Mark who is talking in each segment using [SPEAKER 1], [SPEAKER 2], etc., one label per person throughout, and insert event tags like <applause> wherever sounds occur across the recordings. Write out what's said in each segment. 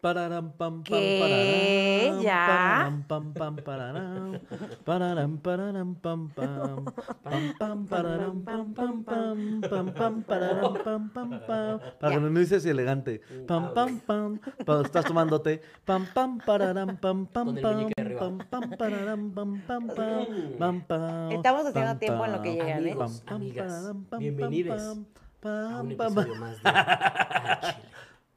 [SPEAKER 1] Pararam, pam, pam,
[SPEAKER 2] ¿Qué?
[SPEAKER 1] pararam,
[SPEAKER 2] ¿Ya?
[SPEAKER 1] pararam, pam, pam, pararam, pararam, pararam, pam, pam, pam, pam, pararam, pam, pam, pam, pam, pam, pararam, pam, pam, pam. Para que
[SPEAKER 2] Ya.
[SPEAKER 1] no me dices elegante.
[SPEAKER 3] Ah,
[SPEAKER 1] Pam, pam, pam, pa- estás tomándote. Pam, pam, pararam, pam, pam,
[SPEAKER 3] Con el
[SPEAKER 1] pam,
[SPEAKER 3] meñique arriba.
[SPEAKER 1] pam, pam, pararam, pam, pam, pam, pam, pam,
[SPEAKER 2] Estamos haciendo
[SPEAKER 1] pam,
[SPEAKER 2] tiempo en lo que
[SPEAKER 1] pam,
[SPEAKER 2] llegan, ¿eh?
[SPEAKER 3] Amigos,
[SPEAKER 1] pam,
[SPEAKER 3] amigas,
[SPEAKER 1] pararam, pam,
[SPEAKER 3] bienvenides
[SPEAKER 1] pam,
[SPEAKER 3] A
[SPEAKER 1] pam, pam,
[SPEAKER 3] un
[SPEAKER 1] pam.
[SPEAKER 3] episodio más de
[SPEAKER 1] <laughs>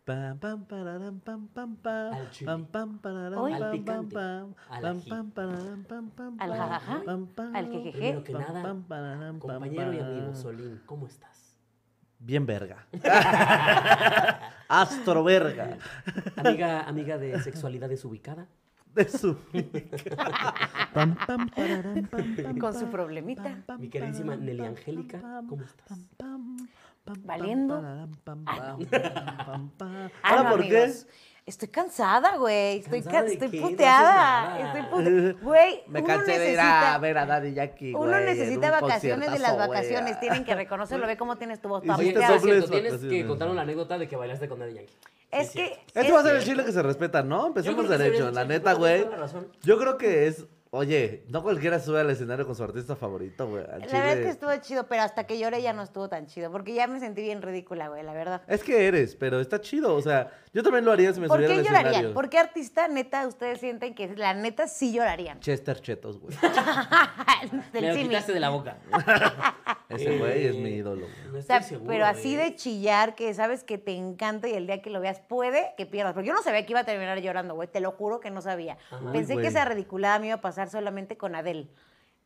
[SPEAKER 3] Al Chile.
[SPEAKER 1] Pam, pam, pararam, pam, pam, pam.
[SPEAKER 3] Al chile.
[SPEAKER 1] Pam, pam, pararam,
[SPEAKER 2] Hoy-
[SPEAKER 1] pam,
[SPEAKER 3] Al
[SPEAKER 1] pam,
[SPEAKER 3] picante.
[SPEAKER 1] pam.
[SPEAKER 3] Al
[SPEAKER 1] Pam,
[SPEAKER 3] ají.
[SPEAKER 1] pam, pararam, pam, pam,
[SPEAKER 2] Al
[SPEAKER 1] pam.
[SPEAKER 2] jajaja.
[SPEAKER 1] Pam, pam,
[SPEAKER 2] Al jejeje.
[SPEAKER 3] Primero que
[SPEAKER 1] pam,
[SPEAKER 3] nada,
[SPEAKER 1] pam, pararam, pam,
[SPEAKER 3] Compañero y
[SPEAKER 1] pam.
[SPEAKER 3] amigo Solín, ¿cómo estás?
[SPEAKER 1] Bien
[SPEAKER 2] <laughs>
[SPEAKER 1] verga. Astro verga.
[SPEAKER 3] Amiga, amiga de sexualidad desubicada.
[SPEAKER 1] De su <laughs> Pam, pam, pararam, pam, pam,
[SPEAKER 2] Con su
[SPEAKER 1] pam.
[SPEAKER 2] problemita.
[SPEAKER 1] Pam,
[SPEAKER 3] Mi queridísima
[SPEAKER 1] pam,
[SPEAKER 3] Nelly
[SPEAKER 1] pam,
[SPEAKER 3] Angélica,
[SPEAKER 1] pam,
[SPEAKER 3] ¿cómo
[SPEAKER 1] pam,
[SPEAKER 3] estás?
[SPEAKER 1] pam, pam, pam,
[SPEAKER 2] ¿Valiendo?
[SPEAKER 1] pararam, pam,
[SPEAKER 2] <laughs>
[SPEAKER 1] pam, pam, pam.
[SPEAKER 2] Ah,
[SPEAKER 1] Ahora,
[SPEAKER 2] no,
[SPEAKER 1] ¿por qué?
[SPEAKER 2] amigos. Estoy cansada, güey. Estoy,
[SPEAKER 3] ¿Cansada
[SPEAKER 2] ca-
[SPEAKER 3] de
[SPEAKER 2] estoy
[SPEAKER 3] qué? No haces
[SPEAKER 2] puteada.
[SPEAKER 3] nada.
[SPEAKER 1] <laughs>
[SPEAKER 2] Estoy puteada. Güey,
[SPEAKER 1] Me
[SPEAKER 2] uno
[SPEAKER 1] cansé de ir
[SPEAKER 2] necesita-
[SPEAKER 1] a ver a Daddy Yankee.
[SPEAKER 2] Uno
[SPEAKER 1] güey, en
[SPEAKER 2] necesita
[SPEAKER 1] un
[SPEAKER 2] vacaciones de las
[SPEAKER 1] conciertazo, güey.
[SPEAKER 2] vacaciones. Tienen que reconocerlo. Ve cómo tienes tu voz
[SPEAKER 1] Hiciste
[SPEAKER 3] Oye,
[SPEAKER 1] Hiciste
[SPEAKER 3] por
[SPEAKER 2] papeada.
[SPEAKER 1] doble-
[SPEAKER 3] cierto,
[SPEAKER 1] dobles
[SPEAKER 3] tienes
[SPEAKER 1] vacaciones.
[SPEAKER 3] que contarnos la anécdota de que bailaste con Daddy Yankee.
[SPEAKER 2] Es
[SPEAKER 3] Sí,
[SPEAKER 2] que-
[SPEAKER 3] cierto.
[SPEAKER 1] Este
[SPEAKER 2] Es
[SPEAKER 1] va a ser el
[SPEAKER 2] cierto.
[SPEAKER 1] chile que se respeta, ¿no? Empecemos
[SPEAKER 3] Yo creo que
[SPEAKER 1] derecho,
[SPEAKER 3] sí,
[SPEAKER 1] la
[SPEAKER 3] sí,
[SPEAKER 1] neta,
[SPEAKER 3] sí,
[SPEAKER 1] güey.
[SPEAKER 3] toda la razón.
[SPEAKER 1] Yo creo que es, oye, no cualquiera sube al escenario con su artista favorito, güey. al
[SPEAKER 2] La
[SPEAKER 1] chile.
[SPEAKER 2] verdad es que estuvo chido, pero hasta que lloré ya no estuvo tan chido. Porque ya me sentí bien ridícula, güey, la verdad.
[SPEAKER 1] Es que eres, pero está chido, o sea, yo también lo haría si me
[SPEAKER 2] ¿Por
[SPEAKER 1] subiera
[SPEAKER 2] qué
[SPEAKER 1] al
[SPEAKER 2] llorarían?
[SPEAKER 1] escenario.
[SPEAKER 2] ¿Por qué artista neta ustedes sienten que la neta sí llorarían?
[SPEAKER 1] Chester Chetos,
[SPEAKER 2] <laughs>
[SPEAKER 1] güey.
[SPEAKER 2] Del
[SPEAKER 3] Me lo
[SPEAKER 2] Simi.
[SPEAKER 3] quitaste de la boca.
[SPEAKER 1] Ese güey es
[SPEAKER 3] Eh,
[SPEAKER 1] mi ídolo, güey.
[SPEAKER 3] no
[SPEAKER 2] O sea,
[SPEAKER 3] estoy seguro,
[SPEAKER 2] pero así
[SPEAKER 3] eh.
[SPEAKER 2] de chillar que sabes que te encanta y el día que lo veas puede que pierdas. Porque yo no sabía que iba a terminar llorando, güey. Te lo juro que no sabía.
[SPEAKER 3] Ajá.
[SPEAKER 2] Pensé
[SPEAKER 1] Uy,
[SPEAKER 2] que
[SPEAKER 1] güey.
[SPEAKER 2] esa ridiculada me iba a pasar solamente con Adele.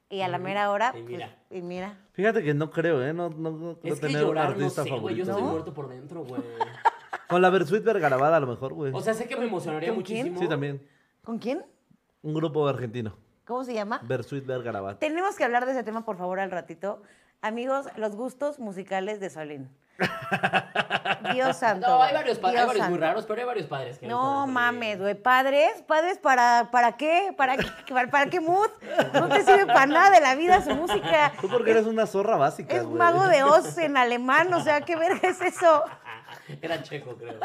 [SPEAKER 2] Y a la mera hora.
[SPEAKER 3] Y
[SPEAKER 2] pues,
[SPEAKER 3] mira.
[SPEAKER 2] y mira.
[SPEAKER 1] Fíjate que no creo, ¿eh? No, no, no, no
[SPEAKER 3] Es que
[SPEAKER 1] tener un
[SPEAKER 3] llorar, no
[SPEAKER 1] artista
[SPEAKER 3] sé, güey. Yo
[SPEAKER 1] favorito.
[SPEAKER 3] estoy
[SPEAKER 1] ¿No?
[SPEAKER 3] muerto por dentro,
[SPEAKER 1] <laughs>
[SPEAKER 3] güey.
[SPEAKER 1] Con la Versuit Vergarabada, a lo mejor, güey.
[SPEAKER 3] O sea, sé que me emocionaría
[SPEAKER 2] ¿Con quién?
[SPEAKER 3] muchísimo.
[SPEAKER 1] sí, también.
[SPEAKER 2] ¿Con quién?
[SPEAKER 1] Un grupo argentino.
[SPEAKER 2] ¿Cómo se llama?
[SPEAKER 3] Mm.
[SPEAKER 1] Versuit Vergarabat.
[SPEAKER 2] Tenemos que hablar de ese tema, por favor, al ratito. Amigos, los gustos musicales de
[SPEAKER 3] <laughs>
[SPEAKER 2] Solín. Dios santo.
[SPEAKER 3] No, hay
[SPEAKER 2] güey.
[SPEAKER 3] varios, pa- hay
[SPEAKER 2] Dios
[SPEAKER 3] varios muy
[SPEAKER 2] santo.
[SPEAKER 3] raros, pero hay varios padres. que
[SPEAKER 2] No
[SPEAKER 3] les-
[SPEAKER 2] mames, güey. Padres, padres para, para qué, para qué, para, para qué mood. No te sirve para nada de la vida su música.
[SPEAKER 1] Tú porque eres una zorra básica,
[SPEAKER 2] Eh, Es
[SPEAKER 1] güey.
[SPEAKER 2] un mago de Oz en alemán, o sea, qué verga es eso.
[SPEAKER 3] <laughs> Era checo, creo.
[SPEAKER 1] <laughs>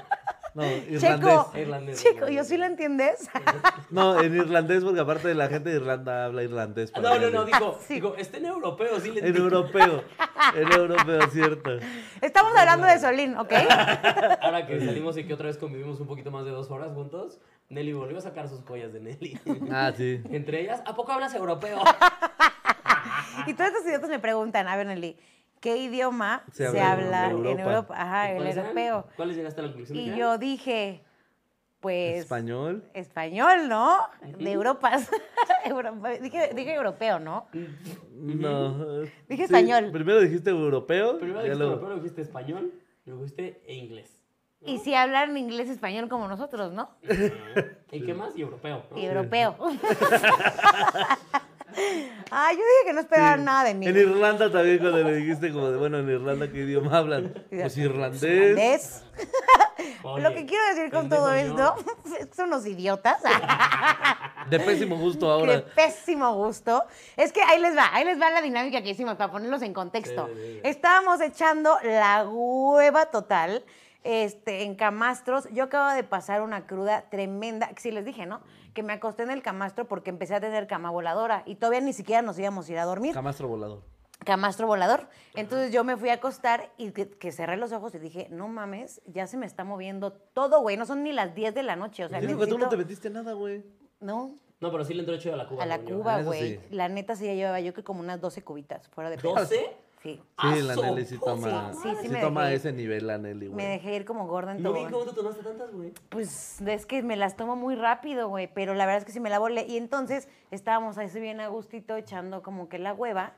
[SPEAKER 1] No, irlandés.
[SPEAKER 2] Checo,
[SPEAKER 3] Irlandés,
[SPEAKER 2] checo,
[SPEAKER 3] irlandés.
[SPEAKER 2] yo sí lo entiendes. <laughs>
[SPEAKER 1] No, en irlandés, porque aparte la gente de Irlanda habla irlandés. para
[SPEAKER 3] No, no,
[SPEAKER 1] él.
[SPEAKER 3] no, digo,
[SPEAKER 2] Ah, Sí.
[SPEAKER 3] digo, este en europeo, sí le
[SPEAKER 1] En europeo. En europeo, cierto.
[SPEAKER 2] Estamos hablando de Solín, ¿ok?
[SPEAKER 3] <laughs> Ahora que salimos y que otra vez convivimos un poquito más de dos horas juntos, Nelly volvió a sacar sus joyas de Nelly. <laughs>
[SPEAKER 1] Ah, sí.
[SPEAKER 3] Entre ellas, ¿a poco
[SPEAKER 2] <laughs>
[SPEAKER 3] hablas europeo?
[SPEAKER 2] Y todos estos idiotas me preguntan, a ver, Nelly, ¿qué idioma
[SPEAKER 1] Se
[SPEAKER 2] se,
[SPEAKER 1] habla en
[SPEAKER 2] habla en
[SPEAKER 1] Europa.
[SPEAKER 2] Europa? Ajá, el
[SPEAKER 3] ¿Cuáles eran?
[SPEAKER 2] europeo.
[SPEAKER 3] ¿Cuáles llegaste a la conclusión? de
[SPEAKER 2] Y
[SPEAKER 3] que
[SPEAKER 2] yo dije, pues...
[SPEAKER 1] Español.
[SPEAKER 2] Español, ¿no? De Europas. <laughs> Europa. Dije, dije europeo, ¿no?
[SPEAKER 1] No.
[SPEAKER 2] Dije español.
[SPEAKER 1] Primero dijiste europeo.
[SPEAKER 3] Primero
[SPEAKER 1] ya
[SPEAKER 3] dijiste
[SPEAKER 1] luego-
[SPEAKER 3] europeo, luego dijiste español, luego dijiste inglés.
[SPEAKER 1] <laughs>
[SPEAKER 2] Y si hablan inglés, español como nosotros, ¿no?
[SPEAKER 3] ¿Y qué más? Y europeo. ¿no?
[SPEAKER 2] Y <laughs> europeo. ah, yo dije que no esperaban nada de mí.
[SPEAKER 1] En Irlanda también cuando le dijiste como de, bueno, en Irlanda qué idioma
[SPEAKER 2] <laughs>
[SPEAKER 1] hablan. Pues irlandés.
[SPEAKER 2] ¿Ves?
[SPEAKER 3] Oye,
[SPEAKER 2] Lo que quiero decir con
[SPEAKER 3] pendejo
[SPEAKER 2] todo
[SPEAKER 3] yo.
[SPEAKER 2] esto <laughs> es que son unos idiotas.
[SPEAKER 1] De pésimo gusto
[SPEAKER 2] Qué
[SPEAKER 1] ahora.
[SPEAKER 2] pésimo gusto. Es que ahí les va, ahí les va la dinámica que hicimos para ponerlos en contexto.
[SPEAKER 3] Sí, sí, sí.
[SPEAKER 2] Estábamos echando la hueva total este, en camastros. Yo acabo de pasar una cruda tremenda. Sí, les dije, ¿no? Que me acosté en el camastro porque empecé a tener cama voladora y todavía ni siquiera nos íbamos a ir a dormir
[SPEAKER 1] Camastro volador.
[SPEAKER 2] camastro volador. Entonces yo me fui a acostar y que, que cerré los ojos y dije, no mames, ya se me está moviendo todo, güey. No son ni las 10 de la noche. O sea,
[SPEAKER 1] Digo que tú no
[SPEAKER 2] necesito-
[SPEAKER 1] te metiste nada, güey.
[SPEAKER 2] No,
[SPEAKER 3] No, pero sí le entró chido a la Cuba.
[SPEAKER 2] a la
[SPEAKER 3] según yo.
[SPEAKER 2] Cuba,
[SPEAKER 1] eso
[SPEAKER 2] güey.
[SPEAKER 1] sí.
[SPEAKER 2] La neta sí ya llevaba yo que como unas 12 cubitas fuera de pedo.
[SPEAKER 3] ¿12?
[SPEAKER 2] Sí.
[SPEAKER 1] Sí,
[SPEAKER 3] ¡Ah,
[SPEAKER 1] la
[SPEAKER 3] su
[SPEAKER 1] Nelly sí
[SPEAKER 3] puta
[SPEAKER 1] toma.
[SPEAKER 2] Sí,
[SPEAKER 1] Sí,
[SPEAKER 2] sí, sí me
[SPEAKER 1] toma a
[SPEAKER 2] dejé.
[SPEAKER 1] ese nivel la Nelly,
[SPEAKER 2] Me
[SPEAKER 1] güey.
[SPEAKER 2] dejé ir como gorda en
[SPEAKER 3] No vi
[SPEAKER 2] todo.
[SPEAKER 3] cómo te tomaste tantas, güey.
[SPEAKER 2] Pues es que me las tomo muy rápido, güey, pero la verdad es que sí me la volé. Y entonces estábamos ahí bien a gustito echando como que la hueva.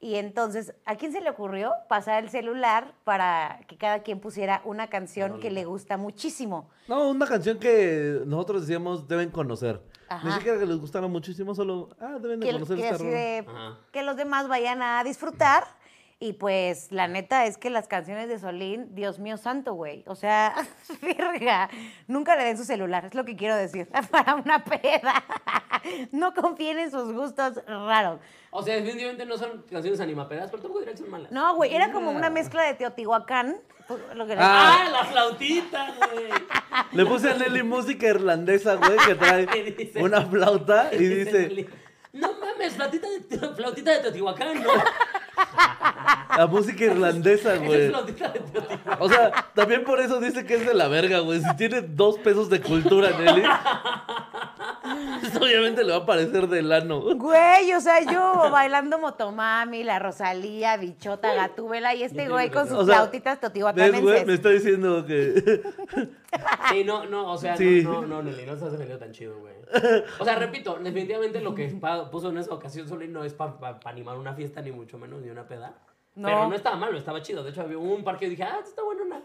[SPEAKER 2] Y entonces, ¿a quién se le ocurrió pasar el celular para que cada quien pusiera una canción que le gusta muchísimo?
[SPEAKER 1] No, una canción que nosotros decíamos deben conocer. Ni
[SPEAKER 2] Ajá.
[SPEAKER 1] siquiera que les gustara muchísimo, solo, ah, deben de
[SPEAKER 2] Que,
[SPEAKER 1] conocer
[SPEAKER 2] que
[SPEAKER 1] esta
[SPEAKER 2] así
[SPEAKER 1] rola.
[SPEAKER 2] de-
[SPEAKER 3] Ajá.
[SPEAKER 2] que los demás vayan a disfrutar. Y pues la neta es que las canciones de Solín, Dios mío santo, güey. O sea, <laughs> verga. Nunca le den su celular, es lo que quiero decir. <laughs> Para una peda. <laughs> no confíen en sus gustos raros.
[SPEAKER 3] O sea, definitivamente no son canciones animapedas, pero tampoco diré que son malas.
[SPEAKER 2] No, güey, era como una mezcla de Teotihuacán. pues, Lo que
[SPEAKER 3] ¡Ah, la flautita, güey!
[SPEAKER 1] Le puse a Nelly música irlandesa, güey, que
[SPEAKER 3] Y
[SPEAKER 1] trae
[SPEAKER 3] dice-
[SPEAKER 1] una
[SPEAKER 3] <laughs>
[SPEAKER 1] flauta y
[SPEAKER 3] Nelly,
[SPEAKER 1] dice,
[SPEAKER 3] No mames, flautita de, flautita de Teotihuacán,
[SPEAKER 1] <laughs>
[SPEAKER 3] no.
[SPEAKER 1] la música
[SPEAKER 3] <laughs>
[SPEAKER 1] irlandesa,
[SPEAKER 3] Esa
[SPEAKER 1] güey.
[SPEAKER 3] Es flautita de Teotihuacán.
[SPEAKER 1] O sea, también por eso dice que es de la verga, güey. Si tiene dos pesos de cultura, Nelly, <laughs> pues obviamente le va a parecer del ano.
[SPEAKER 2] Güey, o sea, yo <laughs> bailando Motomami, la Rosalía, Bichota, Gatúbela y este
[SPEAKER 3] Yo
[SPEAKER 2] güey con
[SPEAKER 3] tengo
[SPEAKER 2] sus
[SPEAKER 1] O sea,
[SPEAKER 2] flautitas
[SPEAKER 1] ¿Ves, güey? Me
[SPEAKER 2] teotihuacanenses.
[SPEAKER 1] está diciendo que... <laughs>
[SPEAKER 3] Sí, no, no, o sea,
[SPEAKER 1] Sí.
[SPEAKER 3] no, no, no, Nelly, no estás defendiendo tan chido, güey. O sea, repito, definitivamente lo que pa- puso en esa ocasión Solín no es para animar una fiesta, ni mucho menos, ni una peda.
[SPEAKER 2] No.
[SPEAKER 3] Pero no estaba malo, estaba chido. De hecho, había un parque y dije, ah, esto está bueno,
[SPEAKER 2] <laughs>
[SPEAKER 3] una.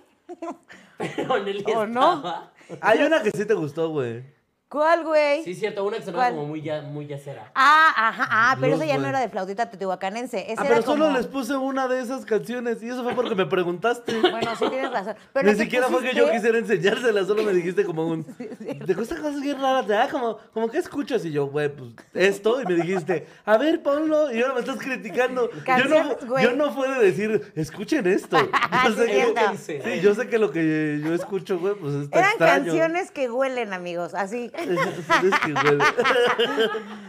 [SPEAKER 3] Pero Nelly
[SPEAKER 2] ¿O
[SPEAKER 3] estaba...
[SPEAKER 2] no?
[SPEAKER 1] Hay una que sí te gustó, güey.
[SPEAKER 2] ¿Cuál, güey?
[SPEAKER 3] Sí, cierto, una que sonaba
[SPEAKER 2] ¿Cuál?
[SPEAKER 3] como muy, ya, muy yacera.
[SPEAKER 2] Ah, ajá, ah, pero
[SPEAKER 1] Blues,
[SPEAKER 2] esa ya no
[SPEAKER 1] Pues güey.
[SPEAKER 2] era de flautita teotihuacanense. Esa
[SPEAKER 1] Ah,
[SPEAKER 2] era
[SPEAKER 1] pero solo
[SPEAKER 2] como-
[SPEAKER 1] les puse una de esas canciones y eso fue porque me preguntaste.
[SPEAKER 2] Bueno, sí tienes razón. <laughs> Pero
[SPEAKER 1] Ni
[SPEAKER 2] ¿qué
[SPEAKER 1] siquiera fue que yo
[SPEAKER 2] pusiste?
[SPEAKER 1] quisiera enseñársela, solo me dijiste como
[SPEAKER 2] <laughs>
[SPEAKER 1] un... ¿Te gustan cosas bien raras? ¿verdad? Como, como que escuchas y yo, güey, pues esto. Y me dijiste, a ver, Pablo, y ahora me estás criticando. Yo
[SPEAKER 2] Canciones,
[SPEAKER 1] no,
[SPEAKER 2] güey. Ah,
[SPEAKER 1] yo no fue de decir, escuchen esto. <laughs> Yo
[SPEAKER 2] Sí,
[SPEAKER 1] sé que,
[SPEAKER 2] cierto.
[SPEAKER 1] sí, yo sé que lo que yo escucho, güey, pues está
[SPEAKER 2] Eran
[SPEAKER 1] extraño. <laughs>
[SPEAKER 2] canciones que huelen, amigos, así.
[SPEAKER 1] Es que huele.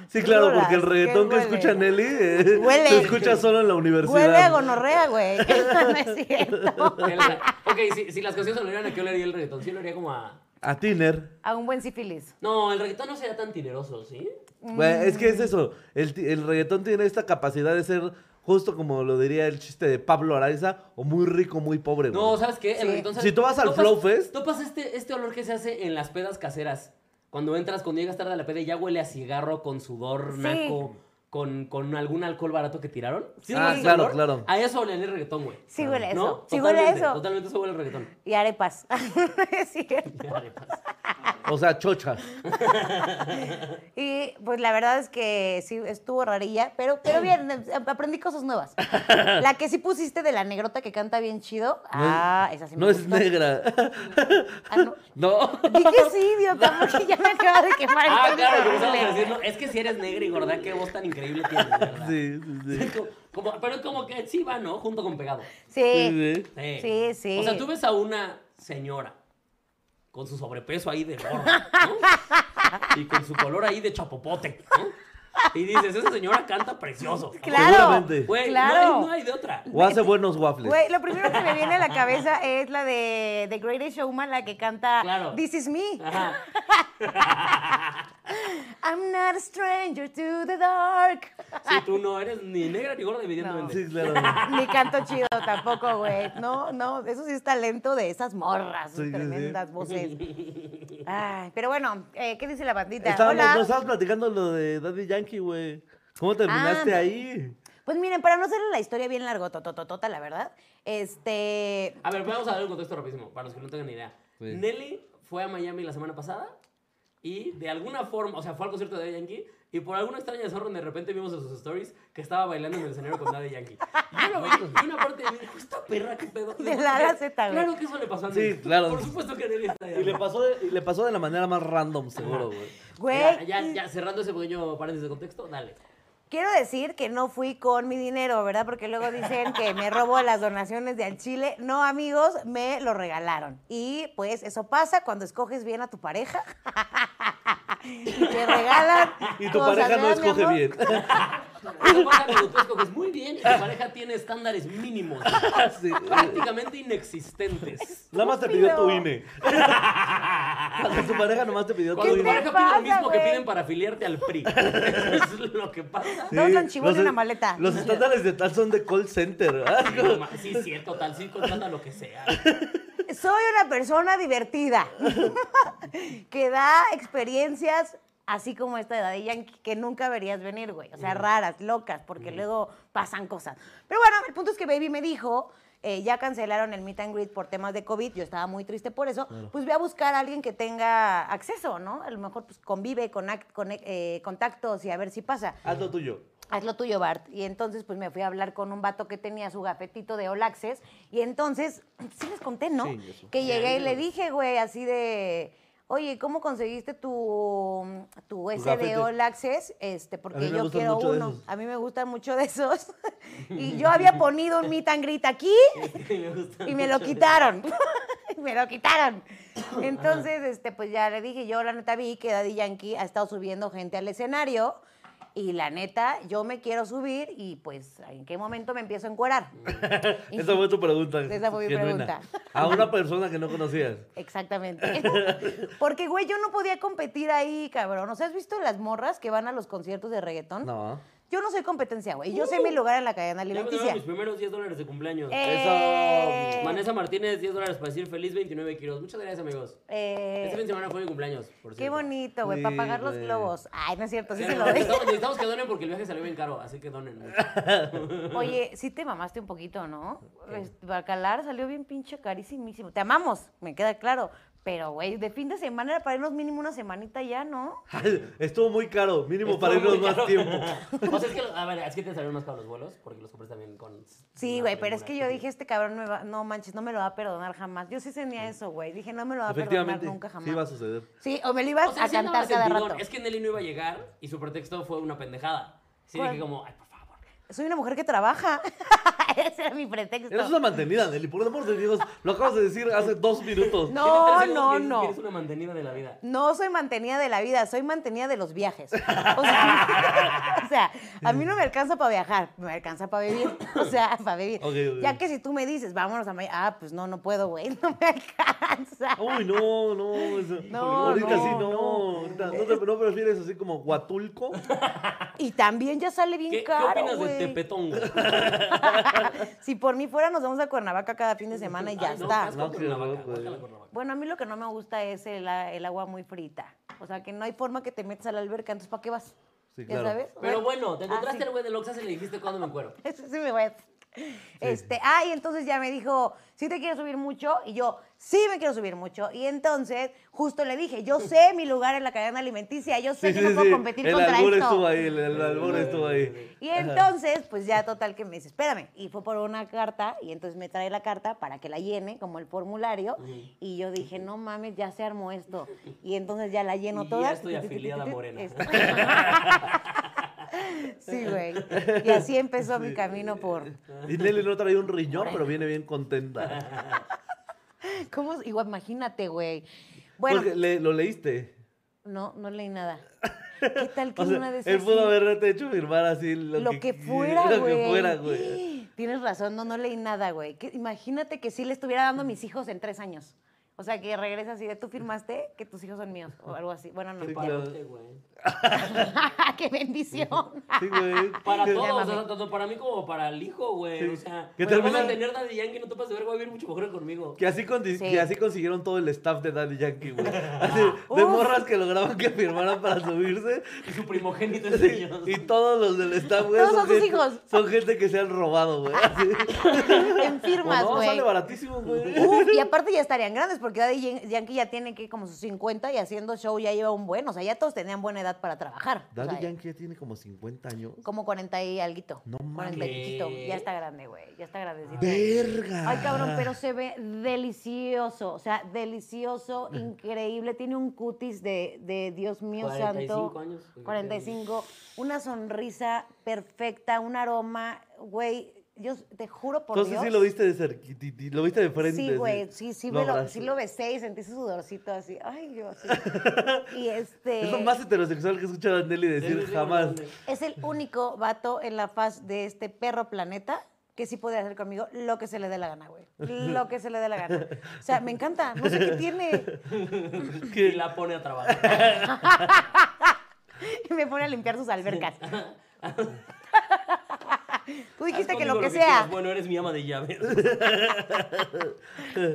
[SPEAKER 1] Sí, claro,
[SPEAKER 2] Duras,
[SPEAKER 1] porque el
[SPEAKER 2] ¿qué
[SPEAKER 1] reggaetón que
[SPEAKER 2] huele?
[SPEAKER 1] escucha Nelly eh,
[SPEAKER 2] Huele.
[SPEAKER 1] se escucha solo en la universidad.
[SPEAKER 2] Huele a gonorrea, güey. <laughs> No es cierto.
[SPEAKER 3] ok, si, si las canciones olieran a qué olería el reggaetón, sí olería como a...
[SPEAKER 1] A Tiner.
[SPEAKER 2] A un buen sífilis.
[SPEAKER 3] No, el reggaetón no sería tan tineroso, ¿sí?
[SPEAKER 1] Güey, es que
[SPEAKER 2] Mm.
[SPEAKER 1] es eso. El, ti- el reggaetón tiene esta capacidad de ser justo como lo diría el chiste de Pablo Araiza, o muy rico, muy pobre.
[SPEAKER 3] No,
[SPEAKER 1] güey.
[SPEAKER 3] ¿sabes qué? El
[SPEAKER 2] Sí.
[SPEAKER 3] reggaetón,
[SPEAKER 1] Si tú vas al
[SPEAKER 3] topas-
[SPEAKER 1] Flow Fest-
[SPEAKER 3] Topas este, este olor que se hace en las pedas caseras. Cuando entras, cuando llegas tarde a la peda, ya huele a cigarro, con sudor,
[SPEAKER 2] Sí.
[SPEAKER 3] naco, con, con algún alcohol barato que tiraron. ¿Sí
[SPEAKER 1] Ah,
[SPEAKER 3] huele ese
[SPEAKER 1] claro,
[SPEAKER 3] olor?
[SPEAKER 1] claro.
[SPEAKER 3] A eso huele el reggaetón, güey.
[SPEAKER 2] Sí huele a
[SPEAKER 3] ¿No?
[SPEAKER 2] eso. Sí huele a
[SPEAKER 3] Totalmente,
[SPEAKER 2] eso.
[SPEAKER 3] Totalmente eso huele el
[SPEAKER 2] <laughs>
[SPEAKER 3] reggaetón.
[SPEAKER 2] Y arepas. No es cierto.
[SPEAKER 1] O sea, <laughs> chochas.
[SPEAKER 2] Y pues la verdad es que sí estuvo rarilla, pero, pero bien, eh, aprendí cosas nuevas. La que sí pusiste de la negrota que canta bien chido. Ah, esa sí me
[SPEAKER 1] No es
[SPEAKER 2] gustó.
[SPEAKER 1] negra.
[SPEAKER 2] Ah, no.
[SPEAKER 1] <laughs> No.
[SPEAKER 2] Dije sí, idiota, <laughs> porque ya me acaba de quemar.
[SPEAKER 3] Ah,
[SPEAKER 2] Está
[SPEAKER 3] claro, como
[SPEAKER 2] horrible.
[SPEAKER 3] estábamos diciendo, es que si eres negra y gorda, qué voz tan increíble tienes, ¿verdad?
[SPEAKER 1] Sí, sí, sí.
[SPEAKER 3] Como- como- pero como que sí va, ¿no? Junto con pegado.
[SPEAKER 2] Sí.
[SPEAKER 1] Sí, sí.
[SPEAKER 3] Sí.
[SPEAKER 2] Sí, sí.
[SPEAKER 3] O sea, tú ves a una señora con su sobrepeso ahí de gorro, ¿no? Y con su color ahí de chapopote, ¿no? Y dices, esa señora canta precioso.
[SPEAKER 2] Claro.
[SPEAKER 1] Seguramente.
[SPEAKER 3] Güey,
[SPEAKER 2] claro.
[SPEAKER 3] no, hay, no hay de otra.
[SPEAKER 1] O hace buenos waffles.
[SPEAKER 2] Güey, lo primero que me viene a la cabeza es la de The Greatest Showman, la que canta
[SPEAKER 3] Claro.
[SPEAKER 2] This Is Me.
[SPEAKER 3] Ajá.
[SPEAKER 2] <laughs> I'm not a stranger to the dark.
[SPEAKER 3] Sí, tú no eres ni negra ni gorda, evidentemente.
[SPEAKER 1] Sí,
[SPEAKER 2] <laughs>
[SPEAKER 1] claro.
[SPEAKER 2] Ni canto chido tampoco, güey. No, no, eso sí es talento de esas morras, sus
[SPEAKER 1] Sí, sí, sí.
[SPEAKER 2] tremendas
[SPEAKER 3] <laughs>
[SPEAKER 2] voces. Ay, pero bueno, eh, ¿qué dice la bandita?
[SPEAKER 1] Estábamos,
[SPEAKER 2] Hola.
[SPEAKER 1] no, estábamos platicando lo de Daddy Yankee, güey. ¿Cómo terminaste
[SPEAKER 2] Ah.
[SPEAKER 1] ahí?
[SPEAKER 2] Pues miren, para no hacerle la historia bien largo, totototota, la verdad, este...
[SPEAKER 3] A ver, vamos a dar un contexto rapidísimo, para los que no tengan ni idea.
[SPEAKER 1] Sí.
[SPEAKER 3] Nelly fue a Miami la semana pasada y de alguna forma, o sea, fue al concierto de Daddy Yankee y por alguna extraña desorden de repente vimos en sus stories que estaba bailando en el escenario con Daddy Yankee. Y yo lo vi, y una parte de mí dijo, esta perra, qué pedo.
[SPEAKER 2] De la A a la Z, güey.
[SPEAKER 3] Claro que eso le pasó a
[SPEAKER 1] Sí,
[SPEAKER 3] Nelly.
[SPEAKER 1] claro.
[SPEAKER 3] Por supuesto que Nelly está
[SPEAKER 1] Y le pasó de, y le pasó de la manera más random, seguro, güey.
[SPEAKER 3] Ya,
[SPEAKER 2] Güey,
[SPEAKER 3] ya, ya, cerrando ese pequeño paréntesis de contexto, dale.
[SPEAKER 2] Quiero decir que no fui con mi dinero, ¿verdad? Porque luego dicen que me robo las donaciones de al Chile. No, amigos, me lo regalaron. Y pues eso pasa cuando escoges bien a tu pareja. <laughs> y te regalan.
[SPEAKER 1] Y tu
[SPEAKER 2] cosas,
[SPEAKER 1] pareja no
[SPEAKER 2] ¿verdad, mi
[SPEAKER 1] escoge
[SPEAKER 2] amor?
[SPEAKER 1] bien. <laughs>
[SPEAKER 3] Eso pasa cuando tú escoges muy bien y tu pareja tiene estándares mínimos,
[SPEAKER 1] Sí.
[SPEAKER 2] <laughs>
[SPEAKER 3] prácticamente inexistentes.
[SPEAKER 1] Nada más te pidió tu
[SPEAKER 2] Estúpido. <laughs>
[SPEAKER 1] INE. O sea, tu pareja nomás te pidió tu E.
[SPEAKER 2] ¿Qué te
[SPEAKER 3] Cuando tu
[SPEAKER 1] INE.
[SPEAKER 3] pareja
[SPEAKER 2] pasa,
[SPEAKER 3] pide lo mismo que
[SPEAKER 2] güey?
[SPEAKER 3] piden para afiliarte al <laughs> PRI. Eso es lo que pasa.
[SPEAKER 2] Dos lanchibolas
[SPEAKER 1] los
[SPEAKER 2] y una
[SPEAKER 1] es-
[SPEAKER 2] maleta.
[SPEAKER 1] Los estándares de tal son de call center, ¿verdad?
[SPEAKER 3] Sí, no ma- Sí, cierto, tal, sí, contrata lo que <laughs> sea.
[SPEAKER 2] Soy una persona divertida <laughs> que da experiencias así como esta de Daddy Yankee que nunca verías venir, güey. O sea, raras, locas, porque luego pasan cosas. Pero bueno, el punto es que Baby me dijo, eh, ya cancelaron el meet and greet por temas de COVID, yo estaba muy triste por eso, pues voy a buscar a alguien que tenga acceso, ¿no? A lo mejor pues convive, con, eh, contactos y a ver si pasa. <laughs>
[SPEAKER 1] Haz lo tuyo.
[SPEAKER 2] Haz lo tuyo, Bart. Y entonces, pues me fui a hablar con un vato que tenía su gafetito de All Access. Y entonces, <clears throat> sí les conté, ¿no?
[SPEAKER 1] Sí, eso.
[SPEAKER 2] Que llegué y
[SPEAKER 3] Sí,
[SPEAKER 2] le
[SPEAKER 3] claro.
[SPEAKER 2] dije, güey, así de. Oye, ¿cómo conseguiste tu, tu ese de
[SPEAKER 1] gafete.
[SPEAKER 2] All Access? Este, porque
[SPEAKER 1] mí me
[SPEAKER 2] yo
[SPEAKER 1] gustan
[SPEAKER 2] quiero
[SPEAKER 1] mucho de
[SPEAKER 2] uno.
[SPEAKER 1] esos.
[SPEAKER 2] A mí me gustan mucho de esos. <laughs>
[SPEAKER 1] <laughs>
[SPEAKER 2] y yo había ponido un meet and greet aquí
[SPEAKER 3] me gusta
[SPEAKER 2] y me lo
[SPEAKER 3] mucho.
[SPEAKER 2] quitaron. <laughs> Y me lo quitaron. Entonces, este, pues ya le dije, yo la neta vi que Daddy Yankee ha estado subiendo gente al escenario y la neta, yo me quiero subir y pues, ¿en qué momento me empiezo a encuerar? Y-
[SPEAKER 1] Esa fue tu pregunta.
[SPEAKER 2] Esa fue mi
[SPEAKER 1] genuina.
[SPEAKER 2] pregunta.
[SPEAKER 1] A una persona que no conocías.
[SPEAKER 2] Exactamente. Porque, güey, yo no podía competir ahí, cabrón. ¿O sea, has visto las morras que van a los conciertos de reggaetón?
[SPEAKER 1] No.
[SPEAKER 2] Yo no soy competencia, güey. Yo sé mi lugar en la cadena
[SPEAKER 3] Ya me dieron
[SPEAKER 2] alimenticia.
[SPEAKER 3] mis primeros 10 dólares de cumpleaños.
[SPEAKER 2] ¡Eh!
[SPEAKER 3] Vanessa Martínez, 10 dólares para decir feliz 29 kilos. Muchas gracias, amigos.
[SPEAKER 2] Eh,
[SPEAKER 3] Este fin de semana fue mi cumpleaños, por cierto.
[SPEAKER 2] qué bonito, güey, para
[SPEAKER 1] Sí,
[SPEAKER 2] pagar los
[SPEAKER 1] güey.
[SPEAKER 2] globos. Ay, no es
[SPEAKER 3] <laughs>
[SPEAKER 2] cierto, sí se
[SPEAKER 3] Pero
[SPEAKER 2] lo doy.
[SPEAKER 3] necesitamos, necesitamos que donen porque el viaje salió bien caro, así que <laughs> donen. mucho.
[SPEAKER 2] Oye, sí te mamaste un poquito,
[SPEAKER 3] <laughs>
[SPEAKER 2] ¿no? Este, Bacalar salió bien pinche carísimísimo. Te amamos, me queda claro. Pero, güey, de fin de semana era para irnos mínimo una semanita ya, ¿no?
[SPEAKER 1] Estuvo muy caro, mínimo
[SPEAKER 3] Estuvo
[SPEAKER 1] para irnos
[SPEAKER 3] muy
[SPEAKER 1] más
[SPEAKER 3] caro. <laughs>
[SPEAKER 1] tiempo.
[SPEAKER 3] O sea, es que, a ver, es que te salieron más para los vuelos porque los compré también con.
[SPEAKER 2] Sí,
[SPEAKER 3] una
[SPEAKER 2] güey, pero es que yo
[SPEAKER 3] premura.
[SPEAKER 2] dije, este cabrón me va, no manches, no me lo va a perdonar jamás. Yo sí tenía eso, güey. Dije, no me lo va a perdonar
[SPEAKER 1] Efectivamente,
[SPEAKER 2] nunca
[SPEAKER 1] sí va a
[SPEAKER 2] jamás.
[SPEAKER 1] suceder.
[SPEAKER 2] Sí, o me lo ibas
[SPEAKER 3] O sea,
[SPEAKER 2] a
[SPEAKER 3] sí andaba
[SPEAKER 2] cantar cada
[SPEAKER 3] sentidón.
[SPEAKER 2] rato.
[SPEAKER 3] Es que Nelly no iba a llegar y su pretexto fue una pendejada. Sí,
[SPEAKER 2] ¿Cuál?
[SPEAKER 3] dije como, ay, por favor.
[SPEAKER 2] Soy una mujer que trabaja. <laughs> Ese era mi pretexto.
[SPEAKER 1] Eres una mantenida, Nelly, por el amor de Dios. Lo acabas de decir hace dos minutos.
[SPEAKER 3] Tiene tres
[SPEAKER 2] No, no,
[SPEAKER 3] segundos que dices que
[SPEAKER 2] no.
[SPEAKER 3] Eres una mantenida de la vida.
[SPEAKER 2] No soy mantenida de la vida, soy mantenida de los viajes. O sea, <laughs> o sea, a mí no me alcanza para viajar, me alcanza para vivir. O sea, para vivir.
[SPEAKER 1] Ok, ok.
[SPEAKER 2] Ya que si tú me dices, vámonos a Maya, ah, pues no, no puedo, güey, <laughs> no me alcanza.
[SPEAKER 1] Uy, no, no. eso-
[SPEAKER 2] No,
[SPEAKER 1] ahorita
[SPEAKER 2] no,
[SPEAKER 1] sí, no.
[SPEAKER 2] no. Eh,
[SPEAKER 1] Ahorita, ¿no, te, no prefieres así como Huatulco?
[SPEAKER 2] Y también ya sale bien
[SPEAKER 3] ¿Qué, qué
[SPEAKER 2] caro.
[SPEAKER 3] opinas
[SPEAKER 2] güey.
[SPEAKER 3] de Ah, Tepetón? güey?
[SPEAKER 2] Si por mí fuera, nos vamos a Cuernavaca cada fin de semana y ya
[SPEAKER 3] Ay, no,
[SPEAKER 2] está.
[SPEAKER 3] asco,
[SPEAKER 1] No, qué
[SPEAKER 3] Cuernavaca,
[SPEAKER 1] horror, güey.
[SPEAKER 3] guácala, Cuernavaca.
[SPEAKER 2] Bueno, a mí lo que no me gusta es el, a- el agua muy frita. O sea, que no hay forma que te metas a la alberca, entonces ¿para qué vas?
[SPEAKER 1] Sí,
[SPEAKER 2] ¿Ya
[SPEAKER 1] claro.
[SPEAKER 2] sabes?
[SPEAKER 3] Pero bueno, te
[SPEAKER 2] Ah,
[SPEAKER 3] encontraste
[SPEAKER 2] sí.
[SPEAKER 3] al güey de Loxas y le dijiste cuándo me encuero.
[SPEAKER 2] <laughs> Eso sí me voy a- Este, ah, y entonces ya me dijo, ¿sí te quieres subir mucho? Y yo, sí me quiero subir mucho. Y entonces, justo le dije, yo sé mi lugar en la cadena alimenticia, yo sé que no puedo competir
[SPEAKER 1] el
[SPEAKER 2] contra
[SPEAKER 1] albur estuvo
[SPEAKER 2] esto.
[SPEAKER 1] ahí, el, el albur estuvo ahí.
[SPEAKER 2] Y entonces, pues ya total que me dice, espérame. Y fue por una carta, y entonces me trae la carta para que la llene, como el formulario. Y yo dije, no mames, ya se armó esto. Y entonces ya la lleno
[SPEAKER 3] Y
[SPEAKER 2] toda. Este.
[SPEAKER 3] ya estoy afiliada
[SPEAKER 2] <laughs>
[SPEAKER 3] a Morena.
[SPEAKER 2] Sí, güey. Y así empezó mi camino por,
[SPEAKER 1] Y Nelly no trae un riñón, pero viene bien contenta.
[SPEAKER 2] ¿Cómo? Igual, imagínate, güey. Bueno,
[SPEAKER 1] Porque le- lo leíste.
[SPEAKER 2] no, no
[SPEAKER 1] <laughs>
[SPEAKER 2] leí nada. ¿Qué tal que
[SPEAKER 1] O sea,
[SPEAKER 2] una de esas?
[SPEAKER 1] él pudo
[SPEAKER 2] sí?
[SPEAKER 1] haberte hecho firmar así lo,
[SPEAKER 2] lo que fuera,
[SPEAKER 1] lo
[SPEAKER 2] güey.
[SPEAKER 1] que fuera, güey.
[SPEAKER 2] <gasps> Tienes razón, no, no leí nada, güey. Que- Imagínate que sí le estuviera dando a mis hijos en tres años. O sea, que regresa así de tú firmaste que tus hijos son míos o algo así. Bueno, no.
[SPEAKER 1] Sí, <laughs>
[SPEAKER 2] ya.
[SPEAKER 1] claro.
[SPEAKER 3] Parote, güey.
[SPEAKER 2] ¡Qué
[SPEAKER 1] <laughs>
[SPEAKER 2] bendición! <laughs>
[SPEAKER 1] Sí, güey.
[SPEAKER 3] Para
[SPEAKER 1] Sí.
[SPEAKER 3] todos, o
[SPEAKER 2] mami.
[SPEAKER 3] sea, tanto para mí como para el hijo, güey.
[SPEAKER 1] Sí.
[SPEAKER 3] O sea,
[SPEAKER 1] Que
[SPEAKER 3] me voy
[SPEAKER 1] termina-
[SPEAKER 3] a tener Daddy Yankee, no te pases de verga, va a vivir mucho mejor conmigo.
[SPEAKER 1] Que así, conti-
[SPEAKER 2] Sí.
[SPEAKER 1] que así consiguieron todo el staff de Daddy Yankee, güey. Así, de
[SPEAKER 2] Uf.
[SPEAKER 1] morras que lograban que firmaran para subirse.
[SPEAKER 3] Y su
[SPEAKER 1] <laughs>
[SPEAKER 3] primogénito es de ellos.
[SPEAKER 1] Y todos los del staff, güey.
[SPEAKER 2] Todos son sus
[SPEAKER 1] gente-
[SPEAKER 2] hijos.
[SPEAKER 1] Son gente que se han robado, güey. Así.
[SPEAKER 2] en firmas,
[SPEAKER 1] O no,
[SPEAKER 2] güey. <laughs>
[SPEAKER 1] sale baratísimo, güey.
[SPEAKER 2] Uf, y aparte ya estarían grandes porque Daddy Yan- Yankee ya tiene que como sus 50 y haciendo show ya lleva un buen. O sea, ya todos tenían buena edad para trabajar. O
[SPEAKER 1] Daddy
[SPEAKER 2] sea,
[SPEAKER 1] Yankee ya tiene como 50 años.
[SPEAKER 2] Como 40 y alguito.
[SPEAKER 1] No
[SPEAKER 2] 40 y
[SPEAKER 3] mames.
[SPEAKER 2] poquito. Ya está grande, güey. Ya está grandecito.
[SPEAKER 1] ¡Verga!
[SPEAKER 2] Ay, cabrón, pero se ve delicioso. O sea, delicioso, increíble. Tiene un cutis de, de Dios mío
[SPEAKER 3] 45
[SPEAKER 2] santo.
[SPEAKER 3] años.
[SPEAKER 2] 45. Una sonrisa perfecta, un aroma, güey. Yo te juro por
[SPEAKER 1] Entonces
[SPEAKER 2] Dios.
[SPEAKER 1] sí lo viste de cerquita, lo viste de frente.
[SPEAKER 2] Sí,
[SPEAKER 1] así.
[SPEAKER 2] güey, sí, sí, me lo,
[SPEAKER 1] abrazó.
[SPEAKER 2] sí lo besé y sentí su sudorcito así. Ay,
[SPEAKER 1] <laughs>
[SPEAKER 2] Dios. y este.
[SPEAKER 1] Es lo más heterosexual que he escuchado a Nelly decir
[SPEAKER 3] Sí, sí,
[SPEAKER 1] jamás.
[SPEAKER 3] sí.
[SPEAKER 2] Es el único vato en la faz de este perro planeta que sí puede hacer conmigo lo que se le dé la gana, güey. Lo que se le dé la gana. O sea, me encanta. No sé qué tiene.
[SPEAKER 3] Y la pone a trabajar.
[SPEAKER 2] Y me pone a limpiar sus albercas. Tú dijiste
[SPEAKER 3] Haz
[SPEAKER 2] que lo
[SPEAKER 3] conmigo
[SPEAKER 2] que
[SPEAKER 3] quieras.
[SPEAKER 2] sea.
[SPEAKER 3] Bueno, eres mi ama de llaves.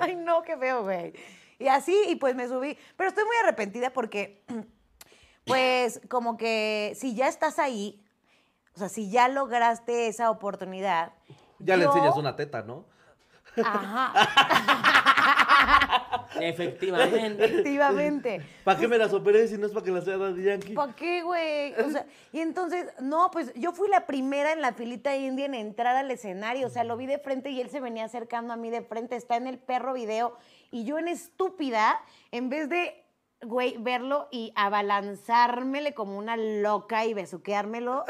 [SPEAKER 2] Ay, no, qué feo, güey. Y así, y pues me subí. Pero estoy muy arrepentida porque, pues, como que si ya estás ahí, o sea, si ya lograste esa oportunidad.
[SPEAKER 1] Ya le
[SPEAKER 2] yo-
[SPEAKER 1] enseñas una teta, ¿no?
[SPEAKER 2] Ajá.
[SPEAKER 3] Efectivamente.
[SPEAKER 2] Efectivamente.
[SPEAKER 1] ¿Para qué me las operé si no es para que las sea Daddy Yankee?
[SPEAKER 2] ¿Para qué, güey? O sea, y entonces, no, pues yo fui la primera en la filita india en entrar al escenario. O sea, lo vi de frente y él se venía acercando a mí de frente. Está en el perro video. Y yo en estúpida, en vez de, güey, verlo y abalanzármele como una loca y besuqueármelo,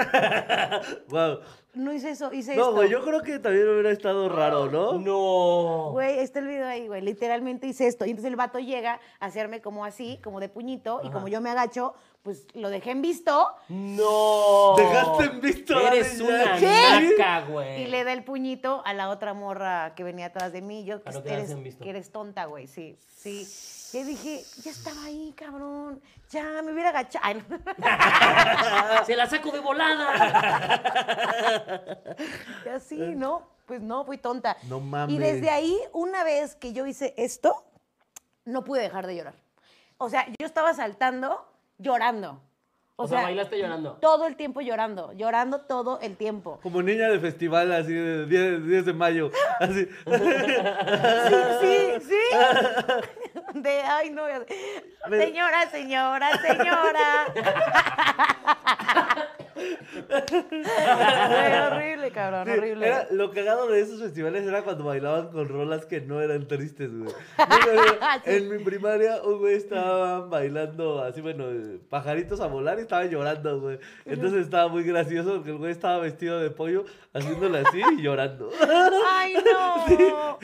[SPEAKER 1] Wow.
[SPEAKER 2] no hice eso, hice
[SPEAKER 1] No,
[SPEAKER 2] esto.
[SPEAKER 1] güey, yo creo que también hubiera estado raro, ¿no?
[SPEAKER 3] <laughs> No.
[SPEAKER 2] Güey, está el video ahí, güey. Literalmente hice esto. Y entonces el vato llega a hacerme como así, como de puñito. Y como yo me agacho, pues lo dejé en visto.
[SPEAKER 3] No.
[SPEAKER 1] Dejaste en visto a
[SPEAKER 3] Eres
[SPEAKER 1] Daddy
[SPEAKER 3] una
[SPEAKER 1] Yankee.
[SPEAKER 2] ¿Qué?
[SPEAKER 3] naca, güey.
[SPEAKER 2] Y le da el puñito a la otra morra que venía atrás de mí. Yo que,
[SPEAKER 3] Para no quedarse
[SPEAKER 2] eres,
[SPEAKER 3] en visto.
[SPEAKER 2] que eres tonta, güey. Sí, sí. Y dije, ya estaba ahí, cabrón. Ya me hubiera agachado. Ay, <laughs> no.
[SPEAKER 3] Ah, Se la saco
[SPEAKER 1] <laughs>
[SPEAKER 3] de volada.
[SPEAKER 2] Y así,
[SPEAKER 3] Eh.
[SPEAKER 2] ¿no? Pues no, fui tonta.
[SPEAKER 1] No mames.
[SPEAKER 2] Y desde ahí, una vez que yo hice esto, no pude dejar de llorar. O sea, yo estaba saltando, llorando.
[SPEAKER 3] O, sea, bailaste llorando.
[SPEAKER 2] Todo el tiempo llorando, llorando todo el tiempo.
[SPEAKER 1] Como niña de festival, así, de 10, 10 de mayo. Así.
[SPEAKER 2] Sí, sí, sí. <laughs> De, ay, no. ya sé.
[SPEAKER 1] Pero-
[SPEAKER 2] Señora, señora, señora. Fue horrible, cabrón,
[SPEAKER 1] Sí,
[SPEAKER 2] horrible.
[SPEAKER 1] era- lo cagado de esos festivales era cuando bailaban con rolas que no eran tristes, güey. Yo
[SPEAKER 3] <laughs>
[SPEAKER 1] me acuerdo, En mi primaria, un güey estaba bailando así, bueno, eh, pajaritos a volar y estaba llorando, güey. Entonces estaba muy gracioso porque el güey estaba vestido de pollo, haciéndole así y llorando. <laughs>
[SPEAKER 2] Ay, no.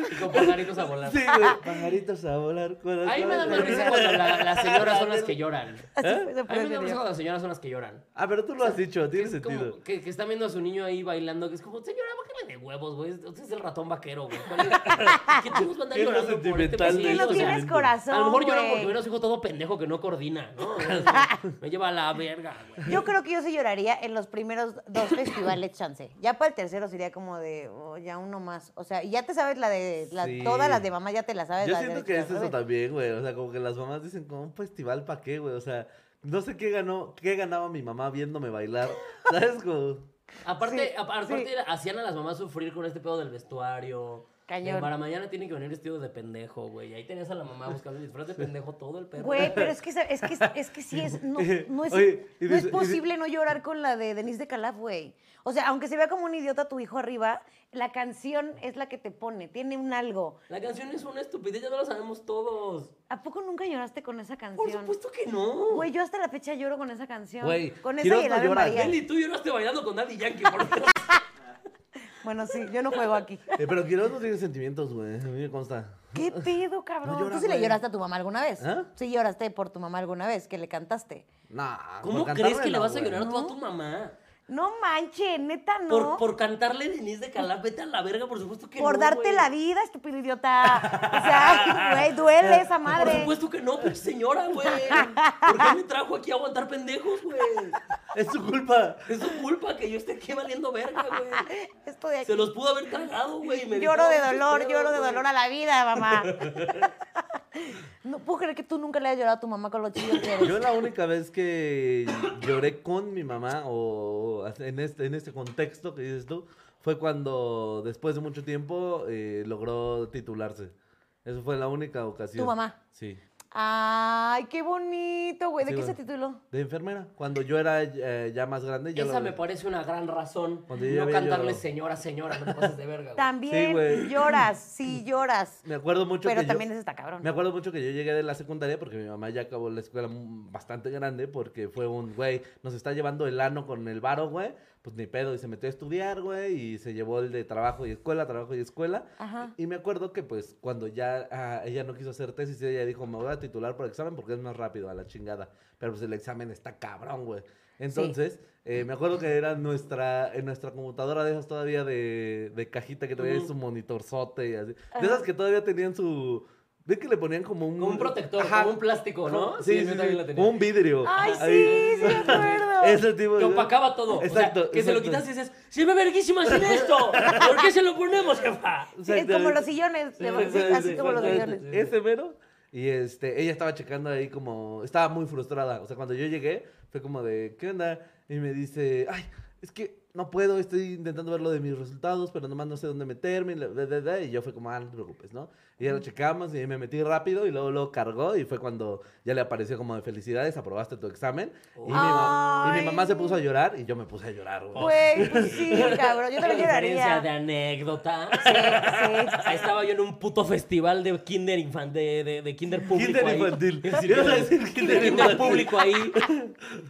[SPEAKER 3] Y con pajaritos a volar.
[SPEAKER 1] Sí, güey, pajaritos a volar. corazón.
[SPEAKER 3] A mí me da más risa cuando la- las señoras son las que lloran.
[SPEAKER 2] Así fue, se
[SPEAKER 3] A mí me da más risa
[SPEAKER 2] fue
[SPEAKER 3] cuando las señoras son las que lloran.
[SPEAKER 1] Ah, pero tú lo has dicho, tiene
[SPEAKER 3] Es como
[SPEAKER 1] sentido.
[SPEAKER 3] que, que están viendo a su niño ahí bailando, que es como, señora, bájale de huevos, güey. Usted es el ratón vaquero, güey. ¿Cuál es? ¿Qué tú vas a andar
[SPEAKER 1] Qué
[SPEAKER 3] llorando por este
[SPEAKER 1] sentimental
[SPEAKER 2] Es que
[SPEAKER 1] de
[SPEAKER 3] pasillo?
[SPEAKER 2] no
[SPEAKER 1] ellos,
[SPEAKER 3] O sea,
[SPEAKER 2] tienes
[SPEAKER 1] obviamente.
[SPEAKER 2] corazón.
[SPEAKER 3] a lo mejor lloran porque
[SPEAKER 2] güey.
[SPEAKER 3] vieron a su hijo todo pendejo que no coordina,
[SPEAKER 1] <laughs>
[SPEAKER 3] ¿no? O sea, Me lleva a la verga, güey.
[SPEAKER 2] Yo creo que yo sí lloraría en los primeros dos festivales, chance. Ya para el tercero sería como de, oh, ya uno más. O sea, y ya te sabes la de, la-
[SPEAKER 1] Sí.
[SPEAKER 2] todas las de mamá ya te las sabes.
[SPEAKER 1] Yo
[SPEAKER 2] la de
[SPEAKER 1] siento
[SPEAKER 2] derecha y
[SPEAKER 1] que
[SPEAKER 2] la
[SPEAKER 1] es eso
[SPEAKER 2] revés.
[SPEAKER 1] también, güey. O sea, como que las mamás dicen, como un festival, ¿para qué, güey? O sea, no sé qué ganó, qué ganaba mi mamá viéndome bailar. <laughs> ¿Sabes? Como...
[SPEAKER 3] Aparte,
[SPEAKER 2] Sí,
[SPEAKER 3] a- aparte
[SPEAKER 2] sí.
[SPEAKER 3] hacían a las mamás sufrir con este pedo del vestuario.
[SPEAKER 2] Cañón.
[SPEAKER 3] De Para mañana tiene que venir vestido de pendejo, güey. Ahí tenías a la mamá buscando el disfraz de pendejo todo el perro.
[SPEAKER 2] Güey, pero es que, sa- es que, es que sí
[SPEAKER 1] <laughs>
[SPEAKER 2] es, no, no es,
[SPEAKER 1] Oye, y
[SPEAKER 2] no es
[SPEAKER 1] dice- y
[SPEAKER 2] posible no llorar con la de Denise de Calaf, güey. O sea, aunque se vea como un idiota tu hijo arriba, la canción es la que te pone, tiene un algo.
[SPEAKER 3] La canción es una estupidez, ya no lo sabemos todos.
[SPEAKER 2] ¿A poco nunca lloraste con esa canción?
[SPEAKER 3] Por supuesto que no.
[SPEAKER 2] Güey, yo hasta la fecha lloro con esa canción.
[SPEAKER 1] Güey,
[SPEAKER 2] con esa
[SPEAKER 1] Quiroz
[SPEAKER 2] y el
[SPEAKER 1] no
[SPEAKER 2] Ave
[SPEAKER 1] llora,
[SPEAKER 2] María.
[SPEAKER 3] Nelly, tú lloraste bailando con Daddy Yankee, por
[SPEAKER 2] <laughs>
[SPEAKER 3] Dios.
[SPEAKER 2] Bueno, sí, yo no juego aquí.
[SPEAKER 1] Eh, pero Quiroz no tiene sentimientos, güey. A mí me consta. <laughs>
[SPEAKER 2] ¿Qué pedo, cabrón?
[SPEAKER 1] llora,
[SPEAKER 2] ¿Tú sí le
[SPEAKER 1] güey.
[SPEAKER 2] lloraste a tu mamá alguna vez?
[SPEAKER 1] ¿Ah?
[SPEAKER 2] Sí lloraste por tu mamá alguna vez, que le cantaste.
[SPEAKER 1] Nah, por
[SPEAKER 3] ¿Cómo crees
[SPEAKER 1] cantarle
[SPEAKER 3] que le
[SPEAKER 1] no,
[SPEAKER 3] vas a
[SPEAKER 1] güey.
[SPEAKER 3] llorar tú a tu mamá?
[SPEAKER 2] No manches, neta, no.
[SPEAKER 3] Por, por cantarle Denise de Calaf, vete a la verga, por supuesto que
[SPEAKER 2] Por
[SPEAKER 3] no.
[SPEAKER 2] darte
[SPEAKER 3] güey.
[SPEAKER 2] la vida, estúpido idiota. O
[SPEAKER 1] <laughs>
[SPEAKER 2] sea, güey, duele esa
[SPEAKER 3] Por
[SPEAKER 2] madre.
[SPEAKER 3] supuesto que no, pinche señora, güey. ¿Por qué me trajo aquí a aguantar pendejos, güey?
[SPEAKER 1] Es tu culpa.
[SPEAKER 3] Es su culpa que yo esté aquí valiendo verga, güey.
[SPEAKER 2] Esto de
[SPEAKER 3] Se
[SPEAKER 2] aquí.
[SPEAKER 3] los pudo haber tragado, güey. y me
[SPEAKER 2] Lloro de
[SPEAKER 3] evitaba muchos
[SPEAKER 2] dolor,
[SPEAKER 3] pedos,
[SPEAKER 2] lloro de
[SPEAKER 3] güey.
[SPEAKER 2] dolor a la
[SPEAKER 1] <laughs>
[SPEAKER 2] vida, mamá. No puedo creer que tú nunca le hayas llorado a tu mamá con los chillos que eres.
[SPEAKER 1] Yo la única vez que lloré con mi mamá o en este, en este contexto que dices tú fue cuando después de mucho tiempo eh, logró titularse. Eso fue la única ocasión.
[SPEAKER 2] ¿Tu mamá?
[SPEAKER 1] Sí.
[SPEAKER 2] Ay, qué bonito, güey. ¿De
[SPEAKER 1] Sí,
[SPEAKER 2] qué
[SPEAKER 1] güey.
[SPEAKER 2] se tituló?
[SPEAKER 1] De enfermera. Cuando yo era eh, ya más grande. Ya
[SPEAKER 3] Esa
[SPEAKER 1] lo-
[SPEAKER 3] me parece una gran razón.
[SPEAKER 1] Cuando yo ya
[SPEAKER 3] No
[SPEAKER 1] había
[SPEAKER 3] cantarle
[SPEAKER 1] llorado.
[SPEAKER 3] señora, señora, no te pases de verga, güey.
[SPEAKER 1] Sí,
[SPEAKER 2] También
[SPEAKER 1] güey.
[SPEAKER 2] lloras, sí lloras.
[SPEAKER 1] Me acuerdo mucho
[SPEAKER 2] Pero
[SPEAKER 1] que
[SPEAKER 2] también
[SPEAKER 1] yo,
[SPEAKER 2] es esta cabrón.
[SPEAKER 1] Me acuerdo mucho que yo llegué de la secundaria porque mi mamá ya acabó la escuela mm, bastante grande porque fue un, güey, nos está llevando el ano con el varo, güey. Pues ni pedo, y se metió a estudiar, güey, y se llevó el de trabajo y escuela, trabajo y escuela.
[SPEAKER 2] Ajá.
[SPEAKER 1] Y me acuerdo que pues cuando ya ah, ella no quiso hacer tesis, ella dijo, me voy a titular por examen porque es más rápido, a la chingada. Pero pues el examen está cabrón, güey. Entonces, eh, me acuerdo que era nuestra, en nuestra computadora de esas todavía de, de cajita que traía
[SPEAKER 3] Ujú.
[SPEAKER 1] su monitorzote y así. De esas que todavía tenían su... ¿Ves que le ponían como un...
[SPEAKER 3] Como un protector,
[SPEAKER 1] Ajá.
[SPEAKER 3] como un plástico, ¿no?
[SPEAKER 1] Sí, sí,
[SPEAKER 3] yo
[SPEAKER 1] sí,
[SPEAKER 3] también la tenía.
[SPEAKER 1] como un vidrio.
[SPEAKER 2] Ay,
[SPEAKER 1] Ahí.
[SPEAKER 2] sí, sí me acuerdo.
[SPEAKER 1] <laughs> Ese tipo de...
[SPEAKER 3] Que opacaba todo.
[SPEAKER 1] Exacto,
[SPEAKER 3] o sea, que se lo
[SPEAKER 1] exacto.
[SPEAKER 3] quitas y dices, se ve verguísima sin esto.
[SPEAKER 1] <laughs>
[SPEAKER 3] ¿Por qué se lo ponemos, jefa?
[SPEAKER 2] Sí, es como los sillones,
[SPEAKER 1] Sí, sí,
[SPEAKER 2] le- sí, así
[SPEAKER 1] sí,
[SPEAKER 2] como los
[SPEAKER 1] exactamente.
[SPEAKER 2] sillones.
[SPEAKER 1] Ese mero. Y este, ella estaba checando ahí como, estaba muy frustrada. O sea, cuando yo llegué, fue como de, ¿qué onda? Y me dice, ay, es que no puedo, estoy intentando ver lo de mis resultados, pero nomás no sé dónde meterme. Y, la- da, da, da", y yo fue como, ah, no te preocupes, ¿no? Y ya lo checamos y me metí rápido y luego lo cargó y fue cuando ya le apareció como de felicidades, aprobaste tu examen. Y, mi ma- y mi mamá se puso a llorar y yo me puse a llorar, güey.
[SPEAKER 2] Güey, pues sí, cabrón. Yo
[SPEAKER 3] Una
[SPEAKER 2] también
[SPEAKER 3] diferencia de
[SPEAKER 2] lloraría.
[SPEAKER 3] anécdota.
[SPEAKER 2] <laughs> Sí.
[SPEAKER 3] Ahí estaba yo en un puto festival de kinder infan- de, de, de kinder público.
[SPEAKER 1] Kinder
[SPEAKER 3] ahí.
[SPEAKER 1] infantil.
[SPEAKER 3] Es decir,
[SPEAKER 1] Ibas a
[SPEAKER 3] de-
[SPEAKER 1] decir
[SPEAKER 3] de
[SPEAKER 1] kinder
[SPEAKER 3] kinder
[SPEAKER 1] infantil.
[SPEAKER 3] público ahí,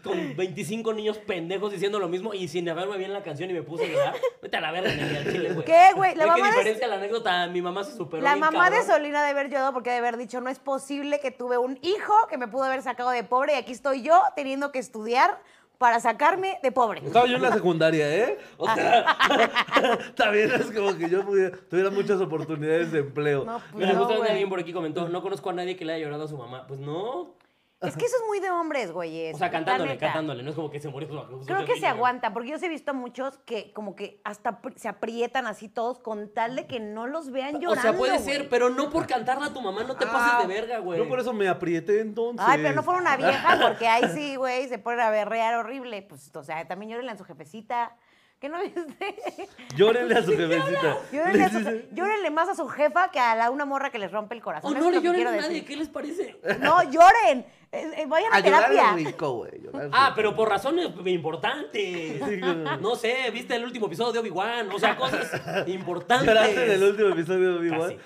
[SPEAKER 3] con 25 niños pendejos diciendo lo mismo y sin haberme bien la canción y me puse a llorar. Vete a la verga, niña, al chile, güey.
[SPEAKER 2] ¿Qué, güey? La
[SPEAKER 3] Güey,
[SPEAKER 2] mamá
[SPEAKER 3] ¿Qué
[SPEAKER 2] de-
[SPEAKER 3] diferencia la anécdota? Mi mamá se superó
[SPEAKER 2] La
[SPEAKER 3] bien,
[SPEAKER 2] mamá de
[SPEAKER 3] cabrón.
[SPEAKER 2] Solina de haber llorado porque de haber dicho, no es posible que tuve un hijo que me pudo haber sacado de pobre y aquí estoy yo teniendo que estudiar para sacarme de pobre.
[SPEAKER 1] Estaba yo en la secundaria, ¿eh? O sea, <laughs> también es como que yo pudiera- tuviera muchas oportunidades de empleo.
[SPEAKER 2] No, pues
[SPEAKER 3] Mira,
[SPEAKER 2] no,
[SPEAKER 3] justamente
[SPEAKER 2] güey.
[SPEAKER 3] alguien por aquí comentó, no conozco a nadie que le haya llorado a su mamá. Pues no.
[SPEAKER 2] Es que eso es muy de hombres, güey.
[SPEAKER 3] O sea, cantándole,
[SPEAKER 2] neta.
[SPEAKER 3] cantándole. No es como que se murió su su- su-
[SPEAKER 2] Creo que se
[SPEAKER 3] niño.
[SPEAKER 2] aguanta, porque yo sí he visto muchos que como que hasta pri- se aprietan así todos con tal de que no los vean
[SPEAKER 3] O
[SPEAKER 2] llorando.
[SPEAKER 3] sea, puede
[SPEAKER 2] güey.
[SPEAKER 3] ser, pero no por cantarla a tu mamá, no te
[SPEAKER 1] Ah,
[SPEAKER 3] pases de verga, güey.
[SPEAKER 1] Yo por eso me aprieté entonces.
[SPEAKER 2] Ay, pero no fuera
[SPEAKER 1] <laughs>
[SPEAKER 2] una
[SPEAKER 3] <laughs>
[SPEAKER 2] vieja, porque ahí sí, güey, se ponen a berrear horrible. Pues, o sea, también llórenle a su jefecita. ¿Qué no viste?
[SPEAKER 1] Llórenle a su jefecita. <laughs>
[SPEAKER 2] Llórenle, a su-
[SPEAKER 1] Les dice-
[SPEAKER 2] llórenle más a su jefa que a la una morra que les rompe el
[SPEAKER 3] O
[SPEAKER 2] corazón. Eso
[SPEAKER 3] Oh,
[SPEAKER 2] es
[SPEAKER 3] no le
[SPEAKER 2] lo que
[SPEAKER 3] lloren
[SPEAKER 2] quiero
[SPEAKER 3] a nadie,
[SPEAKER 2] decir.
[SPEAKER 3] ¿qué les parece?
[SPEAKER 2] No, lloren. Eh, eh, vayan a,
[SPEAKER 1] A llorar
[SPEAKER 2] terapia.
[SPEAKER 1] es rico, güey. llorar es
[SPEAKER 3] Ah,
[SPEAKER 1] rico.
[SPEAKER 3] pero por razones importantes.
[SPEAKER 1] Sí, güey.
[SPEAKER 3] No sé, viste el último episodio de Obi-Wan, o sea, cosas importantes.
[SPEAKER 1] ¿Lloraste en el último episodio de Obi-Wan?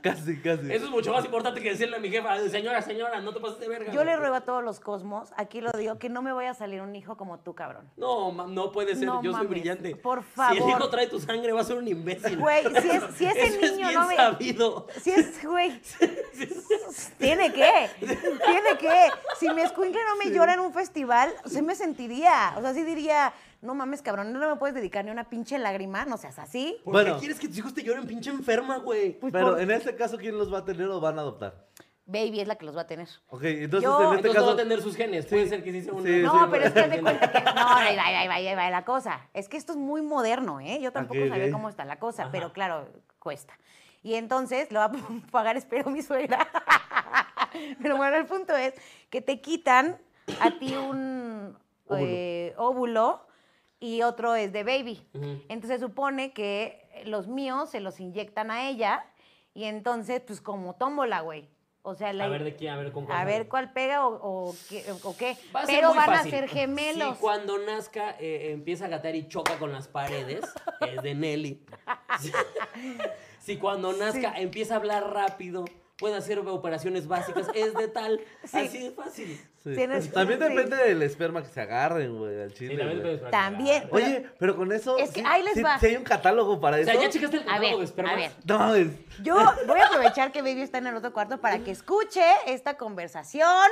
[SPEAKER 1] <laughs> Casi, casi.
[SPEAKER 3] Eso es mucho más importante que decirle a mi jefa, señora, señora, no te pases de verga.
[SPEAKER 2] Yo le
[SPEAKER 3] güey".
[SPEAKER 2] ruego a todos los cosmos, aquí lo digo, que no me vaya a salir un hijo como tú, cabrón.
[SPEAKER 3] No, ma- no puede ser,
[SPEAKER 2] No
[SPEAKER 3] yo soy
[SPEAKER 2] mames,
[SPEAKER 3] brillante.
[SPEAKER 2] por
[SPEAKER 3] Si el
[SPEAKER 2] favor.
[SPEAKER 3] hijo trae tu sangre, va a ser un imbécil.
[SPEAKER 2] Güey, si es- si ese
[SPEAKER 3] <laughs> Eso es
[SPEAKER 2] niño
[SPEAKER 3] bien
[SPEAKER 2] no me-
[SPEAKER 3] sabido.
[SPEAKER 2] Si es, güey. Tiene que, tiene que. Si mi escuincle no me llora en un festival, se me sentiría. O sea, sí diría, no mames, cabrón, no me puedes dedicar ni una pinche lágrima, no seas así.
[SPEAKER 3] ¿Por
[SPEAKER 1] Bueno.
[SPEAKER 3] qué quieres que tus hijos te lloren, pinche enferma, güey?
[SPEAKER 2] Pues
[SPEAKER 1] Pero
[SPEAKER 2] por-
[SPEAKER 1] en este caso, ¿quién los va a tener o van a adoptar?
[SPEAKER 2] Baby es la que los va a tener.
[SPEAKER 1] Ok, entonces
[SPEAKER 2] Yo-
[SPEAKER 1] en este
[SPEAKER 3] Entonces no va
[SPEAKER 1] caso.
[SPEAKER 3] a tener sus genes, puede ser que sí sea una...
[SPEAKER 1] Sí,
[SPEAKER 2] No,
[SPEAKER 1] sí,
[SPEAKER 2] pero
[SPEAKER 1] bueno.
[SPEAKER 2] es que haz de cuenta que. No, ahí va, ahí va, ahí va, ahí va la cosa. Es que esto es muy moderno, ¿eh? Yo tampoco
[SPEAKER 1] Ok,
[SPEAKER 2] sabía
[SPEAKER 1] ok.
[SPEAKER 2] cómo está la cosa,
[SPEAKER 3] Ajá.
[SPEAKER 2] pero claro, cuesta. Y entonces lo va a <laughs> pagar, espero, mi suegra. <laughs> Pero bueno, el punto es que te quitan a ti un
[SPEAKER 1] Óvulo.
[SPEAKER 2] eh, óvulo y otro es de baby.
[SPEAKER 3] Ujú.
[SPEAKER 2] Entonces supone que los míos se los inyectan a ella y entonces, pues como tómbola, güey. O sea, la,
[SPEAKER 3] A ver de quién, a ver con cuál.
[SPEAKER 2] a ver cuál pega o, o qué. o qué.
[SPEAKER 3] Va a ser
[SPEAKER 2] Pero
[SPEAKER 3] muy
[SPEAKER 2] van
[SPEAKER 3] fácil.
[SPEAKER 2] a ser gemelos.
[SPEAKER 3] Si cuando nazca eh, empieza a gatear y choca con las paredes,
[SPEAKER 2] <laughs>
[SPEAKER 3] es de Nelly. <laughs> Si, si cuando nazca empieza a hablar rápido, puede hacer operaciones básicas, es de tal.
[SPEAKER 2] <laughs> Sí.
[SPEAKER 3] Así de fácil.
[SPEAKER 1] Sí.
[SPEAKER 2] Tienes-
[SPEAKER 1] También
[SPEAKER 2] sí.
[SPEAKER 1] depende del esperma que se agarren, güey, al chile.
[SPEAKER 3] Sí, también
[SPEAKER 1] güey.
[SPEAKER 3] puedes practicar.
[SPEAKER 2] También.
[SPEAKER 1] Oye, pero con eso.
[SPEAKER 2] Es que
[SPEAKER 1] sí-
[SPEAKER 2] ahí les
[SPEAKER 1] sí-
[SPEAKER 2] va.
[SPEAKER 1] sí hay un catálogo para
[SPEAKER 3] O
[SPEAKER 1] eso.
[SPEAKER 3] sea, ya checaste el
[SPEAKER 2] A ver,
[SPEAKER 3] catálogo de espermas.
[SPEAKER 2] a ver.
[SPEAKER 1] No mames.
[SPEAKER 2] Yo voy a aprovechar que Baby está en el otro cuarto para que escuche esta conversación.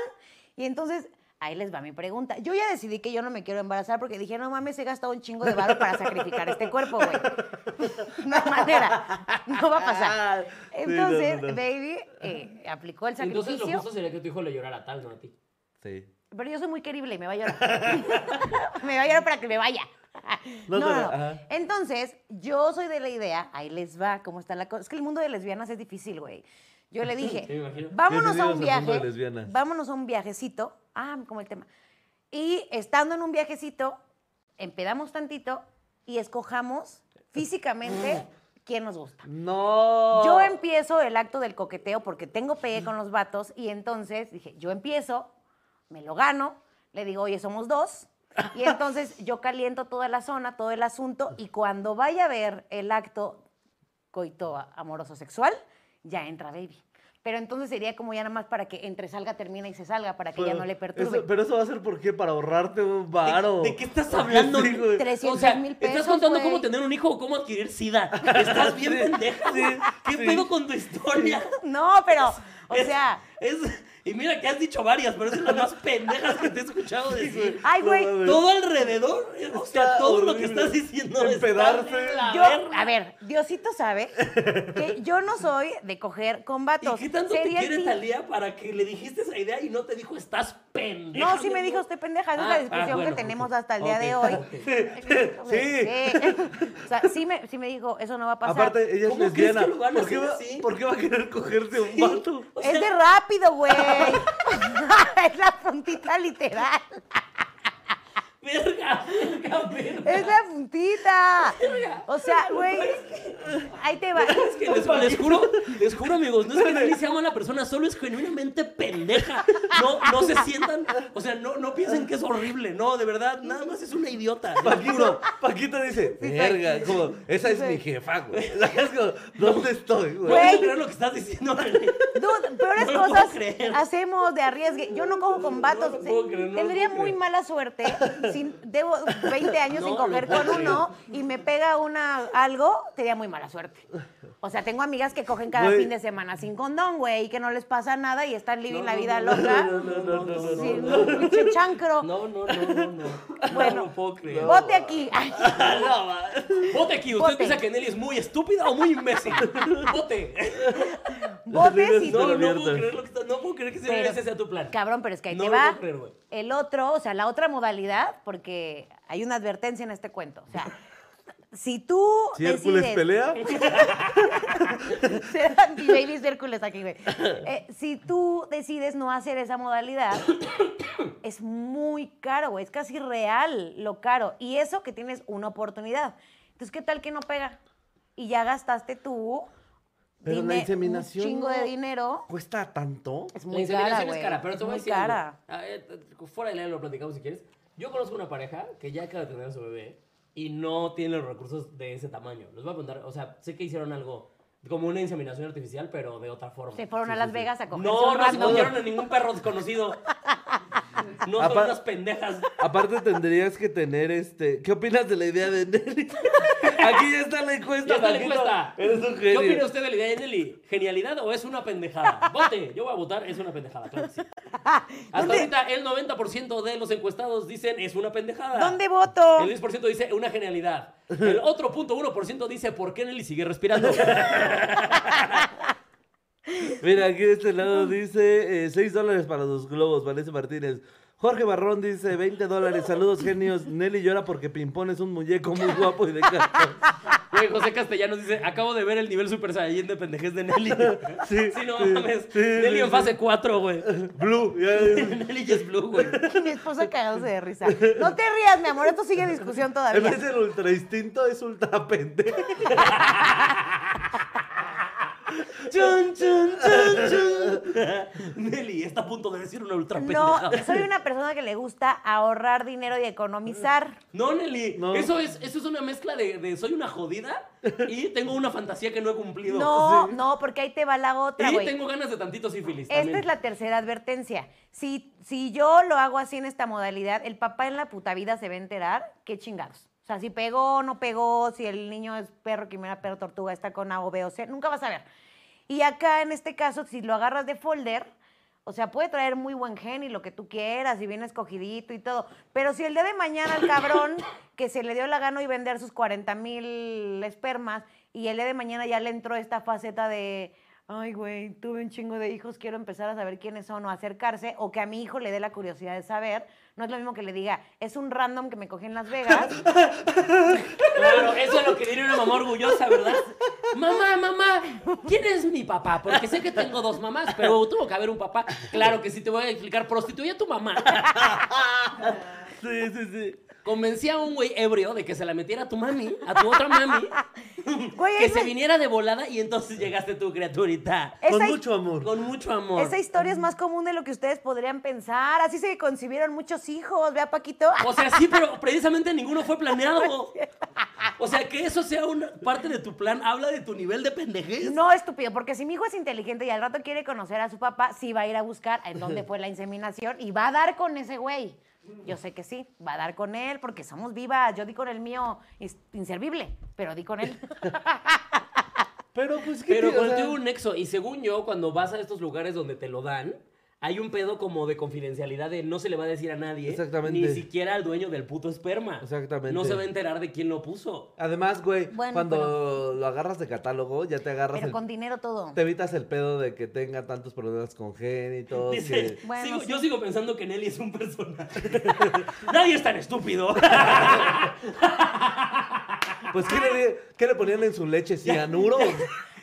[SPEAKER 2] Y entonces, ahí les va mi pregunta. Yo ya decidí que yo no me quiero embarazar porque dije, no mames, he gastado un chingo de barro para sacrificar este cuerpo, güey.
[SPEAKER 3] <laughs>
[SPEAKER 2] No hay manera. No va a
[SPEAKER 3] Ah,
[SPEAKER 2] pasar.
[SPEAKER 1] Sí, no, no,
[SPEAKER 2] Entonces,
[SPEAKER 1] no.
[SPEAKER 2] Baby eh, aplicó el
[SPEAKER 3] Entonces lo
[SPEAKER 2] sacrificio.
[SPEAKER 3] justo sería que tu hijo le llorara a tal, no a ti.
[SPEAKER 1] Sí.
[SPEAKER 2] Pero yo soy muy querible y me va
[SPEAKER 1] <laughs>
[SPEAKER 2] a llorar. <laughs> me va a llorar para que me vaya.
[SPEAKER 1] No
[SPEAKER 2] No,
[SPEAKER 1] te
[SPEAKER 2] no,
[SPEAKER 1] va-
[SPEAKER 2] no.
[SPEAKER 1] ajá.
[SPEAKER 2] Entonces, yo soy de la idea, ahí les va, cómo está la cosa. Es que el mundo de lesbianas es difícil, güey. Yo
[SPEAKER 1] <laughs>
[SPEAKER 2] le
[SPEAKER 3] Sí, me
[SPEAKER 2] dije,
[SPEAKER 3] imagino.
[SPEAKER 2] vámonos a un
[SPEAKER 1] Bienvenidos al mundo
[SPEAKER 2] viaje.
[SPEAKER 1] de lesbianas.
[SPEAKER 2] Vámonos a un viajecito. Ah, como el tema. Y estando en un viajecito, empedamos tantito y escojamos físicamente
[SPEAKER 1] Mm.
[SPEAKER 2] quién nos gusta.
[SPEAKER 1] No.
[SPEAKER 2] Yo empiezo el acto del coqueteo porque tengo pegue con los vatos y entonces dije, yo empiezo, me lo gano, le digo, oye, somos dos. Y
[SPEAKER 1] <laughs>
[SPEAKER 2] entonces yo caliento toda la zona, todo el asunto y cuando vaya a ver el acto coito a- amoroso sexual, ya entra baby. Pero entonces sería como ya nada más para que entre salga, termina y se salga, para que ya no le perturbe.
[SPEAKER 1] Eso- pero eso va a ser por qué? Para ahorrarte un varo.
[SPEAKER 3] ¿De qué estás
[SPEAKER 1] Porque
[SPEAKER 3] hablando?
[SPEAKER 1] sí, güey.
[SPEAKER 2] 300
[SPEAKER 3] o sea,
[SPEAKER 2] mil
[SPEAKER 3] estás
[SPEAKER 2] pesos,
[SPEAKER 3] contando
[SPEAKER 2] güey.
[SPEAKER 3] cómo tener un hijo o cómo adquirir SIDA. Estás bien
[SPEAKER 1] <laughs> Sí,
[SPEAKER 3] pendeja.
[SPEAKER 1] sí,
[SPEAKER 3] güey. ¿Qué
[SPEAKER 1] sí.
[SPEAKER 3] pedo con tu historia?
[SPEAKER 2] <laughs> No, pero, o
[SPEAKER 3] Es-
[SPEAKER 2] sea...
[SPEAKER 3] Es, y mira que has dicho varias, pero es de
[SPEAKER 2] <laughs>
[SPEAKER 3] las más pendejas que te he escuchado decir.
[SPEAKER 2] Ay,
[SPEAKER 1] No
[SPEAKER 2] güey,
[SPEAKER 1] mames.
[SPEAKER 3] Todo alrededor, o sea,
[SPEAKER 1] Está
[SPEAKER 3] todo lo que
[SPEAKER 1] horrible.
[SPEAKER 3] estás diciendo
[SPEAKER 1] Empedarse.
[SPEAKER 3] está de la
[SPEAKER 2] Yo,
[SPEAKER 3] verga.
[SPEAKER 2] a ver, Diosito sabe que yo no soy de coger con vatos.
[SPEAKER 3] ¿Y qué tanto te
[SPEAKER 2] Sería el
[SPEAKER 3] quiere
[SPEAKER 2] fin.
[SPEAKER 3] Talía para que le dijiste esa idea y no te dijo estás pendeja?
[SPEAKER 2] No, sí me dijo usted pendeja, esa es
[SPEAKER 3] Ah,
[SPEAKER 2] la
[SPEAKER 3] ah,
[SPEAKER 2] discusión
[SPEAKER 3] bueno,
[SPEAKER 2] que tenemos
[SPEAKER 3] ok.
[SPEAKER 2] hasta el día de
[SPEAKER 3] Ok, <laughs>
[SPEAKER 2] hoy.
[SPEAKER 3] ok.
[SPEAKER 2] Sí. O sea, sí me, sí me dijo, eso no va a pasar.
[SPEAKER 1] Aparte, ella es
[SPEAKER 3] ¿Cómo crees
[SPEAKER 1] lesbiana.
[SPEAKER 3] que lo van a
[SPEAKER 1] ¿Por qué,
[SPEAKER 3] hacer
[SPEAKER 1] va,
[SPEAKER 3] así?
[SPEAKER 1] por qué va a querer cogerse a un
[SPEAKER 3] Sí.
[SPEAKER 1] vato?
[SPEAKER 3] O
[SPEAKER 2] es
[SPEAKER 3] sea-
[SPEAKER 2] de <laughs> rápido, güey. es la puntita literal.
[SPEAKER 3] Verga, verga, verga.
[SPEAKER 2] ¡Es la puntita! O sea, güey, ahí te va.
[SPEAKER 3] Es que les, les juro,
[SPEAKER 2] <laughs>
[SPEAKER 3] les juro, amigos, no es que Dani sea mala persona, solo es genuinamente pendeja. No, no se sientan, o sea, no, no piensen que es horrible, no, de verdad, nada más es una idiota. les
[SPEAKER 1] Paquito,
[SPEAKER 3] juro.
[SPEAKER 1] Paquito dice, verga, como, esa es mi jefa, güey. Es como, ¿dónde estoy,
[SPEAKER 3] No
[SPEAKER 1] güey?
[SPEAKER 2] Güey.
[SPEAKER 3] puedo creer lo que estás diciendo, René.
[SPEAKER 2] Dude, peores
[SPEAKER 3] No lo puedo
[SPEAKER 2] cosas
[SPEAKER 3] creer.
[SPEAKER 2] hacemos de arriesgue. Yo no cojo con vatos.
[SPEAKER 3] No lo puedo creer, no lo
[SPEAKER 2] Tendría
[SPEAKER 3] puedo
[SPEAKER 2] muy
[SPEAKER 3] creer.
[SPEAKER 2] mala suerte. sin- debo 20 años
[SPEAKER 3] No
[SPEAKER 2] sin
[SPEAKER 3] lo
[SPEAKER 2] coger
[SPEAKER 3] puedo
[SPEAKER 2] con
[SPEAKER 3] creer.
[SPEAKER 2] uno y me pega una algo, sería muy mala suerte. O sea, tengo amigas que cogen cada
[SPEAKER 1] Güey.
[SPEAKER 2] fin de semana sin condón, güey, y que no les pasa nada y están living
[SPEAKER 3] No,
[SPEAKER 2] la
[SPEAKER 3] no,
[SPEAKER 2] vida
[SPEAKER 3] no, no,
[SPEAKER 2] loca.
[SPEAKER 1] No, no, no, no, no,
[SPEAKER 2] sin
[SPEAKER 1] no.
[SPEAKER 2] un pinche chancro.
[SPEAKER 3] No, no, no,
[SPEAKER 1] <laughs>
[SPEAKER 3] no, no.
[SPEAKER 2] Bueno,
[SPEAKER 3] no lo puedo creer.
[SPEAKER 2] Vote aquí. Ay,
[SPEAKER 3] <laughs> No, va. Vote aquí. ¿Usted
[SPEAKER 2] Vote.
[SPEAKER 3] piensa que Nelly es muy estúpida o muy
[SPEAKER 2] <laughs>
[SPEAKER 3] imbécil? Vote.
[SPEAKER 2] Vote si
[SPEAKER 1] No,
[SPEAKER 3] No, no
[SPEAKER 1] abierto.
[SPEAKER 3] puedo creer lo que está, no puedo creer que ese,
[SPEAKER 2] Pero-
[SPEAKER 3] ese sea tu plan.
[SPEAKER 2] Cabrón, pero es que ahí
[SPEAKER 3] No
[SPEAKER 2] te
[SPEAKER 3] lo
[SPEAKER 2] va.
[SPEAKER 3] puedo creer, güey.
[SPEAKER 2] el otro, o sea, la otra modalidad, porque hay una advertencia en este cuento. O
[SPEAKER 3] <laughs>
[SPEAKER 2] sea, si tú.
[SPEAKER 1] Si Hércules
[SPEAKER 2] decides- <laughs>
[SPEAKER 1] pelea.
[SPEAKER 2] Ser anti-babies de Hércules aquí, güey. Eh, si tú decides no hacer esa
[SPEAKER 3] <coughs>
[SPEAKER 2] modalidad, es muy caro, güey. Es casi real lo caro. Y eso que tienes una oportunidad. Entonces, ¿qué tal que no pega? Y ya gastaste tú.
[SPEAKER 1] Pero la
[SPEAKER 2] dine-
[SPEAKER 1] inseminación
[SPEAKER 2] Un chingo de
[SPEAKER 1] no-
[SPEAKER 2] dinero.
[SPEAKER 1] ¿Cuesta tanto?
[SPEAKER 2] Es
[SPEAKER 3] la
[SPEAKER 2] muy cara,
[SPEAKER 3] inseminación
[SPEAKER 2] güey.
[SPEAKER 3] es cara, pero
[SPEAKER 2] es
[SPEAKER 3] te voy a
[SPEAKER 2] muy
[SPEAKER 3] decir.
[SPEAKER 2] cara.
[SPEAKER 3] algo. Ah, eh, eh, Fuera del aire lo platicamos si quieres. Yo conozco una pareja que ya acaba de tener a su bebé y no tiene los recursos de ese tamaño. Les voy a contar, o sea, sé que hicieron algo como una inseminación artificial, pero de otra forma.
[SPEAKER 2] Se fueron a Las Vegas a coger.
[SPEAKER 3] No, no se cogieron a ningún perro desconocido. No son
[SPEAKER 1] Apa-
[SPEAKER 3] unas pendejas.
[SPEAKER 1] Aparte tendrías que tener este. ¿Qué opinas de la idea de <laughs> Nelly? Aquí ya está la encuesta.
[SPEAKER 3] Ya está la
[SPEAKER 1] Paquito.
[SPEAKER 3] encuesta.
[SPEAKER 1] Eres un
[SPEAKER 3] ¿Qué
[SPEAKER 1] genio.
[SPEAKER 3] opina usted de la idea de Nelly? ¿Genialidad o es una pendejada? Vote, yo voy a votar, es una pendejada, claro que sí. Hasta ahorita el 90% de los encuestados dicen es una pendejada.
[SPEAKER 2] ¿Dónde voto?
[SPEAKER 3] El 10% dice una genialidad. El otro punto 1% dice ¿por qué Nelly sigue respirando?
[SPEAKER 1] Mira, aquí de este lado dice 6 dólares para los globos, Vanessa Martínez. Jorge Barrón dice 20 dólares. Saludos, genios. Nelly llora porque Pimpón es un muñeco muy guapo y de <laughs> cartón.
[SPEAKER 3] Güey, José Castellanos dice acabo de ver el nivel super saiyan de pendejez de Nelly.
[SPEAKER 1] Sí,
[SPEAKER 3] <laughs> Sí, no
[SPEAKER 1] sí,
[SPEAKER 3] mames.
[SPEAKER 1] sí,
[SPEAKER 3] Nelly
[SPEAKER 1] sí,
[SPEAKER 3] en
[SPEAKER 1] sí.
[SPEAKER 3] fase 4, güey.
[SPEAKER 1] Blue. ya-
[SPEAKER 3] Nelly ya es blue, güey.
[SPEAKER 2] Mi
[SPEAKER 3] <laughs>
[SPEAKER 2] esposa cagándose de risa. No te rías, mi amor, esto sigue en discusión
[SPEAKER 1] En
[SPEAKER 2] todavía.
[SPEAKER 1] vez del ultra instinto es ultra pendejo.
[SPEAKER 3] Chun, chun, chun, chun. <laughs> Nelly está a punto de decir una ultra
[SPEAKER 2] No,
[SPEAKER 3] pendejada.
[SPEAKER 2] soy una persona que le gusta ahorrar dinero y economizar.
[SPEAKER 3] No, Nelly,
[SPEAKER 1] No.
[SPEAKER 3] Eso, es, eso es una mezcla de, de soy una jodida y tengo una fantasía que no he cumplido.
[SPEAKER 2] No,
[SPEAKER 1] sí.
[SPEAKER 2] no, porque ahí te va la otra,
[SPEAKER 3] y
[SPEAKER 2] güey.
[SPEAKER 3] tengo ganas de tantito sífilis.
[SPEAKER 2] Esta
[SPEAKER 3] también.
[SPEAKER 2] es la tercera advertencia. Si, si yo lo hago así en esta modalidad, el papá en la puta vida se va a enterar, qué chingados. O sea, si pegó, no pegó, si el niño es perro, quimera, perro, tortuga, está con A o B o C, nunca vas a ver. Y acá, en este caso, si lo agarras de folder, o sea, puede traer muy buen gen y lo que tú quieras, y bien escogidito y todo. Pero si el día de mañana el
[SPEAKER 3] <coughs>
[SPEAKER 2] cabrón que se le dio la gana y vender sus 40 mil espermas, y el día de mañana ya le entró esta faceta de, ay, güey, tuve un chingo de hijos, quiero empezar a saber quiénes son o acercarse, o que a mi hijo le dé la curiosidad de saber, no es lo mismo que le diga, es un random que me cogí en Las Vegas.
[SPEAKER 3] <laughs> Claro, eso es lo que diría una mamá orgullosa, ¿verdad? Mamá, mamá, ¿quién es mi papá? Porque sé que tengo dos mamás, pero tuvo que haber un papá. Claro que sí, te voy a explicar. Prostituí a tu mamá.
[SPEAKER 1] Sí, sí, sí.
[SPEAKER 3] Convencí a un güey ebrio de que se la metiera a tu mami, a tu otra mami,
[SPEAKER 2] Güey,
[SPEAKER 3] que
[SPEAKER 2] esa-
[SPEAKER 3] se viniera de volada y entonces llegaste tu criaturita.
[SPEAKER 2] Esa
[SPEAKER 1] Con
[SPEAKER 2] hi-
[SPEAKER 1] mucho amor.
[SPEAKER 3] Con mucho amor.
[SPEAKER 2] Esa historia es más común de lo que ustedes podrían pensar. Así se concibieron muchos hijos, vea Paquito.
[SPEAKER 3] O sea, sí, pero precisamente ninguno fue planeado. O sea, que eso sea una parte de tu plan habla de tu nivel de pendejez.
[SPEAKER 2] <laughs> No, estúpido, porque si mi hijo es inteligente y al rato quiere conocer a su papá, sí va a ir a buscar en dónde
[SPEAKER 1] <laughs>
[SPEAKER 2] fue la inseminación y va a dar con ese güey. Yo sé que sí, va a dar con él porque somos vivas. Yo di con el mío ins- inservible, pero di
[SPEAKER 1] <laughs>
[SPEAKER 2] con él.
[SPEAKER 1] Pero pues que.
[SPEAKER 3] Pero contigo un nexo. Y según yo, cuando vas a estos lugares donde te lo dan, hay un pedo como de confidencialidad de no se le va a decir a nadie.
[SPEAKER 1] Exactamente.
[SPEAKER 3] Ni siquiera al dueño del puto esperma.
[SPEAKER 1] Exactamente.
[SPEAKER 3] No se va a enterar de quién lo puso.
[SPEAKER 1] Además, güey,
[SPEAKER 2] Bueno,
[SPEAKER 1] cuando
[SPEAKER 2] pero-
[SPEAKER 1] lo agarras de catálogo, ya te agarras
[SPEAKER 2] Pero
[SPEAKER 1] el
[SPEAKER 2] con dinero todo.
[SPEAKER 1] Te evitas el pedo de que tenga tantos problemas congénitos.
[SPEAKER 3] Dice,
[SPEAKER 1] que-
[SPEAKER 2] Bueno,
[SPEAKER 3] sigo-
[SPEAKER 2] sí.
[SPEAKER 3] yo sigo pensando que Nelly es un <laughs> personaje. Nadie es tan estúpido.
[SPEAKER 1] Pues, ¿qué le, qué le ponían en su leche?
[SPEAKER 3] <laughs>
[SPEAKER 1] ¿Cianuro?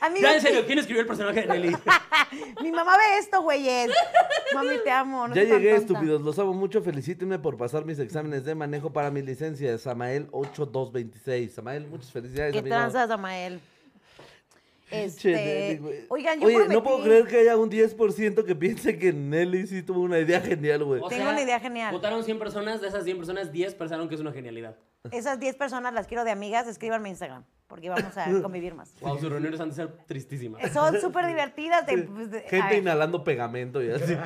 [SPEAKER 2] A mí
[SPEAKER 3] Ya
[SPEAKER 2] me-
[SPEAKER 3] en serio, ¿quién escribió el personaje de Nelly?
[SPEAKER 2] <laughs> Mi mamá ve esto,
[SPEAKER 1] <laughs>
[SPEAKER 2] güeyes. Mami, te amo. no
[SPEAKER 1] Ya
[SPEAKER 2] seas tan
[SPEAKER 1] llegué,
[SPEAKER 2] tonta.
[SPEAKER 1] estúpidos. Los amo mucho. Felicítenme por pasar mis exámenes de manejo para mi licencia. Samael 8226. Samael, muchas felicidades,
[SPEAKER 2] ¿Qué
[SPEAKER 1] amigo.
[SPEAKER 2] tranzas, Amael?
[SPEAKER 1] <laughs> Che,
[SPEAKER 2] Este,
[SPEAKER 1] Nelly, güey.
[SPEAKER 2] oigan, yo
[SPEAKER 1] Oye, no
[SPEAKER 2] prometí-
[SPEAKER 1] puedo creer que haya un 10% que piense que Nelly sí tuvo una idea genial, güey.
[SPEAKER 3] O
[SPEAKER 2] Tengo una idea genial.
[SPEAKER 3] Votaron 100 personas, de esas 100 personas, 10 pensaron que es una genialidad.
[SPEAKER 2] Esas 10 personas las quiero de amigas, escríbanme a Instagram, porque
[SPEAKER 1] <laughs>
[SPEAKER 2] vamos a convivir más.
[SPEAKER 3] Wow, sus reuniones han de ser tristísimas.
[SPEAKER 2] Son súper divertidas. de- <laughs> pues, de- a
[SPEAKER 1] Gente
[SPEAKER 2] ver. Ah,
[SPEAKER 1] inhalando pegamento y
[SPEAKER 2] <laughs>
[SPEAKER 1] así.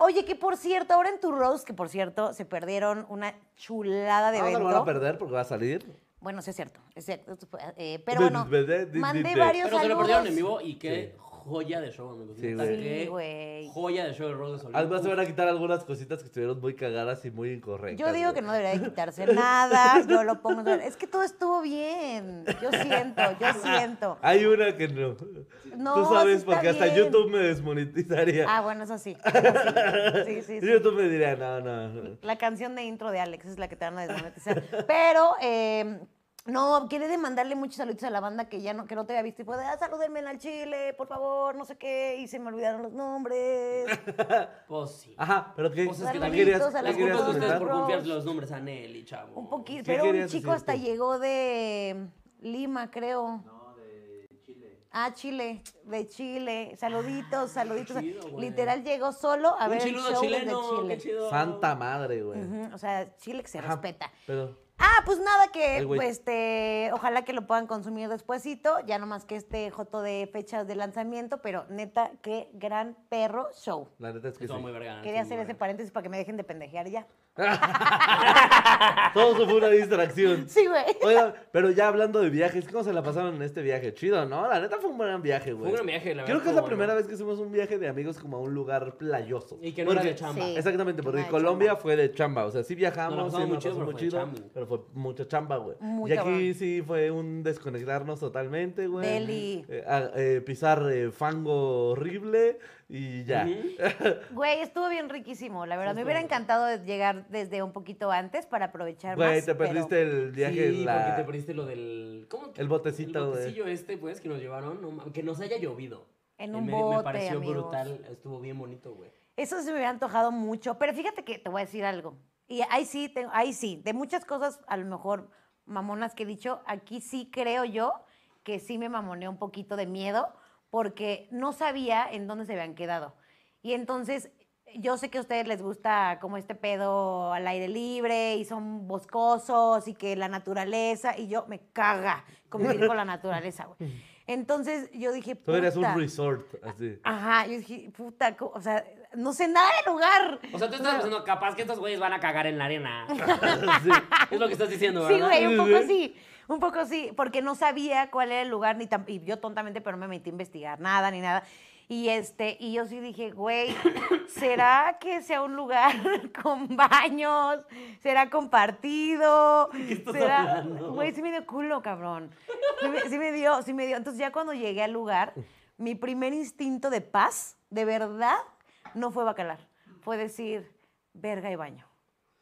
[SPEAKER 2] Oye, que por cierto, ahora en tu Rose, que por cierto, se perdieron una chulada de
[SPEAKER 1] Ah, no
[SPEAKER 2] evento.
[SPEAKER 1] lo van a perder porque va a salir.
[SPEAKER 2] Bueno, sí es cierto, es cierto. esto fue, eh, pero
[SPEAKER 1] Des-
[SPEAKER 2] bueno,
[SPEAKER 1] des- des- des-
[SPEAKER 2] mandé
[SPEAKER 1] des-
[SPEAKER 2] varios
[SPEAKER 3] Pero se lo
[SPEAKER 2] saludos.
[SPEAKER 3] perdieron en vivo y qué joya de show, amigos.
[SPEAKER 1] Sí,
[SPEAKER 3] Neta,
[SPEAKER 1] güey.
[SPEAKER 2] Sí,
[SPEAKER 3] qué
[SPEAKER 2] güey.
[SPEAKER 3] Joya de show de Rose de Solís.
[SPEAKER 1] Además, se van a quitar algunas cositas que estuvieron muy cagadas y muy incorrectas.
[SPEAKER 2] Yo digo
[SPEAKER 1] güey.
[SPEAKER 2] que no debería de
[SPEAKER 1] <laughs>
[SPEAKER 2] quitarse nada, yo lo pongo. Es que todo estuvo bien. Yo siento, yo siento.
[SPEAKER 1] Hay una que no.
[SPEAKER 2] No,
[SPEAKER 1] Tú sabes,
[SPEAKER 2] sí está
[SPEAKER 1] porque hasta
[SPEAKER 2] bien.
[SPEAKER 1] YouTube me desmonetizaría.
[SPEAKER 2] Ah, bueno, eso sí. eso sí. Sí, sí, sí.
[SPEAKER 1] YouTube me diría, no, no.
[SPEAKER 2] La canción de intro de Alex es la que te van a desmonetizar. <laughs> Pero, eh, no, quería de mandarle muchos saludos a la banda que ya no, que no te había visto. Y pues, ah, salúdenme al Chile, por favor, no sé qué. Y se me olvidaron
[SPEAKER 1] <laughs>
[SPEAKER 2] los nombres.
[SPEAKER 3] Pues sí.
[SPEAKER 1] Ajá, pero ¿qué?
[SPEAKER 3] Pues es que
[SPEAKER 1] Ah, ¿qué
[SPEAKER 3] también
[SPEAKER 1] querías-
[SPEAKER 2] todas a
[SPEAKER 1] qué
[SPEAKER 3] Las
[SPEAKER 2] las
[SPEAKER 1] querías
[SPEAKER 3] culpas de ustedes
[SPEAKER 1] comentar?
[SPEAKER 3] por
[SPEAKER 2] Bros.
[SPEAKER 3] confiar los nombres a Nelly, chavo.
[SPEAKER 2] Un poquito,
[SPEAKER 1] ¿Qué
[SPEAKER 2] pero un
[SPEAKER 1] querías
[SPEAKER 2] chico
[SPEAKER 1] decir
[SPEAKER 2] hasta
[SPEAKER 1] tú?
[SPEAKER 2] llegó de Lima, creo. No, de Chile. Ah, Chile, de Chile. Saluditos, saluditos.
[SPEAKER 3] Ah, chido, güey.
[SPEAKER 2] Literal llegó solo a
[SPEAKER 3] Un
[SPEAKER 2] ver el
[SPEAKER 3] chiludo
[SPEAKER 2] show
[SPEAKER 3] chileno,
[SPEAKER 2] desde
[SPEAKER 3] qué
[SPEAKER 2] Chile.
[SPEAKER 3] chido.
[SPEAKER 1] Santa madre, güey.
[SPEAKER 2] Ujú, O sea, Chile que se
[SPEAKER 1] Ajá,
[SPEAKER 2] respeta.
[SPEAKER 1] Pero,
[SPEAKER 2] Ah, pues nada que,
[SPEAKER 1] Ay, güey.
[SPEAKER 2] pues, este, ojalá que lo puedan consumir despuesito, ya nomás que este joto de fechas de lanzamiento, pero neta, qué gran perro show.
[SPEAKER 1] la neta es que
[SPEAKER 3] Estuvo
[SPEAKER 1] Ah, sí.
[SPEAKER 3] muy verga.
[SPEAKER 2] Quería
[SPEAKER 3] estuvo
[SPEAKER 2] hacer
[SPEAKER 3] muy
[SPEAKER 2] ese
[SPEAKER 3] verga.
[SPEAKER 2] paréntesis para que me dejen de pendejear ya. <laughs>
[SPEAKER 1] Todo eso fue una
[SPEAKER 3] <laughs>
[SPEAKER 1] distracción.
[SPEAKER 2] Sí, güey.
[SPEAKER 1] Oigan, pero ya hablando de viajes, ¿cómo se la pasaron en este viaje? Chido, ¿no? La neta fue un gran viaje, güey.
[SPEAKER 3] Fue un gran viaje, la
[SPEAKER 1] Creo
[SPEAKER 3] verdad,
[SPEAKER 1] que es la
[SPEAKER 3] como,
[SPEAKER 1] primera
[SPEAKER 3] ¿no?
[SPEAKER 1] vez que hicimos un viaje de amigos como a un lugar playoso.
[SPEAKER 3] Y que no era
[SPEAKER 1] Porque-
[SPEAKER 3] de chamba.
[SPEAKER 2] Sí.
[SPEAKER 1] Exactamente, porque
[SPEAKER 2] Nada de
[SPEAKER 1] Colombia
[SPEAKER 2] chamba.
[SPEAKER 1] fue de chamba. O sea, sí viajamos,
[SPEAKER 3] Nos la
[SPEAKER 1] sí
[SPEAKER 3] pasamos
[SPEAKER 1] nos
[SPEAKER 3] muy chido,
[SPEAKER 1] pasamos muy
[SPEAKER 3] pero fue
[SPEAKER 1] chido,
[SPEAKER 3] de chamba.
[SPEAKER 1] pero fue mucha chamba, güey.
[SPEAKER 2] Muy
[SPEAKER 1] Y aquí
[SPEAKER 2] cabrón.
[SPEAKER 1] sí fue un desconectarnos totalmente, güey.
[SPEAKER 2] Deli.
[SPEAKER 1] Eh, a- eh, pisar eh, fango horrible y ya.
[SPEAKER 2] Güey, estuvo bien riquísimo, la verdad.
[SPEAKER 3] Sí,
[SPEAKER 2] me
[SPEAKER 3] estuvo
[SPEAKER 2] hubiera
[SPEAKER 3] bien.
[SPEAKER 2] encantado de llegar desde un poquito antes para aprovechar
[SPEAKER 1] Güey,
[SPEAKER 2] más.
[SPEAKER 1] te
[SPEAKER 2] pero-
[SPEAKER 1] perdiste el viaje
[SPEAKER 3] Sí,
[SPEAKER 1] en la...
[SPEAKER 3] porque te perdiste lo del... ¿Cómo? que-
[SPEAKER 1] El botecito,
[SPEAKER 3] El
[SPEAKER 1] güey.
[SPEAKER 3] botecillo este, pues, que nos llevaron. no ma- que nos haya llovido.
[SPEAKER 2] En
[SPEAKER 3] Y
[SPEAKER 2] un
[SPEAKER 3] me, Me
[SPEAKER 2] bote,
[SPEAKER 3] pareció
[SPEAKER 2] amigos.
[SPEAKER 3] brutal. Estuvo bien bonito, güey.
[SPEAKER 2] Eso se me hubiera antojado mucho, pero fíjate que te voy a decir algo. Y ahí sí, tengo- ahí sí, de muchas cosas a lo mejor mamonas que he dicho, aquí sí creo yo que sí me mamoneé un poquito de miedo porque no sabía en dónde se habían quedado. Y entonces yo sé que a ustedes les gusta como este pedo al aire libre y son boscosos y que la naturaleza y yo me caga
[SPEAKER 1] <laughs>
[SPEAKER 2] convivir con la naturaleza, güey. Entonces yo dije,
[SPEAKER 1] Tú eres un
[SPEAKER 2] "Puta".
[SPEAKER 1] resort,
[SPEAKER 2] <laughs>
[SPEAKER 1] así. <laughs>
[SPEAKER 2] Ajá, yo dije, puta, co- o sea, no sé nada del lugar.
[SPEAKER 3] O sea, tú estás pensando, capaz que estos güeyes van a cagar en la arena.
[SPEAKER 1] Sí.
[SPEAKER 3] es lo que estás diciendo, ¿verdad?
[SPEAKER 2] Sí, güey, un
[SPEAKER 1] Sí,
[SPEAKER 2] poco
[SPEAKER 1] sí.
[SPEAKER 2] así. Un poco así, porque no sabía cuál era el lugar, ni tam- y yo tontamente, pero no me metí a investigar nada, ni nada. Y este, y yo sí dije, güey, <coughs> ¿será que sea un lugar <laughs> con baños? ¿Será compartido?
[SPEAKER 3] estás
[SPEAKER 2] ¿Será?
[SPEAKER 3] hablando?
[SPEAKER 2] Güey, sí me dio culo, cabrón. Sí me, sí me dio, sí me dio. Entonces ya cuando llegué al lugar, mi primer instinto de paz, de verdad, no fue bacalar. Fue decir, verga y baño.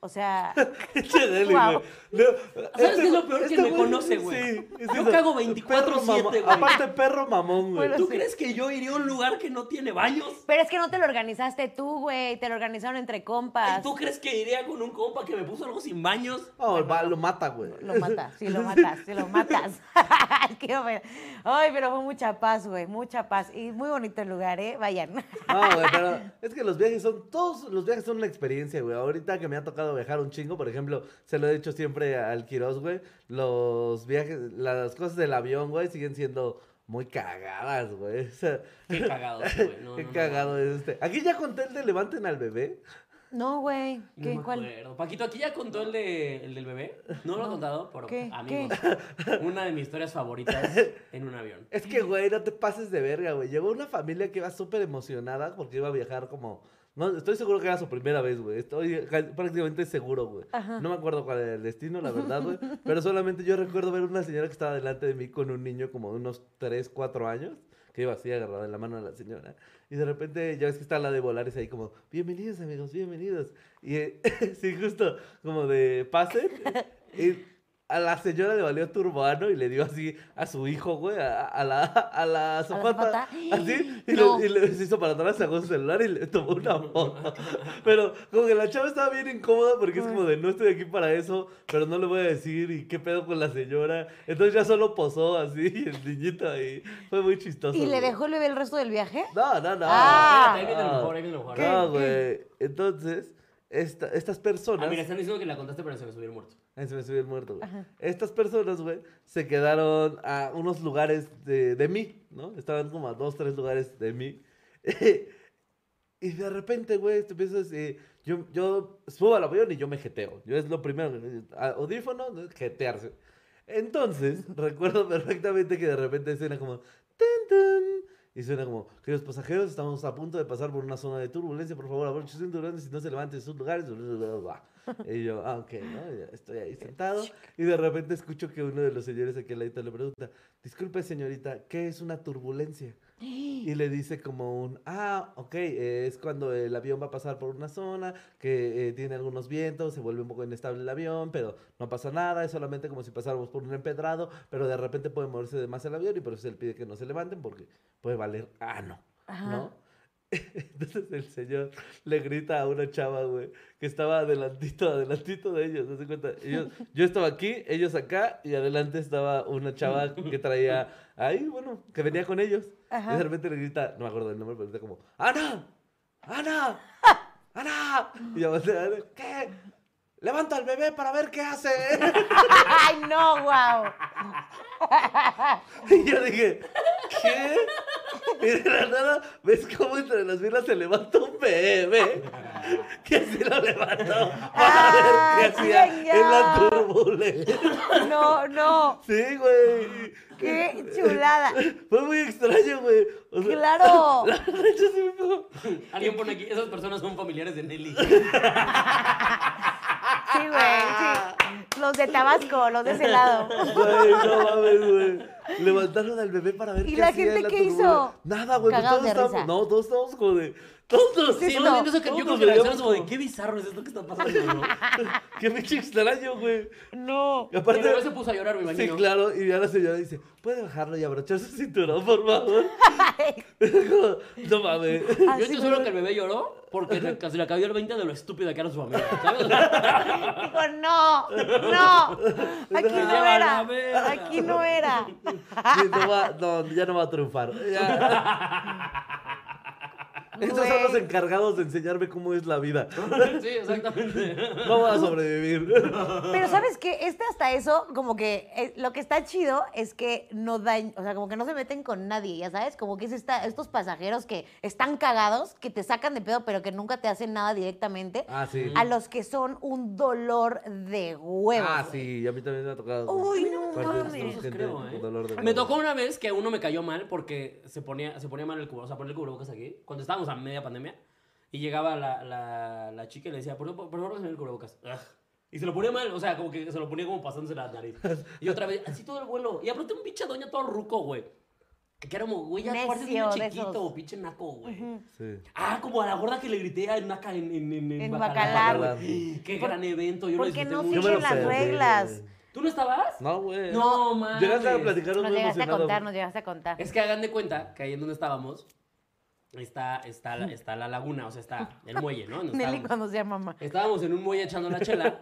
[SPEAKER 2] O sea,
[SPEAKER 1] Che, Deli,
[SPEAKER 2] Guau.
[SPEAKER 1] güey. No, este
[SPEAKER 3] ¿Sabes qué es lo peor? Que me
[SPEAKER 1] güey-
[SPEAKER 3] conoce, güey.
[SPEAKER 1] Sí, es
[SPEAKER 3] Yo
[SPEAKER 1] eso.
[SPEAKER 3] cago 24/7,
[SPEAKER 1] Perro mamón.
[SPEAKER 3] güey.
[SPEAKER 1] Aparte, perro mamón, güey.
[SPEAKER 2] Bueno,
[SPEAKER 3] ¿Tú
[SPEAKER 2] sí.
[SPEAKER 3] crees que yo iría a un lugar que no tiene baños?
[SPEAKER 2] Pero es que no te lo organizaste tú, güey. Te lo organizaron entre compas.
[SPEAKER 3] ¿Tú crees que iría con un compa que me puso algo sin baños?
[SPEAKER 1] No, va, lo mata, güey.
[SPEAKER 2] Lo matas, sí, lo matas, sí, lo matas. <laughs> Qué hombre. Ay, pero fue mucha paz, güey. Mucha paz. Y muy bonito el lugar, ¿eh? Vayan. <laughs>
[SPEAKER 1] No, güey, pero es que los viajes son, todos los viajes son una experiencia, güey. Ahorita que me ha tocado viajar un chingo, por ejemplo, se lo he dicho siempre al Quirós, güey. Los viajes, las cosas del avión, güey, siguen siendo muy cagadas, güey. O sea,
[SPEAKER 3] Qué cagado, güey. No,
[SPEAKER 1] qué
[SPEAKER 3] no, no.
[SPEAKER 1] cagado es este. Aquí ya conté el de levanten al bebé.
[SPEAKER 2] No, güey.
[SPEAKER 3] No
[SPEAKER 2] ¿Qué?
[SPEAKER 3] me
[SPEAKER 2] ¿Cuál?
[SPEAKER 3] acuerdo. Paquito, aquí ya contó el, de, el del bebé. No lo he contado, pero
[SPEAKER 2] ¿Qué?
[SPEAKER 3] amigos. Una de mis historias
[SPEAKER 1] <laughs>
[SPEAKER 3] favoritas en un avión.
[SPEAKER 1] Es que, güey, no te pases de verga, güey. Llegó una familia que iba súper emocionada porque iba a viajar como... No, estoy seguro que era su primera vez, güey. Estoy ca- prácticamente seguro, güey. No me acuerdo cuál era el destino, la verdad, güey. Pero solamente yo recuerdo ver una señora que estaba delante de mí con un niño como de unos 3, 4 años. Que iba así agarrada en la mano de la señora. Y de repente, ya ves que está la de Volaris ahí como, bienvenidos <laughs> amigos, bienvenidos. Y eh, sí, justo como de pasen. Y a la señora le valió turbano y le dio así a su hijo, güey, a, a la, a la
[SPEAKER 2] zapata?
[SPEAKER 1] zapata. Así. Y,
[SPEAKER 2] No.
[SPEAKER 1] le, y le- se hizo para atrás, sacó su celular y le tomó una foto. Pero como que la chava estaba bien incómoda porque es como de no estoy aquí para eso, pero no le voy a decir y qué pedo con la señora. Entonces ya solo posó así y el niñito ahí. Fue muy chistoso.
[SPEAKER 2] ¿Y le
[SPEAKER 1] güey.
[SPEAKER 2] dejó el bebé el resto del
[SPEAKER 3] <laughs>
[SPEAKER 2] viaje?
[SPEAKER 1] No, no, no.
[SPEAKER 2] Ah.
[SPEAKER 3] Espérate, ahí viene lo mejor, ahí viene lo mejor.
[SPEAKER 2] ¿Qué?
[SPEAKER 1] No, güey. Entonces, esta- estas personas.
[SPEAKER 3] Ah, mira, están diciendo que la contaste pero se me subieron muerto.
[SPEAKER 1] Ahí se me subió el muerto, güey. Estas personas, güey, se quedaron a unos lugares de, de mí, ¿no? Estaban como a dos, tres lugares de mí. <laughs> y de repente, güey, tú piensas, eh, yo, yo subo al avión y yo me jeteo. Yo es lo primero, que- a- audífono, ¿no? jetearse. Entonces, <laughs> recuerdo perfectamente que de repente suena como... "Tun, tun", y suena como, queridos pasajeros, estamos a punto de pasar por una zona de turbulencia, por favor, abrochen sus cinturones y no se levanten de sus lugares. Y yo, ah, ok, ¿no? Ya estoy ahí sentado. Y de repente escucho que uno de los señores aquí al ladito le pregunta, disculpe señorita, ¿qué es una turbulencia? Y le dice como un, ah, ok, eh, es cuando el avión va a pasar por una zona que eh, tiene algunos vientos, se vuelve un poco inestable el avión, pero no pasa nada, es solamente como si pasáramos por un empedrado, pero de repente puede moverse de más el avión y por eso él pide que no se levanten porque puede valer ano,
[SPEAKER 2] Ajá.
[SPEAKER 1] ¿no? Entonces el señor le grita a una chava, güey, que estaba adelantito, adelantito de ellos. ¿se cuenta? Ellos- yo estaba aquí, ellos acá, y adelante estaba una chava que traía ahí, bueno, que venía con ellos.
[SPEAKER 2] Ajá.
[SPEAKER 1] Y de repente le grita, no me acuerdo el nombre, pero grita como, ¡Ana! ¡Ana! ¡Ana! Y yo, ¿qué? ¡Levanta al bebé para ver qué hace!
[SPEAKER 2] ¡Ay, no, wow!
[SPEAKER 1] <laughs> Y yo dije, ¿qué? Y de la nada, ¿ves cómo entre las filas se levanta un bebé? Que así lo levantó para
[SPEAKER 2] Ah,
[SPEAKER 1] ver qué hacía
[SPEAKER 2] chinga.
[SPEAKER 1] en la turbulencia.
[SPEAKER 2] No, no.
[SPEAKER 1] Sí, güey.
[SPEAKER 2] ¡Qué chulada!
[SPEAKER 1] Fue muy extraño, güey. O sea,
[SPEAKER 2] ¡Claro!
[SPEAKER 1] <laughs> la neta sí me pegó.
[SPEAKER 3] Alguien pone aquí, esas personas son familiares
[SPEAKER 2] <laughs>
[SPEAKER 3] de Nelly.
[SPEAKER 2] Sí, güey, sí. Los de Tabasco, los de ese lado.
[SPEAKER 1] Güey, no mames, güey. Levantaron al bebé para ver
[SPEAKER 2] ¿Y
[SPEAKER 1] qué
[SPEAKER 2] la
[SPEAKER 1] hacía en
[SPEAKER 2] gente
[SPEAKER 1] la
[SPEAKER 2] qué hizo?
[SPEAKER 1] turbulencia. Nada, güey. pues
[SPEAKER 2] Cagados
[SPEAKER 1] todos
[SPEAKER 2] de risa.
[SPEAKER 1] estábamos. No, todos estábamos como de. Todos nos-
[SPEAKER 2] Sí,
[SPEAKER 3] Sí,
[SPEAKER 2] no.
[SPEAKER 3] más bien eso que yo
[SPEAKER 1] Todos
[SPEAKER 3] creo
[SPEAKER 1] nos
[SPEAKER 3] que la
[SPEAKER 1] veíamos
[SPEAKER 3] reacción es como de
[SPEAKER 1] como-
[SPEAKER 3] qué bizarro es esto que está pasando, ¿no?
[SPEAKER 1] Qué pinche extraño, güey.
[SPEAKER 2] No.
[SPEAKER 1] Y
[SPEAKER 3] Pero
[SPEAKER 1] aparte.
[SPEAKER 3] luego se puso a llorar, me
[SPEAKER 1] Sí,
[SPEAKER 3] imagino.
[SPEAKER 1] claro, y ya la señora dice, ¿puede bajarlo y abrochar su cinturón, por favor? <laughs> no mames.
[SPEAKER 3] Yo estoy seguro que el bebé lloró
[SPEAKER 1] <laughs>
[SPEAKER 3] porque le- se le cayó el 20 de lo estúpida que era su familia. ¿sabes? O sea,
[SPEAKER 2] Dijo, no,
[SPEAKER 3] <laughs>
[SPEAKER 2] no. Aquí no
[SPEAKER 3] Lleva
[SPEAKER 2] era.
[SPEAKER 3] la verga.
[SPEAKER 2] Aquí no era.
[SPEAKER 1] Sí, no, va- no, ya no va a triunfar. Ya. Estos son los
[SPEAKER 2] Güey.
[SPEAKER 1] encargados de enseñarme cómo es la vida.
[SPEAKER 3] <laughs> sí, exactamente.
[SPEAKER 1] No voy a sobrevivir.
[SPEAKER 2] Pero ¿sabes qué? Este hasta eso, como que eh, lo que está chido es que no daño, o sea, como que no se meten con nadie, ya sabes, como que es esta, estos pasajeros que están cagados, que te sacan de pedo, pero que nunca te hacen nada directamente,
[SPEAKER 1] Ah, sí.
[SPEAKER 2] a los que son un dolor de huevos.
[SPEAKER 1] Ah, sí, a mí también me ha tocado.
[SPEAKER 2] Uy, no
[SPEAKER 1] Cuando
[SPEAKER 2] mames.
[SPEAKER 1] estamos
[SPEAKER 3] Esos
[SPEAKER 1] gente
[SPEAKER 3] creo,
[SPEAKER 1] con
[SPEAKER 3] ¿eh?
[SPEAKER 1] dolor de
[SPEAKER 3] Me
[SPEAKER 1] huevos.
[SPEAKER 3] tocó una vez que uno me cayó mal porque se ponía, se ponía mal el cubrebocas, o sea, ponía el cubrebocas aquí, cuando estábamos a media pandemia, y llegaba la, la, la chica y le decía, por favor, por favor, ponme el cubrebocas. Ugh. Y se lo ponía mal, o sea, como que se lo ponía como pasándose la nariz. Y otra vez, así todo el vuelo. Y aparte un pinche doña todo ruco, güey. Que era como, güey, ya
[SPEAKER 2] Necio
[SPEAKER 3] pareces niño
[SPEAKER 2] de
[SPEAKER 3] chiquito,
[SPEAKER 2] esos.
[SPEAKER 3] pinche naco, güey.
[SPEAKER 1] Sí.
[SPEAKER 3] Ah, como a la gorda que le grité a Naca en, en, en,
[SPEAKER 2] En
[SPEAKER 3] Bacalar,
[SPEAKER 1] Bacalar.
[SPEAKER 3] güey. Qué gran evento, yo lo
[SPEAKER 2] Porque
[SPEAKER 3] disfruté
[SPEAKER 2] no
[SPEAKER 3] mucho.
[SPEAKER 1] Yo me
[SPEAKER 2] siguen
[SPEAKER 1] lo
[SPEAKER 2] las
[SPEAKER 1] perdí,
[SPEAKER 2] reglas.
[SPEAKER 1] güey.
[SPEAKER 3] ¿Tú no estabas?
[SPEAKER 1] No, güey.
[SPEAKER 3] No,
[SPEAKER 1] Llegaste a
[SPEAKER 3] mames.
[SPEAKER 1] platicar
[SPEAKER 2] Nos
[SPEAKER 1] muy
[SPEAKER 2] llegaste a
[SPEAKER 1] emocionado.
[SPEAKER 2] contar, nos llegaste a contar.
[SPEAKER 3] Es que hagan de cuenta que ahí en donde estábamos está, está, la, está la laguna, o sea, está el muelle,
[SPEAKER 2] <laughs>
[SPEAKER 3] ¿no?
[SPEAKER 2] <laughs>
[SPEAKER 3] Donde
[SPEAKER 2] Nelly
[SPEAKER 3] estábamos.
[SPEAKER 2] cuando sea mamá.
[SPEAKER 3] Estábamos en un muelle echando la chela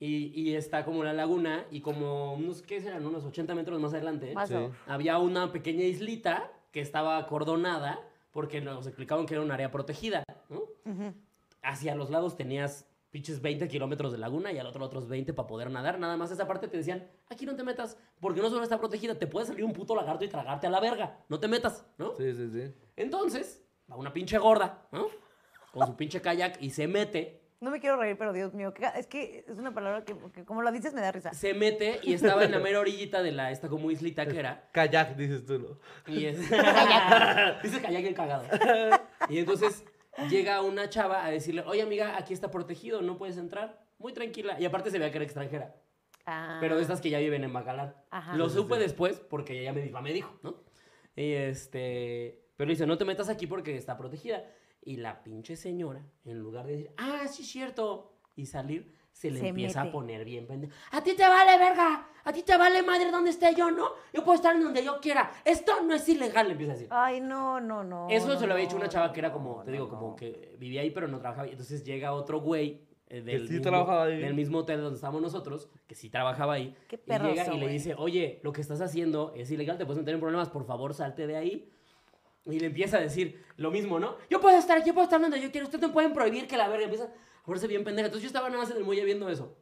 [SPEAKER 3] y, y está como la laguna y como unos, ¿qué serán? Unos 80 metros más adelante
[SPEAKER 2] Más
[SPEAKER 1] Sí.
[SPEAKER 2] o-
[SPEAKER 3] había una pequeña islita que estaba acordonada porque nos explicaban que era un área protegida, ¿no? Hacia los lados tenías pinches 20 kilómetros de laguna y al otro otros 20 para poder nadar. Nada más esa parte te decían, aquí no te metas porque no solo está protegida, te puede salir un puto lagarto y tragarte a la verga. No te metas, ¿no?
[SPEAKER 1] Sí, sí, sí.
[SPEAKER 3] Entonces, va una pinche gorda, ¿no? Con su pinche kayak y se mete
[SPEAKER 2] No me quiero reír, pero Dios mío, que- es que es una palabra que, que como lo dices me da risa.
[SPEAKER 3] se mete y estaba en la mera orillita de la esta como islita que era
[SPEAKER 1] Kayak, dices tú, ¿no?
[SPEAKER 3] y es kayak <laughs> dice kayak bien cagado y entonces llega una chava a decirle oye amiga aquí está protegido no puedes entrar muy tranquila y aparte se veía que era extranjera
[SPEAKER 2] Ah.
[SPEAKER 3] pero de estas que ya viven en Bacalar
[SPEAKER 2] Ajá.
[SPEAKER 3] lo supe después porque ella me dijo me dijo no y este pero dice no te metas aquí porque está protegida y la pinche señora en lugar de decir ah sí cierto y salir se le
[SPEAKER 2] Se
[SPEAKER 3] empieza a
[SPEAKER 2] mete.
[SPEAKER 3] poner bien pendejo. A ti te vale verga, a ti te vale madre donde esté yo, ¿no? Yo puedo estar en donde yo quiera. Esto no es ilegal, le empieza a decir.
[SPEAKER 2] Ay, no, no, no.
[SPEAKER 3] Eso
[SPEAKER 2] no,
[SPEAKER 3] se lo había hecho
[SPEAKER 2] no,
[SPEAKER 3] una chava
[SPEAKER 2] no,
[SPEAKER 3] que era como, te
[SPEAKER 2] no,
[SPEAKER 3] digo,
[SPEAKER 2] no.
[SPEAKER 3] como que vivía ahí pero no trabajaba. ahí. Entonces llega otro güey eh, del,
[SPEAKER 1] sí
[SPEAKER 3] mismo,
[SPEAKER 1] trabajaba ahí.
[SPEAKER 3] del mismo hotel donde estábamos nosotros, que sí trabajaba ahí.
[SPEAKER 2] Qué
[SPEAKER 3] y llega
[SPEAKER 2] perroso,
[SPEAKER 3] y le
[SPEAKER 2] güey.
[SPEAKER 3] dice, oye, lo que estás haciendo es ilegal, te puedes meter en problemas, por favor salte de ahí. Y le empieza a decir lo mismo, ¿no? Yo puedo estar aquí, yo puedo estar donde yo quiero, ustedes no pueden prohibir que la verga empieza a ponerse bien pendeja. Entonces yo estaba nada más en el muelle
[SPEAKER 1] <laughs>
[SPEAKER 3] viendo eso.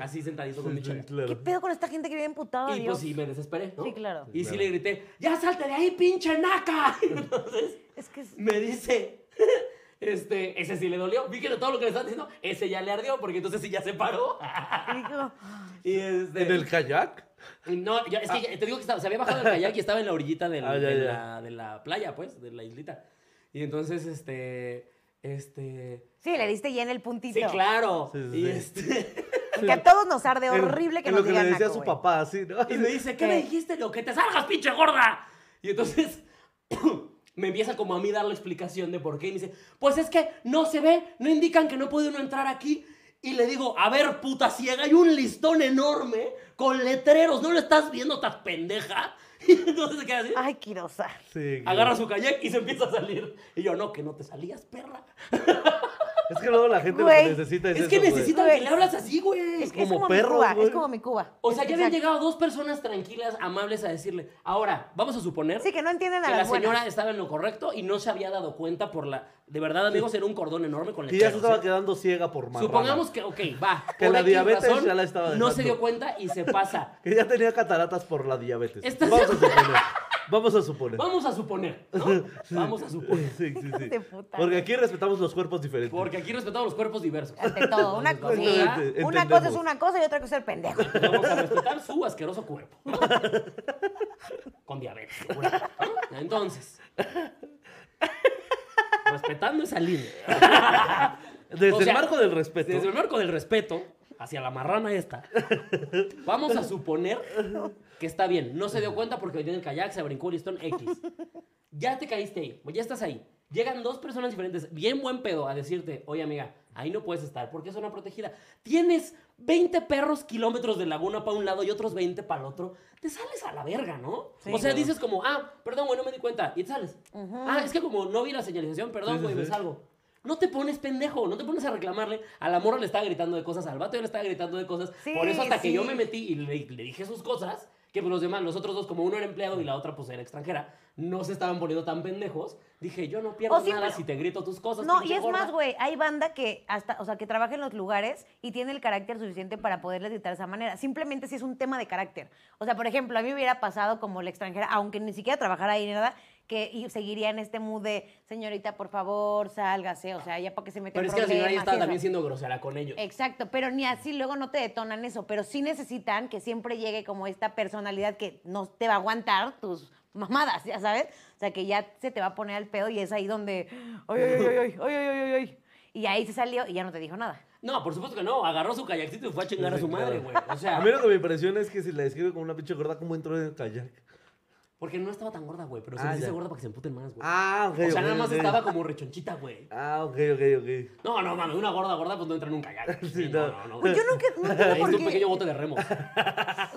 [SPEAKER 3] Así sentadito con mi
[SPEAKER 1] Sí,
[SPEAKER 3] chaga.
[SPEAKER 2] ¿Qué
[SPEAKER 1] claro.
[SPEAKER 2] pedo con esta gente que vive emputada,
[SPEAKER 3] Y
[SPEAKER 2] Dios?
[SPEAKER 3] pues sí, me desesperé, ¿no?
[SPEAKER 2] Sí, claro.
[SPEAKER 3] Y sí
[SPEAKER 1] Claro.
[SPEAKER 3] le grité, ¡ya salte de ahí,
[SPEAKER 1] <laughs>
[SPEAKER 3] pinche naca! Entonces
[SPEAKER 2] Es que es-
[SPEAKER 3] me dice, <laughs> este, ese sí le dolió. Vi que de todo lo que le están diciendo, ese ya le ardió, porque entonces sí ya se paró. <laughs>
[SPEAKER 2] digo,
[SPEAKER 3] Y este,
[SPEAKER 1] ¿En el kayak?
[SPEAKER 3] No, ya- es que ya- te digo que estaba- se había bajado del kayak y estaba en la orillita del-
[SPEAKER 1] Ah, ya,
[SPEAKER 3] de,
[SPEAKER 1] ya.
[SPEAKER 3] La, de la playa, pues, de la islita. Y entonces, este, este...
[SPEAKER 2] Sí, le diste ya en el puntito.
[SPEAKER 3] Sí, claro.
[SPEAKER 1] Sí, sí,
[SPEAKER 3] Y
[SPEAKER 1] sí.
[SPEAKER 3] este... <laughs>
[SPEAKER 2] Que a todos nos arde
[SPEAKER 1] En-
[SPEAKER 2] horrible que
[SPEAKER 1] en
[SPEAKER 2] nos
[SPEAKER 1] lo que le
[SPEAKER 2] digan
[SPEAKER 1] decía a
[SPEAKER 2] naco,
[SPEAKER 1] su
[SPEAKER 2] güey.
[SPEAKER 1] papá, así, ¿no?
[SPEAKER 3] Y me dice, ¿qué
[SPEAKER 2] ¿Qué?
[SPEAKER 3] me dijiste? Lo que te salgas, pinche gorda. Y entonces <clears throat> me empieza como a mí dar la explicación de por qué. Y me dice, pues es que no se ve, no indican que no puede uno entrar aquí. Y le digo, a ver, puta ciega, hay un listón enorme con letreros. ¿No lo estás viendo, estás pendeja? <laughs> Y entonces se queda así.
[SPEAKER 2] Ay, Quirosa.
[SPEAKER 1] Sí, güey.
[SPEAKER 3] Agarra su kayak y se empieza a salir. Y yo, no, que no te salías, perra.
[SPEAKER 1] Es que luego la gente lo
[SPEAKER 2] Güey,
[SPEAKER 1] que necesita es,
[SPEAKER 3] Es, que
[SPEAKER 1] eso, güey.
[SPEAKER 3] necesitan
[SPEAKER 2] Güey.
[SPEAKER 3] que le hablas así, güey.
[SPEAKER 2] Es, que es
[SPEAKER 1] como
[SPEAKER 2] como
[SPEAKER 1] perros,
[SPEAKER 2] mi Cuba,
[SPEAKER 1] güey.
[SPEAKER 2] es como mi Cuba.
[SPEAKER 3] O sea, ya habían
[SPEAKER 2] Exacto.
[SPEAKER 3] llegado dos personas tranquilas, amables a decirle. Ahora, vamos a suponer
[SPEAKER 2] Sí, que no entienden a
[SPEAKER 3] que la
[SPEAKER 2] las
[SPEAKER 3] señora
[SPEAKER 2] buenas.
[SPEAKER 3] estaba en lo correcto y no se había dado cuenta por la... De verdad, amigos, era un cordón enorme con
[SPEAKER 1] Que ya
[SPEAKER 3] letreros.
[SPEAKER 1] se estaba
[SPEAKER 3] ¿eh?
[SPEAKER 1] quedando ciega por marrana.
[SPEAKER 3] Supongamos que, ok, va.
[SPEAKER 1] <laughs> Que
[SPEAKER 3] por
[SPEAKER 1] la
[SPEAKER 3] X
[SPEAKER 1] diabetes ya la estaba
[SPEAKER 3] No
[SPEAKER 1] dejando.
[SPEAKER 3] se dio cuenta y se pasa.
[SPEAKER 1] Que ya tenía cataratas por la diabetes.
[SPEAKER 3] Estás-
[SPEAKER 1] Vamos a suponer. Vamos a suponer.
[SPEAKER 3] Vamos a suponer,
[SPEAKER 1] <laughs>
[SPEAKER 3] ¿no? Vamos a suponer.
[SPEAKER 1] Sí, sí,
[SPEAKER 2] Hijos
[SPEAKER 1] sí.
[SPEAKER 2] de puta.
[SPEAKER 1] Porque aquí respetamos los cuerpos diferentes.
[SPEAKER 3] Porque aquí respetamos los cuerpos diversos.
[SPEAKER 2] Ante todo,
[SPEAKER 3] <laughs>
[SPEAKER 2] una,
[SPEAKER 3] Entonces,
[SPEAKER 2] sí,
[SPEAKER 3] ¿verdad?
[SPEAKER 1] Exactamente,
[SPEAKER 2] una cosa es
[SPEAKER 1] entendemos.
[SPEAKER 2] una cosa y otra cosa es el pendejo.
[SPEAKER 3] Vamos a respetar su asqueroso cuerpo. Con diabetes, seguramente, ¿no? Entonces. Respetando esa línea.
[SPEAKER 1] Desde
[SPEAKER 3] o sea,
[SPEAKER 1] el marco del respeto.
[SPEAKER 3] Desde el marco del respeto hacia la marrana esta, vamos a suponer que está bien. No se dio cuenta porque venía en el kayak, se brincó un listón X. Ya te caíste ahí, o ya estás ahí. Llegan dos personas diferentes, bien buen pedo, a decirte, oye amiga, ahí no puedes estar porque es una protegida. Tienes 20 perros kilómetros de laguna para un lado y otros 20 para el otro. Te sales a la verga, ¿no?
[SPEAKER 2] Sí.
[SPEAKER 3] o sea, dices como, ah, perdón, güey, no me di cuenta. Y te sales. Ah, es que como no vi la señalización, perdón,
[SPEAKER 1] Sí, sí,
[SPEAKER 3] güey, me
[SPEAKER 1] sí.
[SPEAKER 3] salgo. No te pones pendejo, no te pones a reclamarle. A la morra le estaba gritando de cosas, al vato ya le estaba gritando de cosas.
[SPEAKER 2] Sí,
[SPEAKER 3] Por eso hasta que
[SPEAKER 2] sí.
[SPEAKER 3] yo me metí y le, le dije sus cosas, que pues los demás, los otros dos, como uno era empleado y la otra pues era extranjera, no se estaban poniendo tan pendejos. Dije, yo no pierdo
[SPEAKER 2] O sí,
[SPEAKER 3] nada
[SPEAKER 2] pero-
[SPEAKER 3] si te grito tus cosas.
[SPEAKER 2] No, y
[SPEAKER 3] pinche
[SPEAKER 2] es
[SPEAKER 3] gorda.
[SPEAKER 2] más, güey, hay banda que hasta, o sea, que trabaja en los lugares y tiene el carácter suficiente para poderles gritar de esa manera. Simplemente si es un tema de carácter. O sea, por ejemplo, a mí me hubiera pasado como la extranjera, aunque ni siquiera trabajara ahí ni nada, que y seguiría en este mood de, señorita, por favor, sálgase, o sea, ya para que se mete
[SPEAKER 3] Pero
[SPEAKER 2] en
[SPEAKER 3] es que la señora ya
[SPEAKER 2] problemas y
[SPEAKER 3] estaba
[SPEAKER 2] eso.
[SPEAKER 3] también siendo grosera con
[SPEAKER 2] Eh.
[SPEAKER 3] ellos.
[SPEAKER 2] Exacto, pero ni así luego no te detonan eso, pero sí necesitan que siempre llegue como esta personalidad que no te va a aguantar tus mamadas, ya sabes, o sea que ya se te va a poner al pedo y es ahí donde, ay, ay, ay, ay, ay, ay, ay, ay. y ahí se salió y ya no te dijo nada.
[SPEAKER 3] No, por supuesto que no. Agarró su kayakcito y fue a chingar a
[SPEAKER 1] Sí,
[SPEAKER 3] su madre, güey.
[SPEAKER 1] claro.
[SPEAKER 3] O sea,
[SPEAKER 1] A mí lo que me impresiona es que si la describe como una pinche gorda, ¿cómo entró en el kayak?
[SPEAKER 3] porque no estaba tan gorda, güey, pero se
[SPEAKER 1] Ah,
[SPEAKER 3] les dice
[SPEAKER 1] ya.
[SPEAKER 3] gorda para que se emputen más, güey.
[SPEAKER 1] Ah, ok.
[SPEAKER 3] o sea,
[SPEAKER 1] ok,
[SPEAKER 3] nada más
[SPEAKER 1] ok.
[SPEAKER 3] estaba como rechonchita, güey.
[SPEAKER 1] Ah, ok, ok, ok.
[SPEAKER 3] No, no, mames, una gorda gorda pues no entra en un kayak. Sí,
[SPEAKER 1] <laughs> Sí,
[SPEAKER 3] no,
[SPEAKER 1] no.
[SPEAKER 3] no, no.
[SPEAKER 2] Güey, Pues yo
[SPEAKER 3] <laughs>
[SPEAKER 2] nunca, no entiendo
[SPEAKER 3] Es
[SPEAKER 2] por
[SPEAKER 3] un
[SPEAKER 2] qué-
[SPEAKER 3] pequeño bote de remo.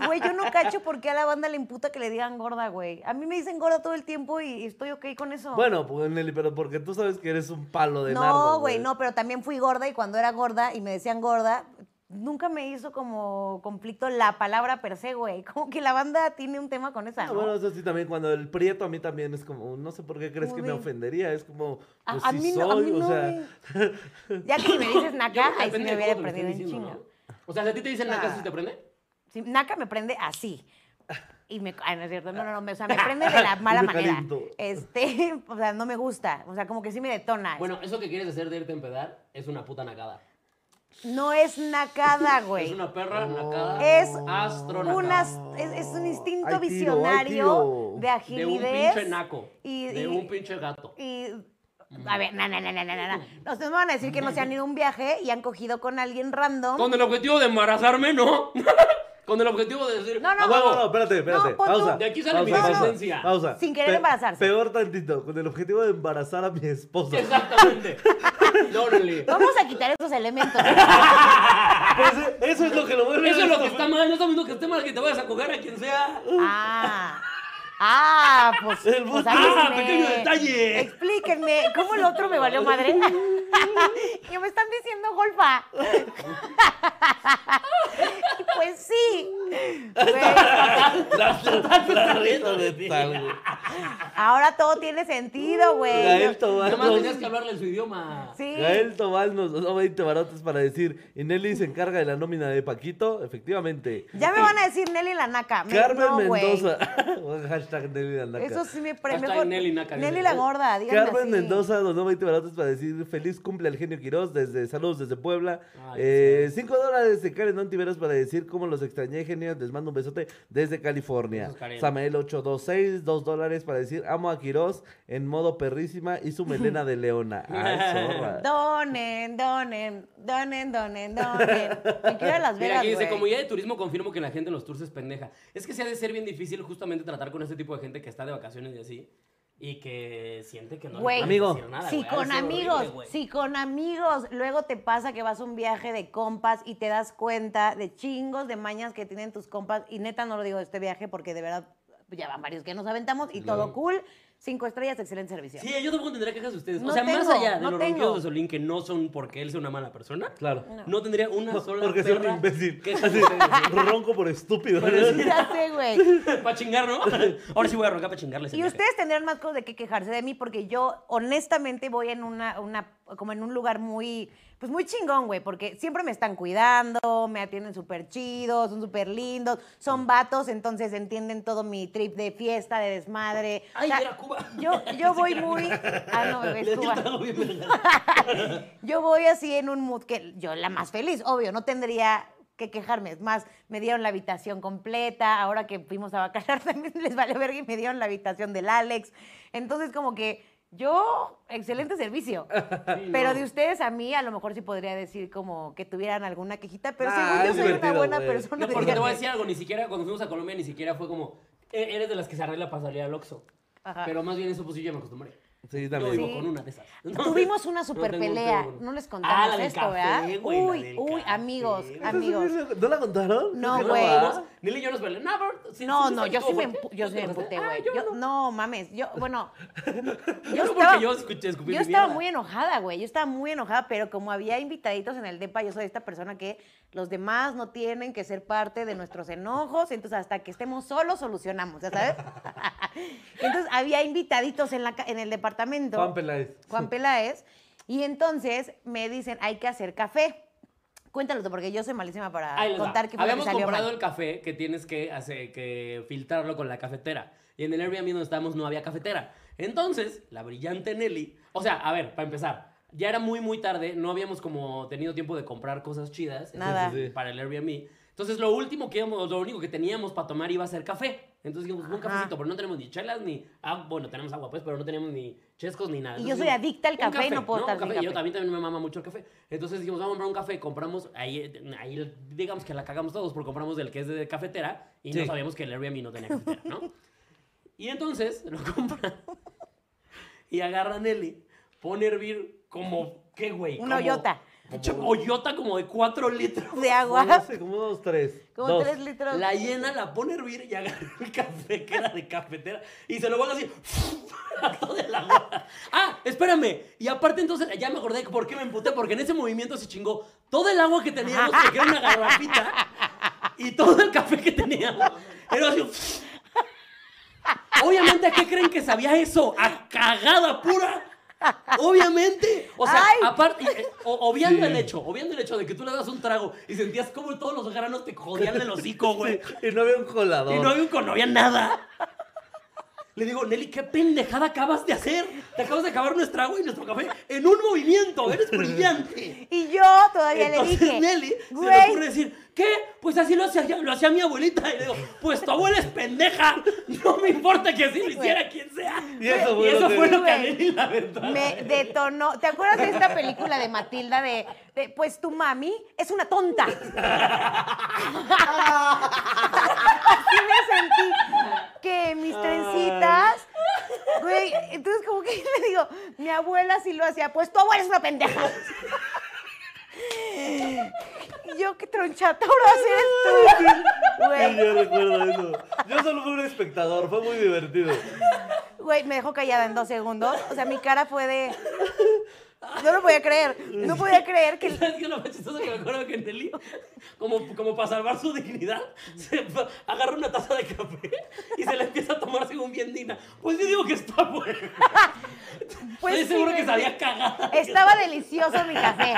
[SPEAKER 2] güey, yo no cacho por qué a la banda le imputa que le digan gorda, güey. A mí me dicen gorda todo el tiempo y, y estoy ok con eso.
[SPEAKER 1] Bueno, pues Nelly, pero porque tú sabes que eres un palo de nardo.
[SPEAKER 2] Oh. no, güey, no, pero también fui gorda y cuando era gorda y me decían gorda, nunca me hizo como conflicto la palabra per se, güey. <laughs> Como que la banda tiene un tema con esa,
[SPEAKER 1] Ah,
[SPEAKER 2] ¿no?
[SPEAKER 1] bueno, eso sí también, cuando el prieto a mí también es como, no sé por qué crees que
[SPEAKER 2] Como
[SPEAKER 1] me
[SPEAKER 2] de-
[SPEAKER 1] ofendería, es como,
[SPEAKER 2] A-
[SPEAKER 1] pues
[SPEAKER 2] a
[SPEAKER 1] sí
[SPEAKER 2] mí no, a
[SPEAKER 1] soy,
[SPEAKER 2] mí
[SPEAKER 1] o
[SPEAKER 2] no,
[SPEAKER 1] sea,
[SPEAKER 2] ya que si me dices
[SPEAKER 3] <laughs> Yo creo
[SPEAKER 2] naca,
[SPEAKER 3] que
[SPEAKER 2] ahí sí
[SPEAKER 3] depende
[SPEAKER 2] me
[SPEAKER 3] de
[SPEAKER 2] hubiera
[SPEAKER 3] cómo te lo
[SPEAKER 2] prendido en
[SPEAKER 3] estén diciendo,
[SPEAKER 2] chinga.
[SPEAKER 3] ¿no? O sea, si a ti te dicen naca,
[SPEAKER 2] Ah.
[SPEAKER 3] ¿sí te prende?
[SPEAKER 2] Sí, naca me prende así. Y me. Ay, no es cierto. No, no, no. me- O
[SPEAKER 3] <laughs>
[SPEAKER 2] sea, me prende de la mala
[SPEAKER 1] me
[SPEAKER 2] manera.
[SPEAKER 1] caliento.
[SPEAKER 2] Este, <laughs> o sea, no me gusta. O sea, como que sí me detona.
[SPEAKER 3] Bueno, eso que quieres hacer de irte a empedar es una puta nacada.
[SPEAKER 2] No es nacada,
[SPEAKER 3] Es
[SPEAKER 2] güey. Oh.
[SPEAKER 3] una perra nacada.
[SPEAKER 2] Es
[SPEAKER 3] astronacada.
[SPEAKER 2] unas, es, es un instinto
[SPEAKER 1] Ay, tiro, ay, tiro.
[SPEAKER 2] visionario de
[SPEAKER 3] De un
[SPEAKER 2] agilidad.
[SPEAKER 3] pinche naco.
[SPEAKER 2] y-
[SPEAKER 3] de
[SPEAKER 2] y-
[SPEAKER 3] un pinche gato.
[SPEAKER 2] Y.
[SPEAKER 1] Mm.
[SPEAKER 2] A ver, na, na, na, na, na, na, na. Ustedes me van a decir que no se han ido a un viaje y han cogido con alguien random.
[SPEAKER 3] Con el objetivo de embarazarme, ¿no? <laughs> con el objetivo de decir,
[SPEAKER 2] No, no,
[SPEAKER 1] <laughs> No,
[SPEAKER 3] "A
[SPEAKER 1] no,
[SPEAKER 3] huevo".
[SPEAKER 1] no, espérate, espérate.
[SPEAKER 2] No, pon tú.
[SPEAKER 1] pausa.
[SPEAKER 3] De aquí sale mi
[SPEAKER 1] pausa, pausa,
[SPEAKER 3] inocencia.
[SPEAKER 1] pausa.
[SPEAKER 2] Sin querer
[SPEAKER 1] Pe-
[SPEAKER 2] embarazarse.
[SPEAKER 1] Peor tantito, con el objetivo de embarazar a mi esposa.
[SPEAKER 2] <laughs>
[SPEAKER 3] Exactamente. Órale.
[SPEAKER 2] Vamos a quitar esos
[SPEAKER 1] <laughs>
[SPEAKER 2] elementos.
[SPEAKER 1] Pues, eso es lo que lo vuelve
[SPEAKER 3] Eso es lo
[SPEAKER 1] esto,
[SPEAKER 3] que está mal, no estamos viendo que esté mal que te vayas a coger a quien sea.
[SPEAKER 2] Ah, ah, pues.
[SPEAKER 1] El
[SPEAKER 2] pues
[SPEAKER 1] bus-
[SPEAKER 3] ¡Ah!
[SPEAKER 2] avísenme.
[SPEAKER 3] ¡Pequeño detalle!
[SPEAKER 2] Explíquenme, ¿cómo el otro me
[SPEAKER 1] <laughs>
[SPEAKER 2] valió madre? que me están diciendo golfa. pues sí. Güey,
[SPEAKER 1] Hijo de tal, güey.
[SPEAKER 2] ahora todo tiene sentido, güey.
[SPEAKER 1] Gael Tobal
[SPEAKER 3] Nada más
[SPEAKER 1] nos-
[SPEAKER 3] tenías que hablarle en su idioma.
[SPEAKER 2] Sí.
[SPEAKER 1] Gael Tobal nos da 20 barotes para decir, y Nelly se encarga de la nómina de Paquito, efectivamente.
[SPEAKER 2] Ya me van a decir Nelly la naca. Me-
[SPEAKER 1] Carmen
[SPEAKER 2] no, güey.
[SPEAKER 1] Mendoza. <laughs> Hashtag Nelly la naca.
[SPEAKER 2] Eso sí me prende.
[SPEAKER 3] Hashtag Nelly naca, dice.
[SPEAKER 2] la gorda, díganme
[SPEAKER 1] Carmen
[SPEAKER 2] así.
[SPEAKER 1] Mendoza nos da 20 baratos para decir feliz cumple al genio Quiroz desde saludos desde Puebla.
[SPEAKER 3] Ay,
[SPEAKER 1] Eh, 5 dólares de Karen Antiveros para decir cómo los extrañé, genio. Les mando un besote desde California.
[SPEAKER 3] Besos, Karen.
[SPEAKER 1] Samael 826, 2 dólares para decir amo a Quiroz en modo perrísima y su melena de
[SPEAKER 3] <laughs>
[SPEAKER 1] leona. Ay, zorra.
[SPEAKER 2] Donen, donen, donen, donen, donen. Me quiero ir a Las
[SPEAKER 3] Mira,
[SPEAKER 2] Vegas,
[SPEAKER 3] aquí dice,
[SPEAKER 2] güey.
[SPEAKER 3] como ya de turismo confirmo que la gente en los tours es pendeja. Es que se ha de ser bien difícil justamente tratar con este tipo de gente que está de vacaciones y así. Y que siente que no
[SPEAKER 2] Güey.
[SPEAKER 3] le
[SPEAKER 1] Amigo.
[SPEAKER 3] pueden decir nada,
[SPEAKER 2] Si
[SPEAKER 3] güey. Ha de
[SPEAKER 2] con
[SPEAKER 3] ser
[SPEAKER 2] amigos,
[SPEAKER 3] horrible, güey.
[SPEAKER 2] si con amigos, luego te pasa que vas a un viaje de compas y te das cuenta de chingos de mañas que tienen tus compas. Y neta, no lo digo de este viaje porque de verdad pues, ya van varios que nos aventamos y todo cool. Cinco estrellas, excelente servicio.
[SPEAKER 3] Sí, yo tampoco tendría quejas de ustedes.
[SPEAKER 2] No
[SPEAKER 3] o sea, más
[SPEAKER 2] tengo,
[SPEAKER 3] allá de
[SPEAKER 2] no
[SPEAKER 3] los
[SPEAKER 2] tengo.
[SPEAKER 3] ronquidos de Solín que no son porque él sea una mala persona.
[SPEAKER 1] Claro.
[SPEAKER 3] No, tendría una sola
[SPEAKER 1] Porque soy un
[SPEAKER 3] perra
[SPEAKER 1] imbécil.
[SPEAKER 3] queja
[SPEAKER 1] Así,
[SPEAKER 3] de ustedes.
[SPEAKER 1] ronco por estúpido.
[SPEAKER 2] <laughs> Ya sé,
[SPEAKER 3] <laughs>
[SPEAKER 2] güey.
[SPEAKER 3] Para
[SPEAKER 1] <laughs>
[SPEAKER 3] chingar, ¿no? Ahora sí voy a roncar para chingarles.
[SPEAKER 2] Y ustedes tendrán más cosas de qué quejarse de mí porque yo honestamente voy en una, una como en un lugar muy, pues muy chingón, güey, porque siempre me están cuidando, me atienden súper chidos, son súper lindos, son vatos, entonces entienden todo mi trip de fiesta, de desmadre.
[SPEAKER 3] Ay, era Cuba.
[SPEAKER 2] Yo,
[SPEAKER 3] <laughs>
[SPEAKER 2] yo voy muy, ah, no, bebé, es Cuba. Yo voy así en un mood que yo la más feliz, obvio, no tendría que quejarme. Es más, me dieron la habitación completa, ahora que fuimos a Bacalar <laughs> también les vale verga y me dieron la habitación del Alex. Entonces, como que yo, excelente
[SPEAKER 3] <laughs>
[SPEAKER 2] servicio. Pero de ustedes a mí, a lo mejor sí podría decir como que tuvieran alguna quejita, pero
[SPEAKER 1] Nah,
[SPEAKER 2] según
[SPEAKER 1] es
[SPEAKER 2] yo soy una
[SPEAKER 1] divertido,
[SPEAKER 2] buena
[SPEAKER 1] güey.
[SPEAKER 2] persona.
[SPEAKER 3] No, porque te voy a
[SPEAKER 2] diría-
[SPEAKER 3] decir algo, ni siquiera cuando fuimos a Colombia, ni siquiera fue como, "E- eres de las que se arregla para salir al Oxxo.
[SPEAKER 2] Ajá.
[SPEAKER 3] Pero más bien eso pues yo ya me acostumbré.
[SPEAKER 1] Sí,
[SPEAKER 3] Yo
[SPEAKER 1] también.
[SPEAKER 3] vivo
[SPEAKER 2] Sí.
[SPEAKER 3] con una de esas.
[SPEAKER 2] Tuvimos una
[SPEAKER 3] <laughs> No
[SPEAKER 2] super
[SPEAKER 3] tengo un
[SPEAKER 2] pelea,
[SPEAKER 3] seguro.
[SPEAKER 2] no les
[SPEAKER 3] Ah,
[SPEAKER 2] contamos
[SPEAKER 3] la del
[SPEAKER 2] esto,
[SPEAKER 3] café,
[SPEAKER 2] ¿verdad?
[SPEAKER 3] güey, la
[SPEAKER 2] Uy,
[SPEAKER 3] del
[SPEAKER 2] uy,
[SPEAKER 3] café,
[SPEAKER 2] amigos,
[SPEAKER 3] güey.
[SPEAKER 2] amigos.
[SPEAKER 1] ¿No la contaron?
[SPEAKER 2] No,
[SPEAKER 1] ¿Sí?
[SPEAKER 3] ¿No
[SPEAKER 2] güey.
[SPEAKER 3] grabamos? Nelly y yo nos peleamos. No, pero sí,
[SPEAKER 2] No,
[SPEAKER 3] sí,
[SPEAKER 2] no,
[SPEAKER 3] sí,
[SPEAKER 2] yo
[SPEAKER 3] estuvo
[SPEAKER 2] sí me,
[SPEAKER 3] fuerte.
[SPEAKER 2] empu- yo sí me
[SPEAKER 3] te
[SPEAKER 2] emputé,
[SPEAKER 3] pasaste.
[SPEAKER 2] güey.
[SPEAKER 3] Ah, yo
[SPEAKER 2] Yo- No, mames, yo,
[SPEAKER 3] <laughs>
[SPEAKER 2] bueno,
[SPEAKER 3] Yo
[SPEAKER 2] yo
[SPEAKER 3] no,
[SPEAKER 2] estaba-
[SPEAKER 3] porque yo escuché, escupí
[SPEAKER 2] yo
[SPEAKER 3] mi
[SPEAKER 2] estaba
[SPEAKER 3] mierda.
[SPEAKER 2] muy enojada, güey. Yo estaba muy enojada, pero como había invitaditos en el DEPA, yo soy esta persona que los demás no tienen que ser parte de nuestros enojos, entonces hasta que estemos solos solucionamos, ¿ya sabes? <laughs> entonces había invitaditos en, la, ca- en el departamento.
[SPEAKER 1] Juan Peláez.
[SPEAKER 2] Juan Peláez. Y entonces me dicen, hay que hacer café. Cuéntanos, porque yo soy malísima para
[SPEAKER 3] Ahí les va.
[SPEAKER 2] contar qué fue lo que
[SPEAKER 3] Habíamos
[SPEAKER 2] salió
[SPEAKER 3] comprado
[SPEAKER 2] mal.
[SPEAKER 3] el café que tienes que, hacer, que filtrarlo con la cafetera. Y en el Airbnb donde estábamos no había cafetera. Entonces, la brillante Nelly. O sea, a ver, para empezar. Ya era muy, muy tarde. No habíamos como tenido tiempo de comprar cosas chidas.
[SPEAKER 2] Nada.
[SPEAKER 1] Sí, sí, sí.
[SPEAKER 3] Para el Airbnb. Entonces, lo último que íbamos, lo único que teníamos para tomar iba a ser café. Entonces dijimos, un
[SPEAKER 2] Ajá.
[SPEAKER 3] cafecito, pero no tenemos ni chelas ni. Ah, bueno, tenemos agua, pues, pero no tenemos ni chescos ni nada.
[SPEAKER 2] Y yo
[SPEAKER 3] Entonces
[SPEAKER 2] soy
[SPEAKER 3] dijimos,
[SPEAKER 2] adicta al
[SPEAKER 3] un
[SPEAKER 2] café y no puedo estar
[SPEAKER 3] un
[SPEAKER 2] sin
[SPEAKER 3] café. Y Yo
[SPEAKER 2] café.
[SPEAKER 3] también a mí también me mama mucho el café. Entonces dijimos, vamos a comprar un café. Compramos, ahí, ahí digamos que la cagamos todos porque compramos del que es de cafetera y no
[SPEAKER 1] Sí.
[SPEAKER 3] sabíamos que el Airbnb no tenía cafetera, ¿no? y entonces lo compran y agarra a Nelly, pone a hervir como, ¿qué güey?
[SPEAKER 2] Una
[SPEAKER 3] Como-
[SPEAKER 2] hoyota.
[SPEAKER 3] Pinche hoyota como de 4 <laughs> litros.
[SPEAKER 2] De agua,
[SPEAKER 1] No sé, como unos tres.
[SPEAKER 2] como
[SPEAKER 1] dos.
[SPEAKER 2] tres litros.
[SPEAKER 3] La llena, la pone a hervir y agarra el café que era de cafetera y se lo vuelve así <laughs> a toda la agua. Ah, espérame. Y aparte entonces, ya me acordé por qué me emputé, porque en ese movimiento se chingó todo el agua que teníamos, que era una garrafita, y todo el café que teníamos. Era así. Obviamente, ¿a qué creen que sabía eso? A cagada pura. Obviamente. O sea,
[SPEAKER 2] Ay.
[SPEAKER 3] aparte, eh, o- obviando
[SPEAKER 1] Sí.
[SPEAKER 3] el hecho, obviando el hecho de que tú le das un trago y sentías como todos los granos te jodían del hocico, güey.
[SPEAKER 1] Y no había un colador.
[SPEAKER 3] Y
[SPEAKER 1] <laughs>
[SPEAKER 3] no había un con, no había nada. Le digo, Nelly, qué pendejada acabas de hacer. Te acabas de acabar nuestra agua y nuestro café en un movimiento. Eres
[SPEAKER 2] <laughs>
[SPEAKER 3] brillante.
[SPEAKER 2] Y yo todavía
[SPEAKER 3] Entonces
[SPEAKER 2] le dije,
[SPEAKER 3] Nelly se le
[SPEAKER 2] güey,
[SPEAKER 3] ocurre decir, ¿qué? Pues así lo hacía, lo hacía mi abuelita. Y le digo, pues tu abuela es pendeja. No me importa que así lo hiciera quien sea.
[SPEAKER 1] Y eso fue lo que-
[SPEAKER 3] fue lo que a
[SPEAKER 2] Güey.
[SPEAKER 3] Nelly la verdad.
[SPEAKER 2] me detonó. ¿Te acuerdas de esta película de
[SPEAKER 3] <laughs>
[SPEAKER 2] Matilda de, de, pues tu mami es una tonta? abuela sí lo hacía. Pues tu abuela es una pendeja. <laughs> yo qué tronchatoras eres tú.
[SPEAKER 1] Sí,
[SPEAKER 2] Güey,
[SPEAKER 1] yo recuerdo eso. Yo solo fui un espectador, fue muy divertido.
[SPEAKER 2] güey, me dejó callada en dos segundos. O sea, mi cara fue de. No lo podía creer. No podía creer que.
[SPEAKER 3] <laughs> ¿Sabes qué es lo más chistoso que me acuerdo que Nelly, como, como para salvar su dignidad, se fa- agarra una taza de café y se la empieza a tomar según bien digna? Pues yo digo que está bueno.
[SPEAKER 2] Pues
[SPEAKER 3] Estoy
[SPEAKER 2] sí,
[SPEAKER 3] seguro
[SPEAKER 2] güey.
[SPEAKER 3] que sabía cagada.
[SPEAKER 2] Estaba delicioso mi café.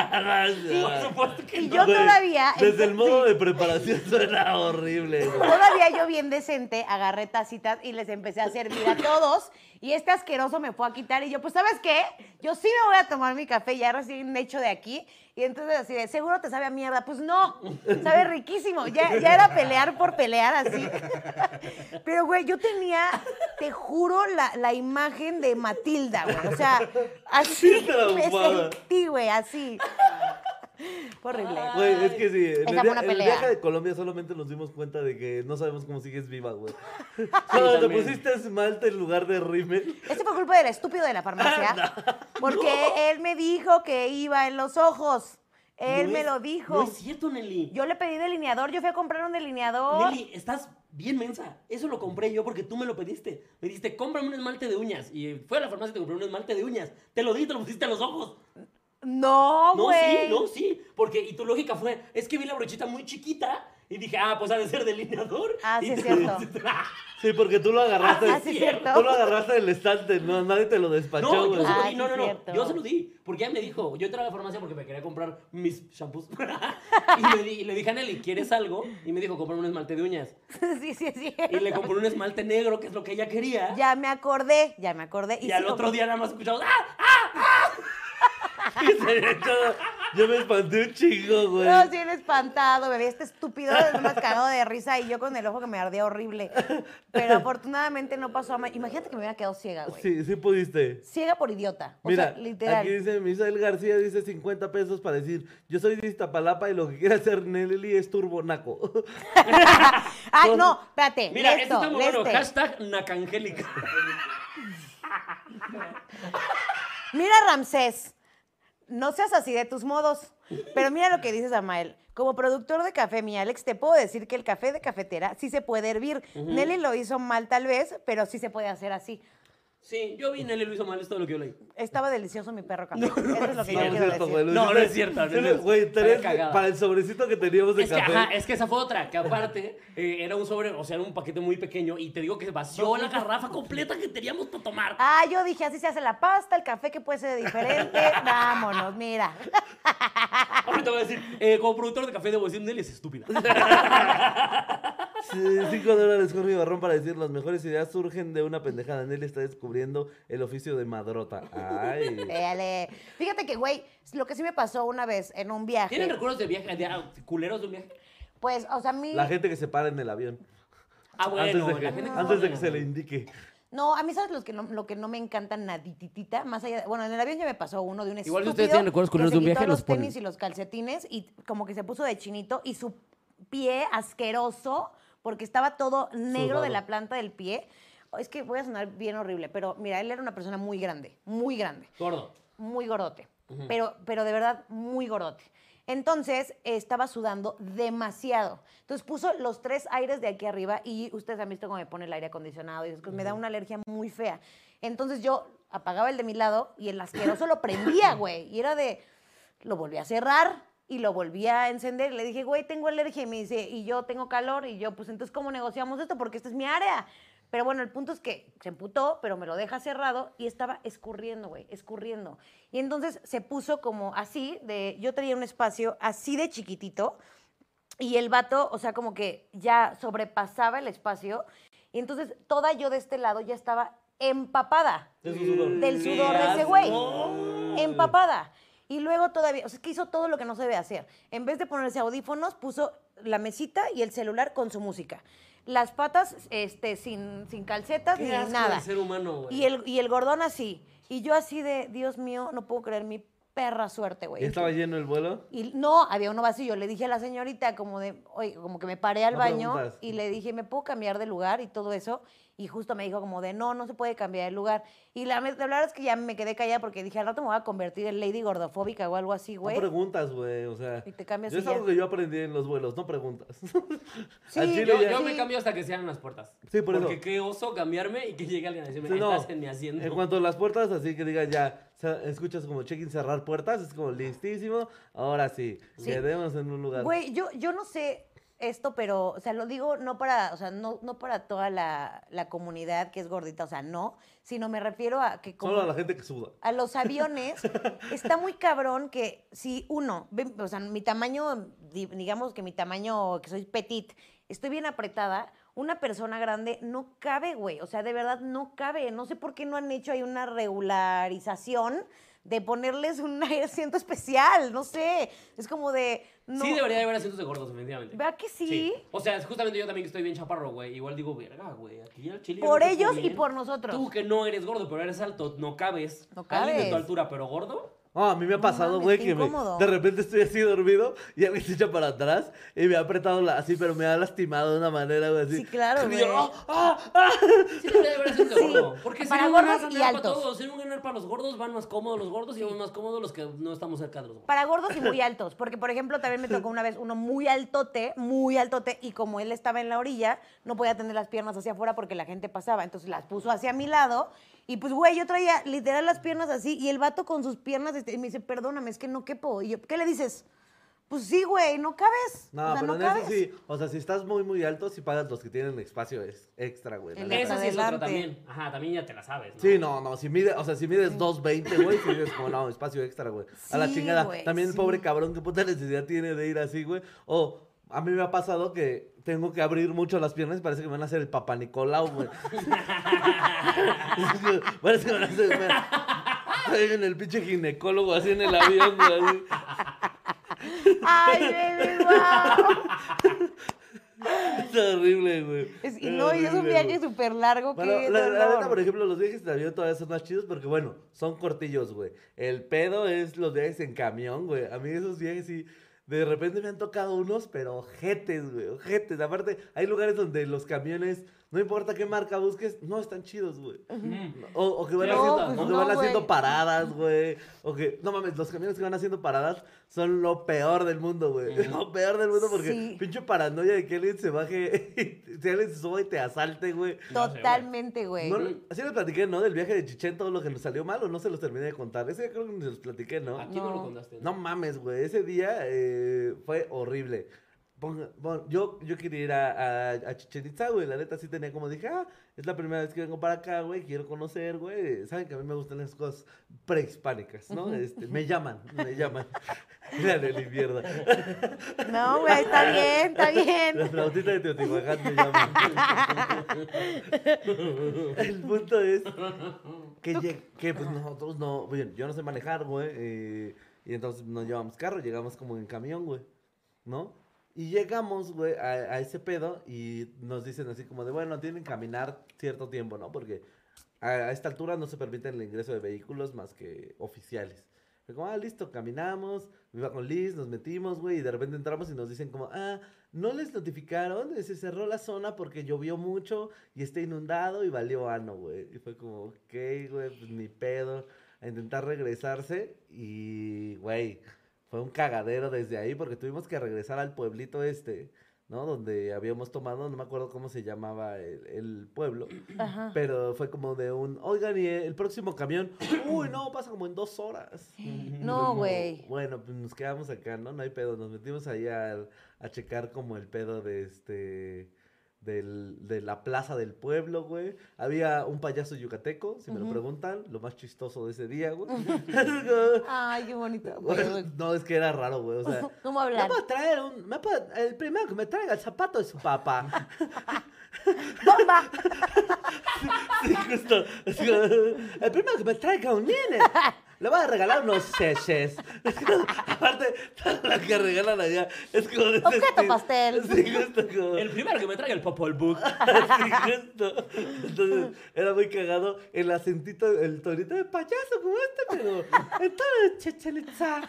[SPEAKER 3] Por supuesto que
[SPEAKER 2] Y
[SPEAKER 3] no.
[SPEAKER 2] yo
[SPEAKER 1] Güey,
[SPEAKER 2] todavía.
[SPEAKER 1] Desde el modo de preparación <laughs> suena horrible. güey.
[SPEAKER 2] <laughs> Todavía yo bien decente agarré tacitas y les empecé a servir a todos y este asqueroso me fue a quitar y yo, pues ¿sabes qué? Yo sí me voy a tomar mi café ya recién hecho de aquí y entonces así de, seguro te sabe a mierda, pues no, sabe riquísimo, ya, ya era pelear por pelear así. <laughs> Pero güey, yo tenía, te juro, la, la imagen de Matilda, güey, o sea, así
[SPEAKER 1] Sí,
[SPEAKER 2] <laughs> me
[SPEAKER 1] traumada.
[SPEAKER 2] sentí, güey, así. Fue horrible.
[SPEAKER 1] Güey, es que sí. En
[SPEAKER 2] Esa
[SPEAKER 1] el,
[SPEAKER 2] fue
[SPEAKER 1] via-
[SPEAKER 2] una
[SPEAKER 1] en el
[SPEAKER 2] pelea.
[SPEAKER 1] viaje de Colombia solamente nos dimos cuenta de que no sabemos cómo sigues viva,
[SPEAKER 2] <laughs>
[SPEAKER 1] güey. Solo te
[SPEAKER 3] también.
[SPEAKER 1] pusiste esmalte en lugar de rímel.
[SPEAKER 2] Esto Este fue culpa del estúpido de la farmacia. Porque él me dijo que iba en los ojos. Él
[SPEAKER 3] No
[SPEAKER 2] me
[SPEAKER 3] es-
[SPEAKER 2] lo dijo.
[SPEAKER 3] No es cierto, Nelly.
[SPEAKER 2] Yo le pedí delineador, yo fui a comprar un delineador.
[SPEAKER 3] Nelly, estás bien mensa. Eso lo compré yo porque tú me lo pediste. Me dijiste, cómprame un esmalte de uñas. Y fue a la farmacia y te compré un esmalte de uñas. Te lo di, te lo pusiste a los ojos.
[SPEAKER 2] No,
[SPEAKER 3] No, sí,
[SPEAKER 2] güey.
[SPEAKER 3] no, sí. Porque, y tu lógica fue, es que vi la brochita muy chiquita y dije, ah, pues ha de ser delineador.
[SPEAKER 2] Ah, sí,
[SPEAKER 3] Y
[SPEAKER 2] es
[SPEAKER 3] te lo <laughs>
[SPEAKER 2] cierto.
[SPEAKER 3] pusiste-
[SPEAKER 1] Sí, porque tú lo agarraste.
[SPEAKER 2] Ah, sí, es cierto.
[SPEAKER 1] Tú lo agarraste del estante, no, nadie te lo despachó,
[SPEAKER 3] No,
[SPEAKER 1] güey.
[SPEAKER 3] yo se lo
[SPEAKER 2] Ah,
[SPEAKER 3] di, no,
[SPEAKER 2] sí,
[SPEAKER 3] no, no.
[SPEAKER 2] cierto.
[SPEAKER 3] Yo se lo di. Porque ella me dijo, yo entré a la farmacia porque me quería comprar mis shampoos. <laughs> y, me di- y le dije a Nelly, ¿quieres algo? Y me dijo, comprar un esmalte de uñas.
[SPEAKER 2] <laughs> sí, sí, sí.
[SPEAKER 3] Y le compré un esmalte negro, que es lo que ella quería.
[SPEAKER 2] Ya me acordé, ya me acordé.
[SPEAKER 3] Y al
[SPEAKER 2] sí,
[SPEAKER 3] otro día nada más escuchamos, ¡ah! ¡Ah!
[SPEAKER 1] <laughs> Yo me espanté un chingo, güey.
[SPEAKER 2] No, sí, el espantado, bebé, este estúpido, más cagado de risa y yo con el ojo que me ardía horrible.
[SPEAKER 3] <laughs>
[SPEAKER 2] Pero afortunadamente no pasó a más. Imagínate que me hubiera quedado ciega, güey.
[SPEAKER 1] Sí, sí pudiste.
[SPEAKER 2] Ciega por idiota. O
[SPEAKER 1] Mira,
[SPEAKER 2] sea, literal.
[SPEAKER 1] aquí dice Misael García, dice 50 pesos para decir, yo soy de Iztapalapa y lo que quiere hacer Nelly es turbonaco.
[SPEAKER 2] Ah, no, espérate.
[SPEAKER 3] Mira,
[SPEAKER 2] esto,
[SPEAKER 3] esto está muy bueno.
[SPEAKER 2] este.
[SPEAKER 3] Hashtag Nacangélica.
[SPEAKER 2] Mira, Ramsés, no seas así de tus modos. Pero mira lo que dices, Amael. Como productor de café, mi Alex, te puedo decir que el café de cafetera sí se puede hervir. Nelly lo hizo mal tal vez, pero sí se puede hacer así.
[SPEAKER 3] <laughs> Sí, yo vi Nelly lo hizo mal, es todo lo que yo leí.
[SPEAKER 2] Estaba delicioso mi perro café.
[SPEAKER 3] No, no
[SPEAKER 2] Eso es lo
[SPEAKER 1] <laughs>
[SPEAKER 3] es
[SPEAKER 2] que yo quiero
[SPEAKER 3] cierto,
[SPEAKER 1] güey,
[SPEAKER 2] decir.
[SPEAKER 1] lo
[SPEAKER 3] No,
[SPEAKER 1] hiciste-
[SPEAKER 3] no es cierto, no es cierto.
[SPEAKER 1] Güey,
[SPEAKER 3] Está
[SPEAKER 1] tres-
[SPEAKER 3] cagada.
[SPEAKER 1] para el sobrecito que teníamos de
[SPEAKER 3] Es que,
[SPEAKER 1] café.
[SPEAKER 3] ajá, es que esa fue otra, que aparte eh, era un sobre, o sea, era un paquete muy pequeño y te digo que vació la garrafa completa que teníamos para tomar.
[SPEAKER 2] Ah, yo dije, así se hace la pasta, el café que puede ser
[SPEAKER 3] <laughs>
[SPEAKER 2] diferente. Vámonos, mira.
[SPEAKER 3] Ahorita voy a decir, eh, como productor de café debo decir, Nelly es estúpida.
[SPEAKER 1] Sí, Cinco dólares Jorge Barrón para decir las mejores ideas surgen de una pendejada. Nelly está descubriendo el oficio de madrota.
[SPEAKER 2] <laughs>
[SPEAKER 1] Ay.
[SPEAKER 2] Véale. Fíjate que, güey, lo que sí me pasó una vez en un viaje.
[SPEAKER 1] <laughs>
[SPEAKER 3] ¿Tienen recuerdos de viaje, de ah, culeros de un viaje?
[SPEAKER 2] Pues, o sea, a mí.
[SPEAKER 1] La gente que se para en el avión.
[SPEAKER 3] Ah, bueno,
[SPEAKER 1] antes de que,
[SPEAKER 3] la gente que se
[SPEAKER 1] antes de
[SPEAKER 3] pone-
[SPEAKER 1] que se le indique.
[SPEAKER 2] No, a mí, ¿sabes los que no- lo que no me encanta nadititita? Más allá, de- bueno, en el avión ya me pasó uno de un estúpido.
[SPEAKER 3] Igual si ustedes tienen recuerdos
[SPEAKER 2] que
[SPEAKER 3] culeros
[SPEAKER 2] se
[SPEAKER 3] de un
[SPEAKER 2] quitó
[SPEAKER 3] viaje,
[SPEAKER 2] los
[SPEAKER 3] los ponen.
[SPEAKER 2] tenis y los calcetines y como que se puso de chinito y su pie asqueroso, porque estaba todo negro de
[SPEAKER 1] Sudado.
[SPEAKER 2] la planta del pie. Oh, Es que voy a sonar bien horrible, pero mira, él era una persona muy grande, muy grande
[SPEAKER 3] Gordo.
[SPEAKER 2] muy gordote, pero, pero de verdad muy gordote. Entonces eh, estaba sudando demasiado. Entonces puso los tres aires de aquí arriba y ustedes han visto cómo me pone el aire acondicionado y es que me da una alergia muy fea. Entonces yo apagaba el de mi lado y el asqueroso lo prendía, güey. Y era de, lo volví a cerrar y lo volví a encender. Le dije, güey, tengo alergia. Y me dice, y yo tengo calor. Y yo, pues entonces, ¿cómo negociamos esto? Porque esta es mi área. Pero bueno, el punto es que se emputó, pero me lo deja cerrado y estaba escurriendo, güey, escurriendo. Y entonces se puso como así, de, yo tenía un espacio así de chiquitito y el vato, o sea, como que ya sobrepasaba el espacio. Y entonces toda yo de este lado ya estaba empapada
[SPEAKER 1] De su sudor.
[SPEAKER 2] del
[SPEAKER 3] Sí,
[SPEAKER 2] sudor de ese
[SPEAKER 3] asco.
[SPEAKER 2] güey. Empapada. Y luego todavía, o sea, es que hizo todo lo que no se debe hacer. En vez de ponerse audífonos, puso la mesita y el celular con su música. Las patas este, sin, sin calcetas
[SPEAKER 3] Qué
[SPEAKER 2] ni
[SPEAKER 3] asco
[SPEAKER 2] nada.
[SPEAKER 3] de ser humano, güey.
[SPEAKER 2] Y el, y el gordón así. Y yo así de, Dios mío, no puedo creer mi perra suerte, güey.
[SPEAKER 1] ¿Ya estaba lleno el vuelo?
[SPEAKER 2] Y no, había uno vacío. Yo le dije a la señorita como de, oye, como que me paré al
[SPEAKER 1] No
[SPEAKER 2] baño
[SPEAKER 1] preguntas.
[SPEAKER 2] y le dije, ¿me puedo cambiar de lugar y todo eso? Y justo me dijo como de, no, no se puede cambiar de lugar. Y la, me- la verdad es que ya me quedé callada porque dije, al rato me voy a convertir en lady gordofóbica o algo así, güey.
[SPEAKER 1] No preguntas, güey, o sea.
[SPEAKER 2] Y te cambias
[SPEAKER 1] yo
[SPEAKER 2] y
[SPEAKER 1] es
[SPEAKER 2] ya.
[SPEAKER 1] algo que yo aprendí en los vuelos, no preguntas. <laughs>
[SPEAKER 2] Sí,
[SPEAKER 1] Al chile
[SPEAKER 3] Yo,
[SPEAKER 1] ya-
[SPEAKER 3] yo me
[SPEAKER 2] Sí.
[SPEAKER 3] cambio hasta que sean las puertas.
[SPEAKER 1] Sí, por
[SPEAKER 3] Porque
[SPEAKER 1] eso.
[SPEAKER 3] qué oso cambiarme y que llegue alguien a decirme,
[SPEAKER 1] Sí, no.
[SPEAKER 3] estás en mi asiento.
[SPEAKER 1] En cuanto a las puertas, así que digan ya, o sea, escuchas como check-in cerrar puertas, es como listísimo, ahora sí,
[SPEAKER 2] Sí.
[SPEAKER 1] quedémonos en un lugar.
[SPEAKER 2] Güey, yo, yo no sé esto, pero, o sea, lo digo no para, o sea, no, no para toda la, la comunidad que es gordita, o sea, no, sino me refiero a que como
[SPEAKER 1] Solo a la gente que suda.
[SPEAKER 2] a los aviones,
[SPEAKER 3] <laughs>
[SPEAKER 2] está muy cabrón que si uno, ve- o sea, mi tamaño, di- digamos que mi tamaño, que soy petit, estoy bien apretada, una persona grande no cabe, güey. O sea, de verdad no cabe. No sé por qué no han hecho ahí una regularización de ponerles un <laughs> asiento especial, no sé. Es como de... No,
[SPEAKER 3] Sí debería de haber asientos de gordos, definitivamente.
[SPEAKER 2] ¿Verdad que sí?
[SPEAKER 3] O sea, es justamente yo también que estoy bien chaparro, güey. Igual digo, verga, güey, aquí al chile. yo
[SPEAKER 2] Por
[SPEAKER 3] creo que
[SPEAKER 2] ellos
[SPEAKER 3] estoy
[SPEAKER 2] y
[SPEAKER 3] bien".
[SPEAKER 2] por nosotros.
[SPEAKER 3] Tú que no eres gordo, pero eres alto, no cabes.
[SPEAKER 2] No
[SPEAKER 3] Alguien de
[SPEAKER 2] cabes.
[SPEAKER 3] tu altura, pero gordo.
[SPEAKER 1] Ah, a mí me ha
[SPEAKER 2] No
[SPEAKER 1] pasado,
[SPEAKER 2] mames,
[SPEAKER 1] güey,
[SPEAKER 2] qué
[SPEAKER 1] que me-
[SPEAKER 2] incómodo.
[SPEAKER 1] de repente estoy así dormido y alguien se echa para atrás y me ha apretado la- así, pero me ha lastimado de una manera, güey, así.
[SPEAKER 2] Sí, claro,
[SPEAKER 1] Y
[SPEAKER 2] güey.
[SPEAKER 1] yo, "Ah, ah, ah".
[SPEAKER 3] Sí debería de haber asientos de
[SPEAKER 2] Sí,
[SPEAKER 3] gordo. Porque
[SPEAKER 2] para
[SPEAKER 3] sería un
[SPEAKER 2] gordos
[SPEAKER 3] ganar
[SPEAKER 2] y
[SPEAKER 3] para
[SPEAKER 2] altos.
[SPEAKER 3] todos. Sería un ganar para los gordos, van más cómodos los gordos y van más cómodos los que no estamos cerca de los gordos.
[SPEAKER 2] Para gordos
[SPEAKER 1] <laughs>
[SPEAKER 2] y muy altos, porque por ejemplo también me tocó una vez uno muy altote, muy altote, y como él estaba en la orilla, no podía tener las piernas hacia afuera porque la gente pasaba, entonces las puso hacia mi lado, y pues güey, yo traía literal las piernas así, y el vato con sus piernas este, y me dice, perdóname, es que no quepo, y yo, ¿qué le dices? Pues sí, güey, no cabes,
[SPEAKER 1] No,
[SPEAKER 2] o sea,
[SPEAKER 1] pero
[SPEAKER 2] no
[SPEAKER 1] en eso
[SPEAKER 2] cabes.
[SPEAKER 1] sí, o sea, si estás muy, muy alto, sí pagas los que tienen espacio ex- extra, güey. la
[SPEAKER 2] El
[SPEAKER 1] neta.
[SPEAKER 2] extra.
[SPEAKER 3] Esa sí es otra
[SPEAKER 2] adelante.
[SPEAKER 3] también. Ajá, también ya te la sabes. ¿no?
[SPEAKER 1] Sí, no, no, si mides, o sea, si mides 2.20, güey, si dices como, no, espacio extra, güey. a la
[SPEAKER 2] Sí,
[SPEAKER 1] chingada.
[SPEAKER 2] güey,
[SPEAKER 1] También
[SPEAKER 2] sí.
[SPEAKER 1] pobre cabrón, qué puta necesidad tiene de ir así, güey. O a mí me ha pasado que tengo que abrir mucho las piernas y parece que me van a hacer el papá Nicolau, güey. <laughs> parece que me van a hacer... me- Estoy en el pinche ginecólogo así en el avión, güey. así.
[SPEAKER 2] <laughs> Ay, baby, wow.
[SPEAKER 1] Es horrible, güey.
[SPEAKER 2] Es- y no, y es un
[SPEAKER 1] horrible,
[SPEAKER 2] viaje
[SPEAKER 1] güey.
[SPEAKER 2] súper largo,
[SPEAKER 1] Bueno,
[SPEAKER 2] qué
[SPEAKER 1] la, la neta,
[SPEAKER 2] dolor.
[SPEAKER 1] por ejemplo, los viajes de avión todavía son más chidos porque, bueno, son cortillos, güey. El pedo es los viajes en camión, güey. A mí esos viajes sí, de repente me han tocado unos, pero ojetes, güey, ojetes. Aparte, hay lugares donde los camiones, no importa qué marca busques, no están chidos, güey.
[SPEAKER 3] Mm.
[SPEAKER 1] O, o que van,
[SPEAKER 3] No,
[SPEAKER 1] haciendo,
[SPEAKER 3] pues
[SPEAKER 1] o que
[SPEAKER 2] no,
[SPEAKER 1] van haciendo
[SPEAKER 2] güey. <laughs>
[SPEAKER 1] paradas, güey. O que, no mames, los camiones que van haciendo paradas son lo peor del mundo, güey. <laughs> Lo peor del mundo porque
[SPEAKER 2] Sí.
[SPEAKER 1] pinche paranoia de que alguien se baje, <laughs> y- si alguien se suba y te asalte, güey.
[SPEAKER 3] No sé, güey.
[SPEAKER 2] Totalmente, güey.
[SPEAKER 1] No, así les platiqué, ¿no? Del viaje de Chichén, todo lo que nos salió mal, o no se los terminé de contar. Ese creo que ni se los platiqué, Ah, ¿no?
[SPEAKER 3] Aquí no,
[SPEAKER 2] No.
[SPEAKER 3] lo contaste.
[SPEAKER 1] No mames, güey. Ese día eh, fue horrible. Ponga- pon- yo, yo quería ir a, a, a Chichén Itzá, güey. La neta sí tenía como dije, ah, es la primera vez que vengo para acá, güey. Quiero conocer, güey. Saben que a mí me gustan las cosas prehispánicas, ¿no? Este, me llaman, me llaman. <laughs> La Leli, mierda.
[SPEAKER 2] No, güey, está bien, está
[SPEAKER 1] La <laughs>
[SPEAKER 2] bien.
[SPEAKER 1] flautita de Teotihuacán me llaman. El punto es que, lleg- que pues nosotros no, bien, yo no sé manejar, güey, eh, y entonces no llevamos carro, llegamos como en camión, güey, ¿no? Y llegamos, güey, a, a ese pedo y nos dicen así como de, bueno, tienen que caminar cierto tiempo, ¿no? Porque a, a esta altura no se permite el ingreso de vehículos más que oficiales. Fue como, ah, listo, caminamos, iba con Liz, nos metimos, güey, y de repente entramos y nos dicen como, ah, no les notificaron, se cerró la zona porque llovió mucho y está inundado y valió ano, güey. Y fue como, ok, güey, pues ni pedo. A intentar regresarse y, güey, fue un cagadero desde ahí porque tuvimos que regresar al pueblito este, ¿no? Donde habíamos tomado, no me acuerdo cómo se llamaba el, el pueblo,
[SPEAKER 2] Ajá.
[SPEAKER 1] pero fue como de un, oigan, y el próximo camión, uy, no, pasa como en dos horas.
[SPEAKER 2] No, güey.
[SPEAKER 1] Bueno, pues nos quedamos acá, ¿no? No hay pedo. Nos metimos ahí al- a, checar como el pedo de este. Del, de la plaza del pueblo, güey. Había un payaso yucateco, si me lo
[SPEAKER 2] Ujú.
[SPEAKER 1] preguntan, lo más chistoso de ese día, güey. <laughs>
[SPEAKER 2] Ay, qué bonito. <laughs>
[SPEAKER 1] Güey, no, es que era raro, güey. O sea,
[SPEAKER 2] ¿Cómo hablar?
[SPEAKER 1] me puedo traer un. me puedo- el primero que me traiga el zapato es su papá.
[SPEAKER 2] ¡Bomba!
[SPEAKER 1] Sí, justo. Es que, el primero que me traiga un nene. le vas a regalar unos cheches. Aparte, la que regalan allá es como... de ese
[SPEAKER 2] Objeto
[SPEAKER 1] estilo.
[SPEAKER 2] pastel.
[SPEAKER 1] Sí, justo como...
[SPEAKER 3] El primero que me traiga el Popol Book.
[SPEAKER 1] Sí, justo. Entonces, era muy cagado el acentito, el tonito de payaso como este, pero entonces chechelitza.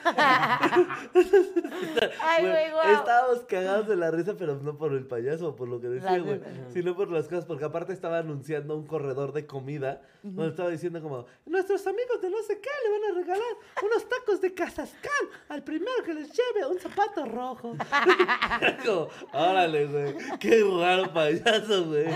[SPEAKER 2] Ay, güey,
[SPEAKER 1] Bueno,
[SPEAKER 2] guau.
[SPEAKER 1] Estábamos cagados de la risa, pero no por el payaso, por lo que decía,
[SPEAKER 2] Las
[SPEAKER 1] güey,
[SPEAKER 2] demás.
[SPEAKER 1] sino por las cosas, porque aparte estaba anunciando un corredor de comida, donde estaba diciendo como, nuestros amigos de no sé qué le van a regalar unos tacos de Casascal al primero que les lleve un zapato rojo. Era como, órale, güey, qué raro payaso, güey.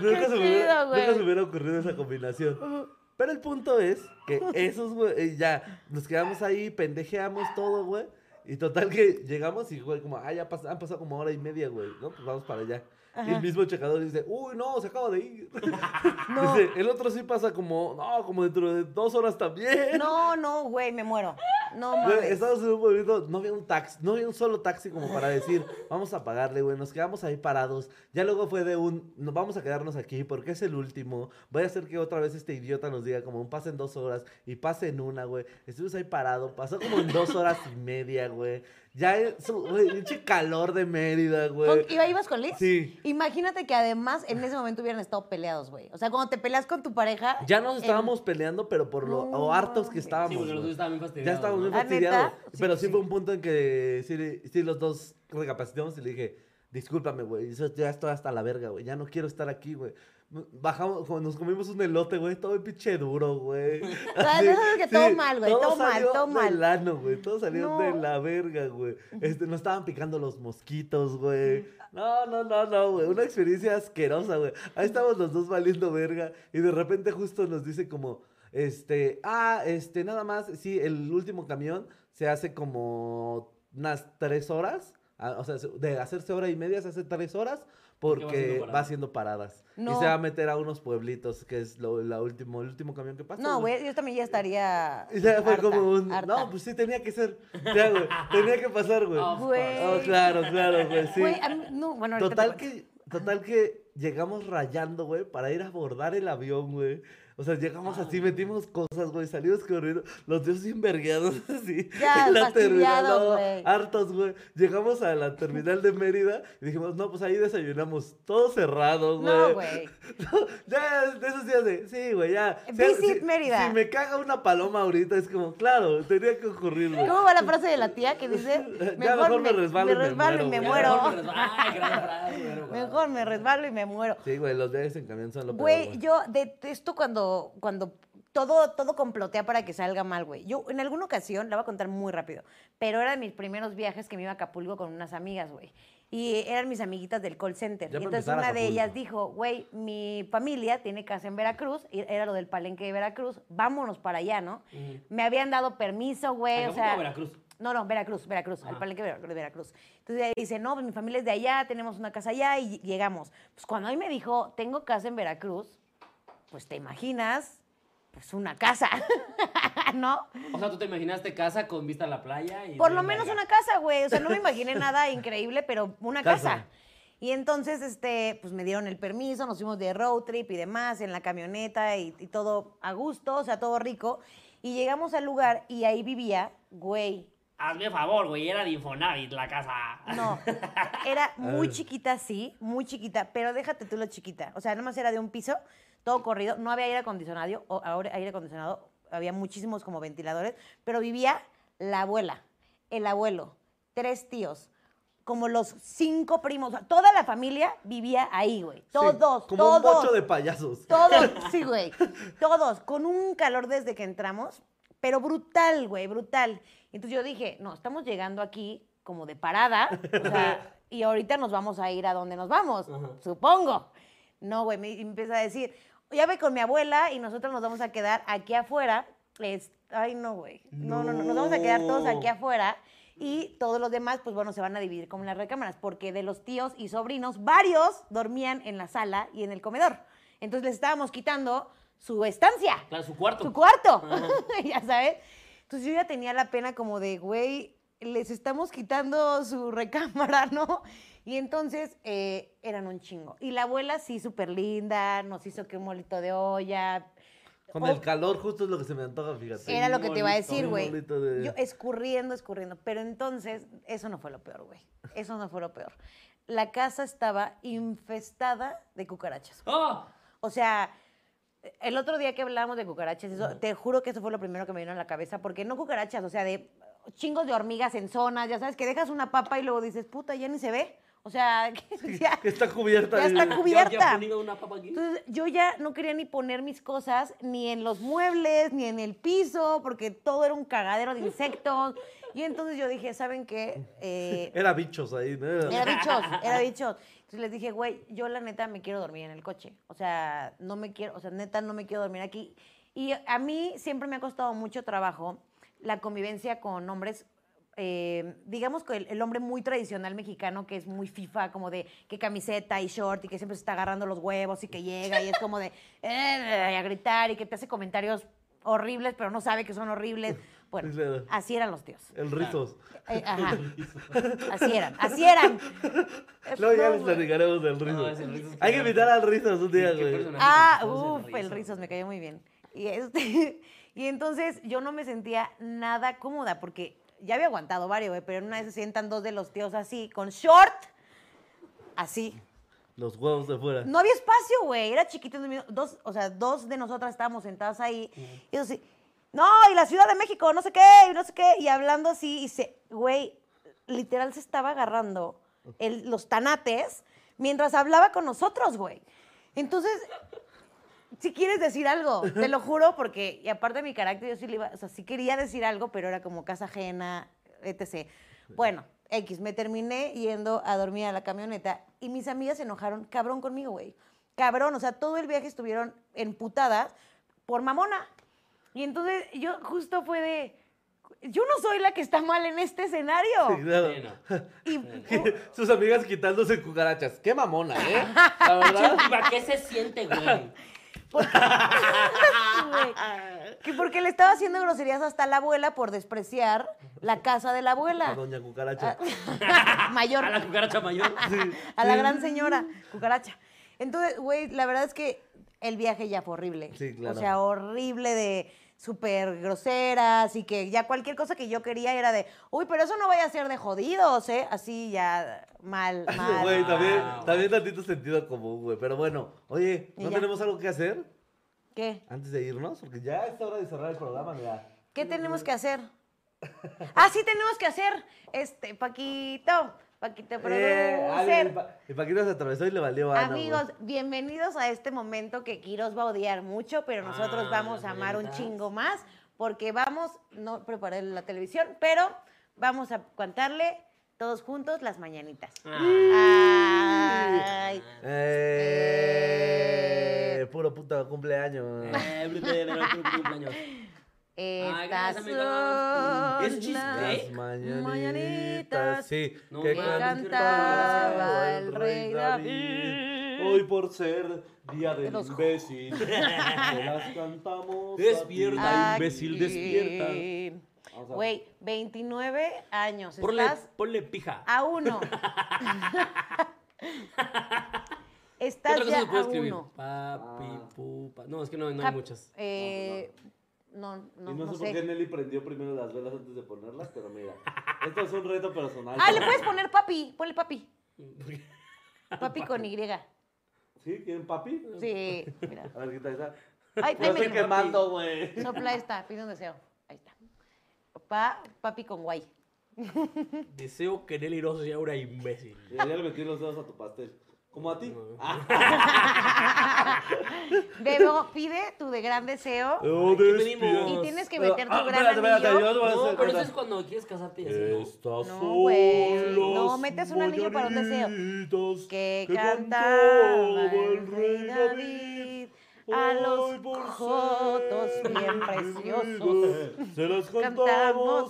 [SPEAKER 1] Nunca, se me hubiera-
[SPEAKER 2] chido, güey.
[SPEAKER 1] nunca se me hubiera ocurrido esa combinación. Pero el punto es que esos, güey, eh, ya, nos quedamos ahí, pendejeamos todo, güey. Y total que llegamos y, güey, como, ah, ya pas- han pasado como hora y media, güey, ¿no? Pues vamos para allá. Y el mismo checador dice, uy, no, se acaba de ir.
[SPEAKER 2] No.
[SPEAKER 1] <laughs> Dice, el otro sí pasa como, no, como dentro de dos horas también.
[SPEAKER 2] No, no, güey, me muero. No
[SPEAKER 1] Güey,
[SPEAKER 2] mames.
[SPEAKER 1] estábamos en un pueblito, no había un taxi, no había un solo taxi como para decir, vamos a pagarle, güey, nos quedamos ahí parados. Ya luego fue de un, no, vamos a quedarnos aquí porque es el último. Voy a hacer que otra vez este idiota nos diga como un pase en dos horas y pase en una, güey. Estuvimos ahí parado, pasó como en dos horas y media, güey. Ya, es- güey, pinche calor de Mérida, güey.
[SPEAKER 2] Con- ¿Iba, ibas con Liz?
[SPEAKER 1] Sí.
[SPEAKER 2] Imagínate que además en ese momento hubieran estado peleados, güey. O sea, cuando te peleas con tu pareja.
[SPEAKER 1] Ya nos
[SPEAKER 2] en-
[SPEAKER 1] estábamos peleando, pero por lo
[SPEAKER 2] No
[SPEAKER 1] o hartos que
[SPEAKER 2] mames.
[SPEAKER 1] estábamos.
[SPEAKER 3] Sí, porque
[SPEAKER 1] güey.
[SPEAKER 3] los dos estaban bien
[SPEAKER 1] Ya
[SPEAKER 3] fastidiados.
[SPEAKER 1] estábamos muy
[SPEAKER 2] ¿no? Ah, ¿neta?
[SPEAKER 1] fastidiados.
[SPEAKER 2] Sí,
[SPEAKER 1] pero sí,
[SPEAKER 2] sí.
[SPEAKER 1] fue un punto en que sí, sí los dos recapacitamos y le dije, discúlpame, güey, eso ya estoy hasta la verga, güey, ya no quiero estar aquí, güey. Bajamos, como nos comimos un elote, güey, todo el pinche duro,
[SPEAKER 2] <laughs>
[SPEAKER 1] güey. Así,
[SPEAKER 2] no, es que todo mal, güey, todo mal,
[SPEAKER 1] salió
[SPEAKER 2] todo
[SPEAKER 1] del
[SPEAKER 2] mal.
[SPEAKER 1] ano, güey, todo salió de
[SPEAKER 2] No.
[SPEAKER 1] la verga, güey. Este, nos estaban picando los mosquitos, güey. No, no, no, no, güey, una experiencia asquerosa, güey. Ahí estamos los dos valiendo verga y de repente justo nos dice como, este, ah, este, nada más, sí, el último camión se hace como unas tres horas, ah, o sea, se- de hacerse hora y media se hace tres horas
[SPEAKER 3] Porque va
[SPEAKER 1] porque
[SPEAKER 3] haciendo
[SPEAKER 1] va
[SPEAKER 3] paradas.
[SPEAKER 1] haciendo paradas.
[SPEAKER 2] No.
[SPEAKER 1] Y se va a meter a unos pueblitos, que es lo, la último, el último camión que pasa.
[SPEAKER 2] No, güey, yo también ya estaría.
[SPEAKER 1] Y ya fue
[SPEAKER 2] harta,
[SPEAKER 1] como un.
[SPEAKER 2] harta.
[SPEAKER 1] No, pues sí, tenía que ser. Ya, güey. Tenía que pasar, güey.
[SPEAKER 3] Of
[SPEAKER 2] Güey.
[SPEAKER 1] Oh, claro, claro, güey. Sí.
[SPEAKER 2] Güey, a mí- no, bueno, ahorita te
[SPEAKER 1] Total
[SPEAKER 2] cuento.
[SPEAKER 1] que, total que llegamos rayando, güey, para ir a abordar el avión, güey. O sea, llegamos así, metimos cosas, güey, salimos corriendo, los dioses envergueados <laughs> así,
[SPEAKER 2] Ya,
[SPEAKER 1] en la terminal,
[SPEAKER 2] fastidiados,
[SPEAKER 1] no,
[SPEAKER 2] güey.
[SPEAKER 1] hartos, güey. Llegamos a la terminal de Mérida y dijimos, no, pues ahí desayunamos, todo cerrado, güey.
[SPEAKER 2] No, güey.
[SPEAKER 1] No, <laughs> ya de esos días de, sí, güey, ya. Si-
[SPEAKER 2] Visit
[SPEAKER 1] si-
[SPEAKER 2] Mérida.
[SPEAKER 1] Si me caga una paloma ahorita, es como, claro, tenía que ocurrir, güey.
[SPEAKER 2] ¿Cómo va la frase de la tía que dice?
[SPEAKER 1] Ya mejor me resbalo y me
[SPEAKER 2] resbalo y me
[SPEAKER 1] muero,
[SPEAKER 2] muero.
[SPEAKER 3] Mejor me resbalo. Ay, gran frase, güey,
[SPEAKER 2] <laughs>
[SPEAKER 3] güey.
[SPEAKER 2] Mejor me resbalo y me muero.
[SPEAKER 1] Sí, güey, los viajes en camión son lo peor,
[SPEAKER 2] Güey, yo detesto cuando, cuando todo, todo complotea para que salga mal, güey. Yo en alguna ocasión, la voy a contar muy rápido, pero era de mis primeros viajes que me iba a Acapulco con unas amigas, güey. Y eran mis amiguitas del call center.
[SPEAKER 1] Ya
[SPEAKER 2] Y
[SPEAKER 1] para
[SPEAKER 2] entonces
[SPEAKER 1] empezar,
[SPEAKER 2] una de
[SPEAKER 1] Acapulco.
[SPEAKER 2] ellas dijo, güey, mi familia tiene casa en Veracruz, y era lo del palenque de Veracruz, vámonos para allá, ¿no?
[SPEAKER 3] Ujú.
[SPEAKER 2] Me habían dado permiso, güey, o
[SPEAKER 3] Acapulco
[SPEAKER 2] sea...
[SPEAKER 3] o Veracruz.
[SPEAKER 2] No, no, Veracruz, Veracruz, al
[SPEAKER 3] Ajá.
[SPEAKER 2] Palenque Ver- de Veracruz. Entonces ella dice, no, pues mi familia es de allá, tenemos una casa allá y llegamos. Pues cuando a mí me dijo, tengo casa en Veracruz, pues te imaginas, pues una casa, <laughs> ¿no?
[SPEAKER 3] O sea, tú te imaginaste casa con vista a la playa y.
[SPEAKER 2] Por
[SPEAKER 3] bien
[SPEAKER 2] lo menos
[SPEAKER 3] verga.
[SPEAKER 2] una casa, güey. O sea, no me imaginé nada increíble, pero una casa.
[SPEAKER 1] Casa.
[SPEAKER 2] Y entonces, este, pues me dieron el permiso, nos fuimos de road trip y demás, en la camioneta y, y todo a gusto, o sea, todo rico. Y llegamos al lugar y ahí vivía, güey,
[SPEAKER 3] Hazme favor, güey, era de Infonavit la casa.
[SPEAKER 2] No,
[SPEAKER 1] <laughs>
[SPEAKER 2] era muy chiquita, sí, muy chiquita, pero déjate tú lo chiquita. O sea, nada más era de un piso, todo corrido, no había aire acondicionado, o ahora aire acondicionado, había muchísimos como ventiladores, pero vivía la abuela, el abuelo, tres tíos, como los cinco primos, o sea, toda la familia vivía ahí, güey.
[SPEAKER 1] Sí,
[SPEAKER 2] Todos,
[SPEAKER 1] como
[SPEAKER 2] todos.
[SPEAKER 1] un bocho de payasos.
[SPEAKER 2] Todos, sí, güey. Todos, con un calor desde que entramos, pero brutal, güey, brutal. Entonces yo dije, no, estamos llegando aquí como de parada, o sea, y ahorita nos vamos a ir a donde nos vamos,
[SPEAKER 3] Ajá.
[SPEAKER 2] supongo. No, güey, me empieza a decir, ya ve con mi abuela y nosotros nos vamos a quedar aquí afuera. Es, ay, no, güey. No, no, no, nos vamos a quedar todos aquí
[SPEAKER 3] No.
[SPEAKER 2] afuera. Y todos los demás, pues bueno, se van a dividir como en las recámaras, porque de los tíos y sobrinos, varios dormían en la sala y en el comedor. Entonces les estábamos quitando su estancia,
[SPEAKER 3] Claro, su cuarto.
[SPEAKER 2] su cuarto, <laughs> ya sabes. Entonces yo ya tenía la pena como de, güey, les estamos quitando su recámara, <laughs> ¿no? Y entonces eh, eran un chingo. Y la abuela sí, súper linda, nos hizo que un molito de olla.
[SPEAKER 1] Con el calor justo es lo que se me antoja, fíjate.
[SPEAKER 2] Era lo que te iba a
[SPEAKER 3] molito,
[SPEAKER 2] decir,
[SPEAKER 1] un
[SPEAKER 2] güey.
[SPEAKER 1] molito de- <laughs>
[SPEAKER 2] Yo escurriendo, escurriendo. Pero entonces, eso no fue lo peor, güey. Eso no fue lo peor. La casa estaba infestada de cucarachas.
[SPEAKER 3] ¡Ah!
[SPEAKER 2] O sea, el otro día que hablábamos de cucarachas, eso- te juro que eso fue lo primero que me vino a la cabeza, porque no cucarachas, o sea, de chingos de hormigas en zonas, ya sabes, que dejas una papa y luego dices, puta, ya ni se ve. O sea, <laughs> que eh, ya,
[SPEAKER 1] Que está cubierta.
[SPEAKER 2] ya
[SPEAKER 1] de-
[SPEAKER 2] está
[SPEAKER 3] Ya, ya
[SPEAKER 2] cubierta.
[SPEAKER 3] poniendo una papa aquí.
[SPEAKER 2] Entonces yo ya no quería ni poner mis cosas ni en los muebles, ni en el piso, porque todo era un cagadero de insectos. Y entonces yo dije, ¿saben qué? Eh,
[SPEAKER 1] Era bichos ahí, ¿no?
[SPEAKER 2] era bichos, era bichos. Entonces les dije, güey, yo la neta me quiero dormir en el coche. O sea, no me quiero, o sea, neta no me quiero dormir aquí. Y a mí siempre me ha costado mucho trabajo la convivencia con hombres. eh, digamos que el, el hombre muy tradicional mexicano que es muy FIFA, como de que camiseta y short y que siempre se está agarrando los huevos y que llega y es como de <laughs> eh, a gritar y que te hace comentarios horribles, pero no sabe que son horribles. Bueno,
[SPEAKER 1] Claro.
[SPEAKER 2] así eran los tíos.
[SPEAKER 1] <laughs> El rizos.
[SPEAKER 2] Eh, ajá. Así eran, así eran. Eh,
[SPEAKER 1] Luego ya
[SPEAKER 2] no,
[SPEAKER 1] les
[SPEAKER 2] güey.
[SPEAKER 1] platicaremos del rizos.
[SPEAKER 3] No, ese Rizos
[SPEAKER 1] Hay
[SPEAKER 3] que-
[SPEAKER 1] que invitar al rizos un día,
[SPEAKER 3] ¿Qué
[SPEAKER 1] güey.
[SPEAKER 3] personaje?
[SPEAKER 2] Ah, uff,
[SPEAKER 3] Entonces,
[SPEAKER 2] el
[SPEAKER 3] Rizos.
[SPEAKER 2] Rizos me cayó muy bien. Y, este, <laughs> y entonces yo no me sentía nada cómoda porque ya había aguantado varios, güey, pero en una vez se sientan dos de los tíos así, con short, así.
[SPEAKER 1] Los huevos de fuera.
[SPEAKER 2] No había espacio, güey. Era chiquito. Dos, o sea, dos de nosotras estábamos sentadas ahí. Y yo así, no, y la Ciudad de México, no sé qué, y no sé qué. Y hablando así, y se, güey, literal se estaba agarrando el- los tanates mientras hablaba con nosotros, güey. Entonces, si quieres decir algo, te lo juro, porque, y aparte de mi carácter, yo sí le iba, o sea, sí quería decir algo, pero era como casa ajena, etc. Bueno, X, me terminé yendo a dormir a la camioneta y mis amigas se enojaron, cabrón conmigo, güey. Cabrón, o sea, todo el viaje estuvieron emputadas por mamona. Y entonces yo justo fue de, yo no soy la que está mal en este
[SPEAKER 1] Sí,
[SPEAKER 2] escenario.
[SPEAKER 1] claro.
[SPEAKER 2] <laughs>
[SPEAKER 3] Sí, no.
[SPEAKER 2] Y
[SPEAKER 1] Sus amigas quitándose cucarachas. Qué mamona,
[SPEAKER 2] <laughs>
[SPEAKER 1] ¿eh? La verdad.
[SPEAKER 3] ¿Para qué se siente, güey?
[SPEAKER 2] <laughs> Güey, que porque le estaba haciendo groserías hasta a la abuela por despreciar la casa de la
[SPEAKER 1] A
[SPEAKER 2] abuela.
[SPEAKER 1] doña
[SPEAKER 2] <laughs>
[SPEAKER 1] cucaracha.
[SPEAKER 2] Mayor.
[SPEAKER 3] A la cucaracha
[SPEAKER 2] <laughs>
[SPEAKER 3] mayor.
[SPEAKER 2] A la gran señora, cucaracha. Entonces, güey, la verdad es que el viaje ya fue horrible.
[SPEAKER 1] Sí, claro.
[SPEAKER 2] O sea, horrible de súper groseras y que ya cualquier cosa que yo quería era de, uy, pero eso no vaya a ser de jodidos, ¿eh? Así ya mal, mal.
[SPEAKER 1] <laughs> Güey, también,
[SPEAKER 3] Ah,
[SPEAKER 1] también tantito sentido común, güey. Pero bueno, oye,
[SPEAKER 2] Y
[SPEAKER 1] ¿no
[SPEAKER 2] ya.
[SPEAKER 1] tenemos algo que hacer
[SPEAKER 2] ¿Qué?
[SPEAKER 1] antes de irnos? Porque ya es hora de cerrar el programa, mira.
[SPEAKER 2] ¿Qué tenemos que
[SPEAKER 3] <laughs>
[SPEAKER 2] hacer? Ah, sí tenemos que hacer. Este, Paquito, Paquito
[SPEAKER 1] Eh, alguien- pa-
[SPEAKER 2] Producer.
[SPEAKER 1] el Paquito se atravesó y le valió
[SPEAKER 3] pues.
[SPEAKER 1] a Ana, güey.
[SPEAKER 2] Amigos, bienvenidos a este momento que Kiros va a odiar mucho, pero nosotros
[SPEAKER 3] Ah,
[SPEAKER 2] vamos a amar un
[SPEAKER 3] ¿verdad?
[SPEAKER 2] chingo más, porque vamos, no preparé la televisión, pero vamos a cantarle todos juntos las mañanitas.
[SPEAKER 3] Ah.
[SPEAKER 2] Ay.
[SPEAKER 1] Eh, puro puto cumpleaños.
[SPEAKER 3] Eh. Every day, pero tu cumpleaños. Ay,
[SPEAKER 2] Estas
[SPEAKER 3] gracias, amigos.
[SPEAKER 2] son
[SPEAKER 3] ¿Es chiste?
[SPEAKER 2] las
[SPEAKER 1] Las
[SPEAKER 3] ¿Eh?
[SPEAKER 1] mañanitas, sí,
[SPEAKER 3] No
[SPEAKER 1] que
[SPEAKER 3] me
[SPEAKER 2] cantaba
[SPEAKER 1] cantaba
[SPEAKER 2] el
[SPEAKER 1] el
[SPEAKER 2] rey
[SPEAKER 1] rey David. Hoy por ser día del
[SPEAKER 2] los- <laughs>
[SPEAKER 1] imbécil, te las cantamos. a ti.
[SPEAKER 3] Despierta, imbécil,
[SPEAKER 2] Aquí.
[SPEAKER 3] despierta.
[SPEAKER 1] Vamos a-
[SPEAKER 2] Güey, 29 años.
[SPEAKER 3] Ponle,
[SPEAKER 2] Estás
[SPEAKER 3] ponle pija.
[SPEAKER 2] a uno. <laughs>
[SPEAKER 3] ¿Qué
[SPEAKER 2] Estás
[SPEAKER 3] otra cosa
[SPEAKER 2] ya
[SPEAKER 3] se puede
[SPEAKER 2] a
[SPEAKER 3] escribir?
[SPEAKER 2] uno.
[SPEAKER 1] Ah.
[SPEAKER 3] Papi, pupa. No, es que no, no hay
[SPEAKER 2] Cap-
[SPEAKER 3] muchas.
[SPEAKER 2] eh, no, no,
[SPEAKER 1] y no,
[SPEAKER 2] no
[SPEAKER 1] sé por qué
[SPEAKER 2] sé.
[SPEAKER 1] Nelly prendió primero las velas antes de ponerlas, pero
[SPEAKER 2] <laughs>
[SPEAKER 1] mira, esto es un reto personal. <laughs>
[SPEAKER 2] Ah, le puedes poner papi. Ponle papi.
[SPEAKER 3] Porque- <laughs>
[SPEAKER 2] Papi con Y.
[SPEAKER 1] ¿Sí? ¿Quieren papi?
[SPEAKER 2] Sí, mira.
[SPEAKER 1] A ver, quita esa.
[SPEAKER 2] Ay,
[SPEAKER 1] Yo estoy
[SPEAKER 2] tráemelo.
[SPEAKER 1] quemando, güey.
[SPEAKER 2] Sopla esta, pide un deseo. Ahí está. Pa, papi con guay.
[SPEAKER 3] Deseo que Nelly Rosso sea una imbécil.
[SPEAKER 1] Ya le metí los dedos a tu pastel. Como a ti. Ah.
[SPEAKER 2] Luego pide tu de
[SPEAKER 1] <laughs>
[SPEAKER 2] gran deseo.
[SPEAKER 1] No
[SPEAKER 3] ¿qué pedimos?
[SPEAKER 2] Y tienes que
[SPEAKER 1] Pero-
[SPEAKER 2] meter tu
[SPEAKER 1] ah,
[SPEAKER 2] gran
[SPEAKER 1] espérate, espérate,
[SPEAKER 2] anillo.
[SPEAKER 1] yo te voy a
[SPEAKER 3] No,
[SPEAKER 1] hacer
[SPEAKER 3] pero Eh, eso
[SPEAKER 1] otra.
[SPEAKER 3] es cuando quieres casarte y así, ¿no?
[SPEAKER 1] Estas
[SPEAKER 2] No,
[SPEAKER 1] son
[SPEAKER 2] güey, no,
[SPEAKER 1] las
[SPEAKER 2] metes un anillo para un deseo.
[SPEAKER 1] mañanitas
[SPEAKER 2] que
[SPEAKER 1] cantaba
[SPEAKER 2] cantaba el rey David a
[SPEAKER 1] Hoy
[SPEAKER 2] los
[SPEAKER 1] por
[SPEAKER 2] jotos
[SPEAKER 1] ser
[SPEAKER 2] bien
[SPEAKER 1] mi
[SPEAKER 2] preciosos.
[SPEAKER 1] rey, Se los
[SPEAKER 2] Cantamos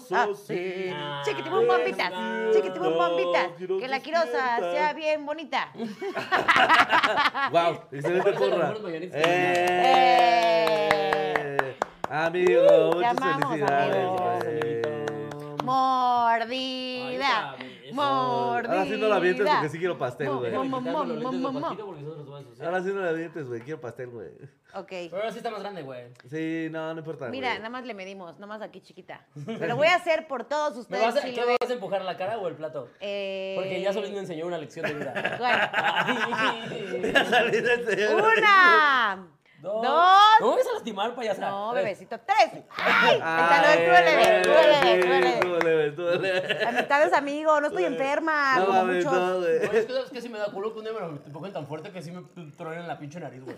[SPEAKER 1] cantamos
[SPEAKER 2] así.
[SPEAKER 1] así. Ah,
[SPEAKER 2] Chiquitibum pompitas, chiquitibum pompitas, que la quirosa
[SPEAKER 1] Despierta.
[SPEAKER 2] sea bien bonita. Ah.
[SPEAKER 1] Wow, excelente
[SPEAKER 3] Esas son las
[SPEAKER 1] porra.
[SPEAKER 3] mejores mañanitas que
[SPEAKER 1] ¡Eh! Amigo,
[SPEAKER 2] Te
[SPEAKER 1] muchas
[SPEAKER 2] Uh, amamos,
[SPEAKER 1] felicidades.
[SPEAKER 2] amigos.
[SPEAKER 1] güey.
[SPEAKER 3] Amiguito.
[SPEAKER 2] Mordida.
[SPEAKER 3] Ahí está,
[SPEAKER 2] Mordida.
[SPEAKER 1] Ahora sí no la avientes porque sí quiero pastel, güey.
[SPEAKER 3] Déjame
[SPEAKER 2] Mo, mo,
[SPEAKER 3] quitarme los
[SPEAKER 2] mo,
[SPEAKER 3] lentes de
[SPEAKER 2] mo, mo.
[SPEAKER 3] Paquito porque si no se los voy a ensuciar.
[SPEAKER 1] Ahora sí no la avientes, güey. Quiero pastel, güey.
[SPEAKER 2] Ok.
[SPEAKER 3] Pero ahora sí está más grande, güey.
[SPEAKER 1] Sí, no, no importa.
[SPEAKER 2] Mira,
[SPEAKER 1] güey.
[SPEAKER 2] nada más le medimos, nada más aquí
[SPEAKER 1] <laughs>
[SPEAKER 2] chiquita. Pero lo voy a hacer por todos
[SPEAKER 3] ¿Me
[SPEAKER 2] ustedes.
[SPEAKER 3] vas a,
[SPEAKER 2] sí
[SPEAKER 3] ¿Qué
[SPEAKER 2] lo-
[SPEAKER 3] me vas a empujar, la cara o el plato?
[SPEAKER 2] Eh,
[SPEAKER 3] Porque ya Solís me enseñó una lección de vida.
[SPEAKER 1] Ya salí de este-
[SPEAKER 2] <laughs> bueno, ¡Una!
[SPEAKER 3] <laughs> Dos.
[SPEAKER 2] ¡Dos!
[SPEAKER 3] No me vas a lastimar, payasa.
[SPEAKER 2] No,
[SPEAKER 3] Tres.
[SPEAKER 2] bebecito, tres. ¡Ay!
[SPEAKER 1] Ay,
[SPEAKER 2] Cuéntalo,
[SPEAKER 1] Ah,
[SPEAKER 2] cruele,
[SPEAKER 1] eh, sí,
[SPEAKER 2] cruele, cruele.
[SPEAKER 1] estuvo leve, estuvo leve.
[SPEAKER 2] eh, Amistades, amigo, no estoy enferma.
[SPEAKER 1] No
[SPEAKER 2] como
[SPEAKER 1] mames, no,
[SPEAKER 2] muchos.
[SPEAKER 1] güey.
[SPEAKER 3] Oye, es que sabes que sí me da culo que un día me lo empujen tan fuerte que sí me tronen la pinche nariz, güey.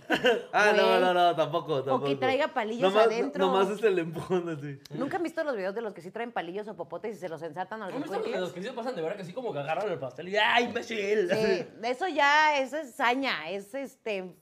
[SPEAKER 1] Ah, no,
[SPEAKER 2] Güey.
[SPEAKER 1] no, no, tampoco, tampoco.
[SPEAKER 2] traiga palillos
[SPEAKER 1] Nomás-
[SPEAKER 2] adentro.
[SPEAKER 1] Nomás es el empujón así.
[SPEAKER 2] Nunca han visto los videos de los que sí traen palillos o popotes y se los ensartan a
[SPEAKER 3] ¿No
[SPEAKER 2] los
[SPEAKER 3] me están los
[SPEAKER 2] cuicles?
[SPEAKER 3] que sí se pasan de verdad que sí como que agarran el pastel y ¡ay, imbécil!
[SPEAKER 2] Sí, eso ya, eso es saña, es este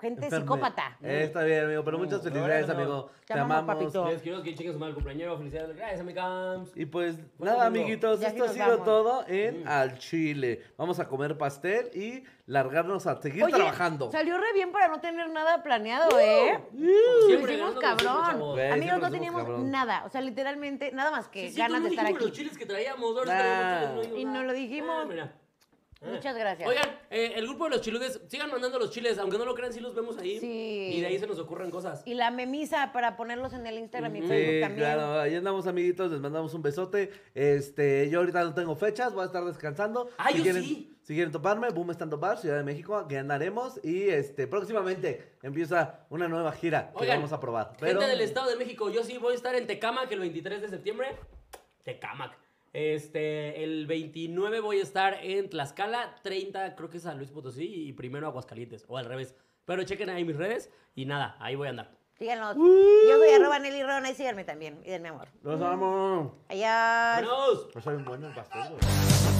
[SPEAKER 2] gente
[SPEAKER 1] Enferme.
[SPEAKER 2] psicópata.
[SPEAKER 1] Eh, está bien, amigo, pero muchas
[SPEAKER 3] Mm,
[SPEAKER 1] felicidades,
[SPEAKER 3] bueno.
[SPEAKER 1] amigo.
[SPEAKER 2] Te
[SPEAKER 1] Te,
[SPEAKER 2] amamos,
[SPEAKER 1] amamos.
[SPEAKER 2] papito.
[SPEAKER 3] Les quiero que chequen su mal cumpleañero. Felicidades. Gracias, amigams.
[SPEAKER 1] Y pues
[SPEAKER 3] Bueno,
[SPEAKER 1] nada,
[SPEAKER 3] amigo,
[SPEAKER 1] amiguitos,
[SPEAKER 2] ya
[SPEAKER 1] esto
[SPEAKER 2] que
[SPEAKER 1] ha
[SPEAKER 2] nos
[SPEAKER 1] sido
[SPEAKER 2] vamos.
[SPEAKER 1] todo en Al Chile. Vamos a comer pastel y largarnos a seguir
[SPEAKER 2] Oye,
[SPEAKER 1] trabajando. Uh,
[SPEAKER 2] Salió re bien para no tener nada planeado, ¿eh? Lo
[SPEAKER 3] Siempre
[SPEAKER 2] hicimos
[SPEAKER 3] ganando, siempre,
[SPEAKER 2] cabrón.
[SPEAKER 3] chavos.
[SPEAKER 1] Güey, siempre
[SPEAKER 2] Amigos,
[SPEAKER 1] lo
[SPEAKER 2] no
[SPEAKER 1] hacemos
[SPEAKER 2] teníamos
[SPEAKER 1] cabrón.
[SPEAKER 2] nada. O sea, literalmente, nada más que
[SPEAKER 3] Sí, sí,
[SPEAKER 2] ganas
[SPEAKER 3] no
[SPEAKER 2] de estar
[SPEAKER 3] dijimos
[SPEAKER 2] aquí.
[SPEAKER 3] los chiles que traíamos. Ahora
[SPEAKER 1] Nah.
[SPEAKER 3] traemos chiles, no
[SPEAKER 2] Y
[SPEAKER 3] nada.
[SPEAKER 2] no lo dijimos.
[SPEAKER 3] Ah, mira. Ah.
[SPEAKER 2] Muchas gracias.
[SPEAKER 3] Oigan, eh, el grupo de los chiludes, sigan mandando los chiles, aunque no lo crean, sí los vemos ahí.
[SPEAKER 2] Sí.
[SPEAKER 3] Y de ahí se nos ocurren cosas.
[SPEAKER 2] Y la memisa para ponerlos en el Instagram y
[SPEAKER 1] Sí,
[SPEAKER 2] Facebook también.
[SPEAKER 1] claro, ahí andamos amiguitos, les mandamos un besote. Este, yo ahorita no tengo fechas, voy a estar descansando.
[SPEAKER 3] Ah, yo
[SPEAKER 1] quieren,
[SPEAKER 3] sí.
[SPEAKER 1] Si quieren toparme, Boom Stand Bar, Ciudad de México, ganaremos. Y este, próximamente empieza una nueva gira que
[SPEAKER 3] Oigan,
[SPEAKER 1] vamos a probar. Pero
[SPEAKER 3] Gente del Estado de México, yo sí voy a estar en Tecamac el 23 de septiembre. Tecamac. Este, el 29 voy a estar en Tlaxcala, 30 creo que es San Luis Potosí y primero Aguascalientes, o al revés. Pero chequen ahí mis redes y nada, ahí voy a andar.
[SPEAKER 2] Síganos. Yo soy arroba Nelly Rona y síganme también. Y denme amor.
[SPEAKER 1] los amo.
[SPEAKER 2] Allá.
[SPEAKER 3] ¡Vámonos!
[SPEAKER 1] Pues saben bueno el pastel, güey.